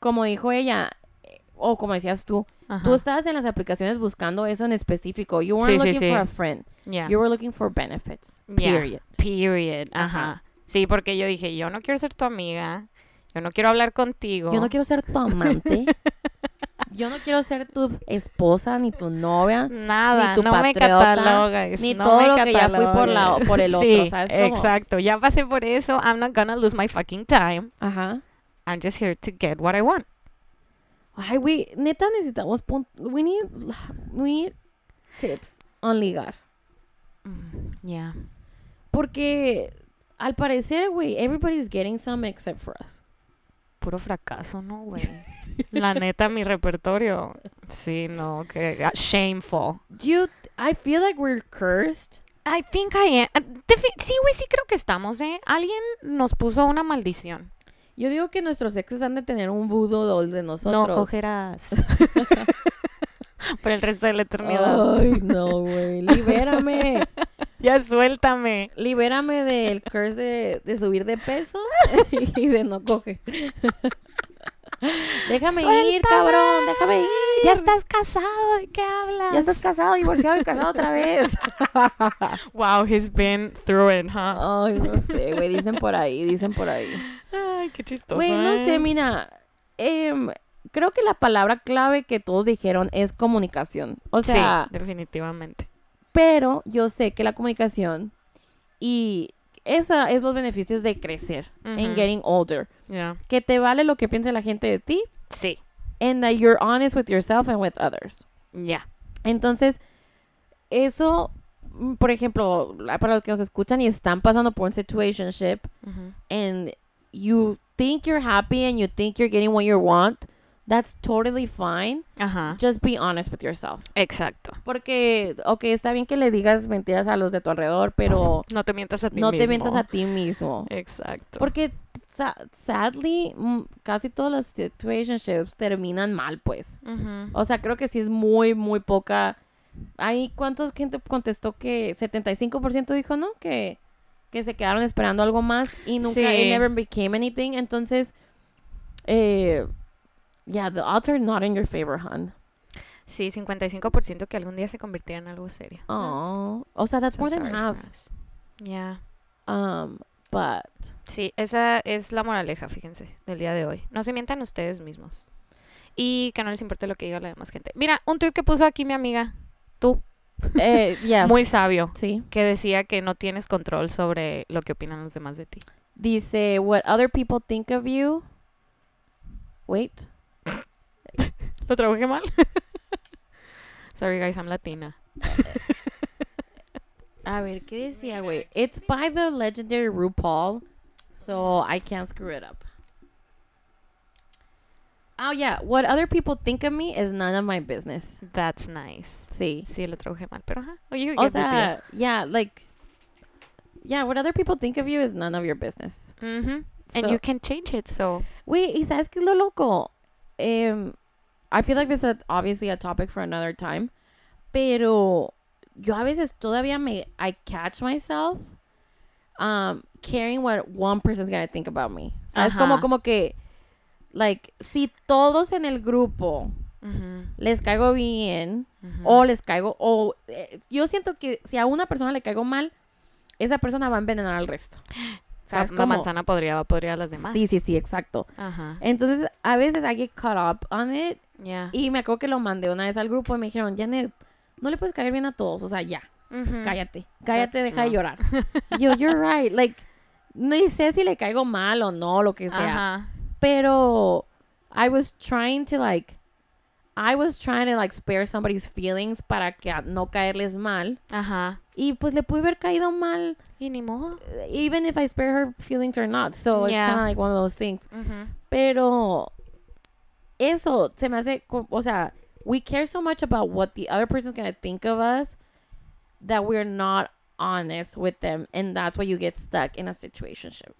Speaker 1: como dijo ella, eh, o como decías tú,
Speaker 2: Ajá.
Speaker 1: tú estabas en las aplicaciones buscando eso en específico. You weren't
Speaker 2: Sí, sí,
Speaker 1: looking
Speaker 2: sí.
Speaker 1: for a friend.
Speaker 2: Yeah.
Speaker 1: You were looking for benefits.
Speaker 2: Yeah.
Speaker 1: Period.
Speaker 2: Period.
Speaker 1: Ajá.
Speaker 2: Ajá. Sí, porque yo dije, yo no quiero ser tu amiga. Yo no quiero hablar contigo.
Speaker 1: Yo no quiero ser tu amante. Yo no quiero ser tu esposa, ni tu novia,
Speaker 2: Nada,
Speaker 1: ni tu
Speaker 2: no me
Speaker 1: patriota,
Speaker 2: catalogues.
Speaker 1: ni
Speaker 2: no
Speaker 1: todo
Speaker 2: me
Speaker 1: lo que ya fui por la-
Speaker 2: catalogues.
Speaker 1: por el otro,
Speaker 2: Sí,
Speaker 1: ¿sabes cómo?
Speaker 2: Exacto, ya pasé por eso. I'm not gonna lose my fucking time.
Speaker 1: Ajá.
Speaker 2: I'm just here to get what I want.
Speaker 1: Ay, güey, neta necesitamos pun- we need, we need tips on ligar.
Speaker 2: Mm, Yeah.
Speaker 1: Porque al parecer, güey, everybody's getting some except for us.
Speaker 2: Puro fracaso, ¿no, güey? la neta, mi repertorio. Sí, no, que ah, shameful.
Speaker 1: Dude, I feel like we're cursed.
Speaker 2: I think I am. Ah, defi- Sí, güey, sí creo que estamos, ¿eh? Alguien nos puso una maldición.
Speaker 1: Yo digo que nuestros exes han de tener un voodoo doll de nosotros.
Speaker 2: No cogerás. Por el resto de la eternidad.
Speaker 1: Ay, no, güey. Libérame.
Speaker 2: Ya suéltame.
Speaker 1: Libérame del curse de, de subir de peso y de no coger. déjame ir,
Speaker 2: Suéltame.
Speaker 1: cabrón. Déjame ir.
Speaker 2: Ya estás casado, ¿de qué hablas?
Speaker 1: Ya estás casado, divorciado y casado otra vez.
Speaker 2: Wow, he's been through it, huh?
Speaker 1: Ay, no sé, güey. Dicen por ahí, dicen por ahí.
Speaker 2: Ay, qué chistoso.
Speaker 1: Güey, no sé,
Speaker 2: ¿eh?
Speaker 1: mira. em, creo que la palabra clave que todos dijeron es comunicación. O sea,
Speaker 2: sí, definitivamente.
Speaker 1: pero yo sé que la comunicación y esa es los beneficios de crecer en
Speaker 2: Ujú.
Speaker 1: getting older.
Speaker 2: Yeah.
Speaker 1: Que te vale lo que piense la gente de ti
Speaker 2: Sí,
Speaker 1: and that you're honest with yourself and with others.
Speaker 2: ya.
Speaker 1: Entonces, eso, mm, por ejemplo, la- para los que nos escuchan y están pasando por un situationship,
Speaker 2: Ujú.
Speaker 1: and you think you're happy and you think you're getting what you want, That's totally fine.
Speaker 2: Ajá.
Speaker 1: Just be honest with yourself.
Speaker 2: Exacto.
Speaker 1: Porque, ok, está bien que le digas mentiras a los de tu alrededor, pero
Speaker 2: No te mientas a ti
Speaker 1: no
Speaker 2: mismo.
Speaker 1: te mientas a ti mismo.
Speaker 2: Exacto.
Speaker 1: Porque sa- sadly, mm, casi todas las situationships terminan mal, pues.
Speaker 2: Ujú.
Speaker 1: O sea, creo que sí es muy, muy poca. Hay cuánta gente contestó que 75% dijo, ¿no? Que, que se quedaron esperando algo más y nunca,
Speaker 2: Sí.
Speaker 1: it never became anything. Entonces, eh, yeah, the odds are not in your favor, hon.
Speaker 2: Sí, 55% que algún día se convirtiera en algo serio. That's-
Speaker 1: Oh, o sea, that's
Speaker 2: so
Speaker 1: more than
Speaker 2: sorry
Speaker 1: half.
Speaker 2: for us. Yeah.
Speaker 1: Um, but
Speaker 2: Sí, esa es la moraleja, fíjense, del día de hoy. No se mientan ustedes mismos. Y que no les importe lo que diga la demás gente. Mira, un tweet que puso aquí mi amiga, tú,
Speaker 1: eh, yeah,
Speaker 2: muy sabio,
Speaker 1: sí.
Speaker 2: que decía que no tienes control sobre lo que opinan los demás de ti.
Speaker 1: Dice, what other people think of you. Wait.
Speaker 2: ¿Lo trabajé mal? Sorry, guys, I'm latina.
Speaker 1: A ver, ¿qué decía, güey? It's by the legendary RuPaul, so I can't screw it up. Oh, yeah. What other people think of me is none of my business.
Speaker 2: That's nice.
Speaker 1: Sí.
Speaker 2: Sí, lo trabajé mal, pero ajá. Oh, you
Speaker 1: O
Speaker 2: get the deal.
Speaker 1: sea, yeah, like, yeah, what other people think of you is none of your business.
Speaker 2: Mhm. And
Speaker 1: So-
Speaker 2: you can change it, so.
Speaker 1: Wait, ¿y sabes qué es lo loco? Em, I feel like this is obviously a topic for another time, pero yo a veces todavía me I catch myself um caring what one person's gonna think about me. Es como
Speaker 2: Ajá.
Speaker 1: como que like si todos en el grupo
Speaker 2: Ujú,
Speaker 1: les caigo bien
Speaker 2: ujú.
Speaker 1: o les caigo o eh, yo siento que si a una persona le caigo mal, esa persona va a envenenar al resto.
Speaker 2: la,
Speaker 1: ¿Sabes
Speaker 2: la
Speaker 1: cómo?
Speaker 2: manzana podría va a podrir a las demás.
Speaker 1: Sí, sí, sí, exacto.
Speaker 2: Ajá.
Speaker 1: Entonces, a veces I get caught up on it.
Speaker 2: Ya.
Speaker 1: Y me acuerdo que lo mandé una vez al grupo y me dijeron, Janet, no le puedes caer bien a todos. O sea, ya,
Speaker 2: Ujú.
Speaker 1: cállate. Cállate,
Speaker 2: Mm. That's
Speaker 1: deja de
Speaker 2: no.
Speaker 1: llorar. Y yo, you're right. Like, no sé si le caigo mal o no, lo que sea.
Speaker 2: Ajá.
Speaker 1: Pero I was trying to, like, I was trying to, like, spare somebody's feelings para que a- no caerles mal.
Speaker 2: Ajá.
Speaker 1: Y pues le pude haber caído mal,
Speaker 2: Y ni modo.
Speaker 1: eh, even if I spare her feelings or not. So it's
Speaker 2: Yeah.
Speaker 1: kind of like one of those things. Pero eso se me hace, co- o sea, we care so much about what the other person's gonna think of us that we're not honest with them and that's why you get stuck in a situationship.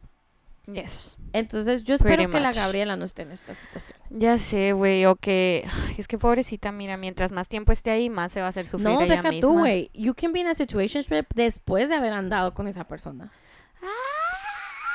Speaker 2: Yes.
Speaker 1: Entonces yo
Speaker 2: Pretty
Speaker 1: espero que la
Speaker 2: much.
Speaker 1: Gabriela no esté en esta situación.
Speaker 2: Ya sé, güey, o que... ay, Es que pobrecita, mira, mientras más tiempo esté ahí, más se va a hacer sufrir
Speaker 1: no,
Speaker 2: ella
Speaker 1: deja
Speaker 2: misma.
Speaker 1: tú, güey. You can be in a situationship después de haber andado con esa persona.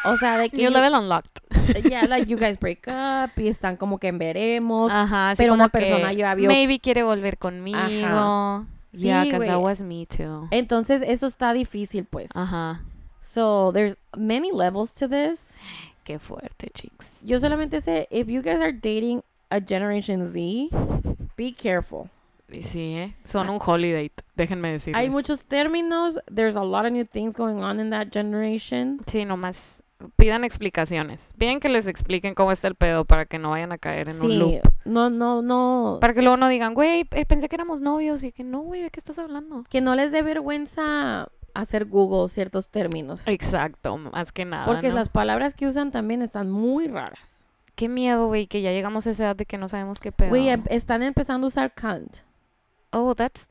Speaker 1: O sea, de que
Speaker 2: Ah. New
Speaker 1: you- eh,
Speaker 2: level unlocked.
Speaker 1: yeah, like you guys break up y están como que en veremos.
Speaker 2: Ajá, así
Speaker 1: pero
Speaker 2: como
Speaker 1: una persona
Speaker 2: que,
Speaker 1: ya vio-
Speaker 2: Maybe quiere volver conmigo. Ajá.
Speaker 1: Sí,
Speaker 2: Yeah, 'cause that
Speaker 1: güey.
Speaker 2: was me too.
Speaker 1: Entonces eso está difícil, pues.
Speaker 2: Ajá.
Speaker 1: So there's many levels to this.
Speaker 2: Qué fuerte, chicos.
Speaker 1: Yo solamente sé, if you guys are dating a Generation Z, be careful.
Speaker 2: Y Sí, ¿eh? Son un holiday, déjenme decirles.
Speaker 1: Hay muchos términos. There's a lot of new things going on in that generation.
Speaker 2: Sí, nomás pidan explicaciones. Piden que les expliquen cómo está el pedo para que no vayan a caer en un
Speaker 1: Sí,
Speaker 2: loop.
Speaker 1: no, no, no.
Speaker 2: Para que luego no digan, güey, eh, pensé que éramos novios y que no, güey, ¿de qué estás hablando?
Speaker 1: Que no les dé vergüenza hacer Google ciertos términos.
Speaker 2: Exacto, más que nada.
Speaker 1: Porque
Speaker 2: ¿no?
Speaker 1: las palabras que usan también están muy raras.
Speaker 2: Qué miedo, güey, que ya llegamos a esa edad de que no sabemos qué pedo.
Speaker 1: Güey, em- están empezando a usar cunt.
Speaker 2: oh, that's.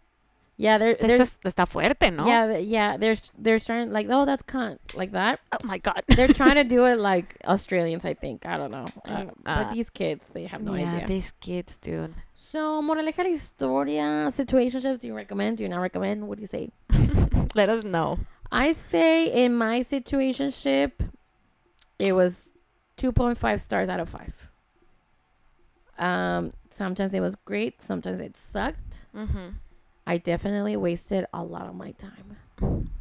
Speaker 1: Yeah, there-
Speaker 2: esto
Speaker 1: there's,
Speaker 2: es- está fuerte, ¿no?
Speaker 1: yeah, th- yeah, there's, they're starting like, oh, that's cunt, like that.
Speaker 2: Oh my God.
Speaker 1: They're trying to do it like Australians, I think. I don't know. Uh,
Speaker 2: Mm,
Speaker 1: but
Speaker 2: uh,
Speaker 1: these kids, they have no
Speaker 2: yeah,
Speaker 1: idea.
Speaker 2: these kids, dude.
Speaker 1: So, moraleja de la historia, situationships, do you recommend? Do you not recommend? What do you say?
Speaker 2: Let us know.
Speaker 1: I say in my situationship, it was 2.5 stars out of 5. Um, sometimes it was great, sometimes it sucked.
Speaker 2: Ujú.
Speaker 1: I definitely wasted a lot of my time.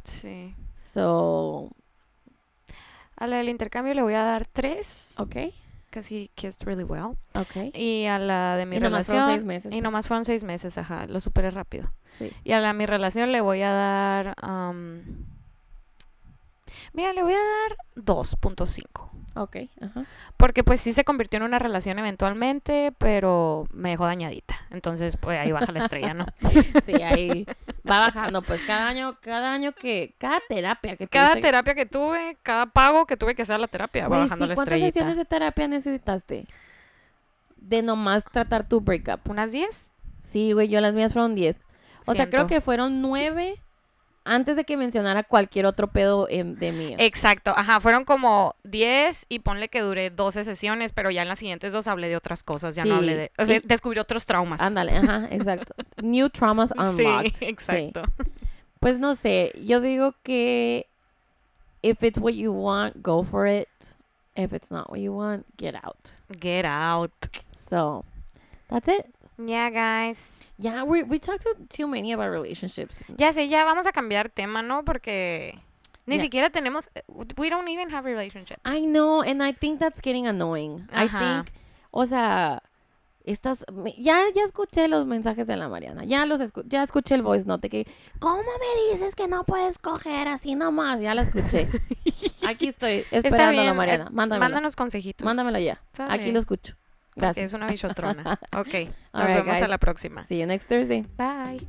Speaker 2: Sí.
Speaker 1: So,
Speaker 2: A la del intercambio le voy a dar tres,
Speaker 1: okay,
Speaker 2: because he kissed really well.
Speaker 1: okay.
Speaker 2: Y a la de mi
Speaker 1: Y nomás
Speaker 2: relación.
Speaker 1: fueron seis meses,
Speaker 2: y
Speaker 1: pues.
Speaker 2: nomás fueron seis meses, ajá. Lo superé rápido.
Speaker 1: Sí.
Speaker 2: Y a la mi relación le voy a dar. am, mira, le voy a dar 2.5.
Speaker 1: Okay, ajá.
Speaker 2: Porque pues sí se convirtió en una relación eventualmente, pero me dejó dañadita. Entonces, pues ahí baja la estrella, ¿no?
Speaker 1: Sí, ahí va bajando. Pues cada año, cada año que, cada terapia que
Speaker 2: Cada
Speaker 1: tuviste-
Speaker 2: terapia que tuve, cada pago que tuve que hacer a la terapia, va
Speaker 1: Güey,
Speaker 2: bajando
Speaker 1: sí,
Speaker 2: la
Speaker 1: ¿Cuántas
Speaker 2: estrellita.
Speaker 1: sesiones de terapia necesitaste? de nomás tratar tu breakup.
Speaker 2: ¿Unas 10?
Speaker 1: Sí, güey, yo las mías fueron 10. O sea, creo
Speaker 2: Siento.
Speaker 1: que fueron 9 antes de que mencionara cualquier otro pedo em, de mí.
Speaker 2: Exacto, ajá, fueron como 10 y ponle que duré 12 sesiones, pero ya en las siguientes dos hablé de otras cosas, ya no
Speaker 1: Sí,
Speaker 2: hablé de... O sea,
Speaker 1: y-
Speaker 2: descubrí otros traumas.
Speaker 1: Ándale, ajá, exacto. New traumas unlocked.
Speaker 2: Sí, exacto.
Speaker 1: Pues no sé, yo digo que if it's what you want, go for it. If it's not what you want, get out.
Speaker 2: Get out.
Speaker 1: So, that's it.
Speaker 2: Yeah, guys.
Speaker 1: Yeah, we we talked to too many about relationships.
Speaker 2: Ya sé, ya vamos a cambiar tema, ¿no? Porque ni
Speaker 1: Ya.
Speaker 2: siquiera tenemos... uh, We don't even have relationships.
Speaker 1: I know, and I think that's getting annoying. I
Speaker 2: Ajá.
Speaker 1: think, o sea, estas, me- ya, ya escuché los mensajes de la Mariana, ya los escu- ya escuché el voice note que, ¿cómo me dices que no puedes coger así nomás? Ya la escuché. Aquí estoy esperándolo,
Speaker 2: bien,
Speaker 1: Mariana.
Speaker 2: eh,
Speaker 1: Mándamelo,
Speaker 2: Mándanos consejitos.
Speaker 1: mándamelo ya.
Speaker 2: Está
Speaker 1: Aquí
Speaker 2: bien,
Speaker 1: lo escucho.
Speaker 2: porque
Speaker 1: Gracias.
Speaker 2: Es una bichotrona. ok, nos
Speaker 1: All right,
Speaker 2: vemos a
Speaker 1: guys.
Speaker 2: la próxima.
Speaker 1: See you next Thursday.
Speaker 2: Bye.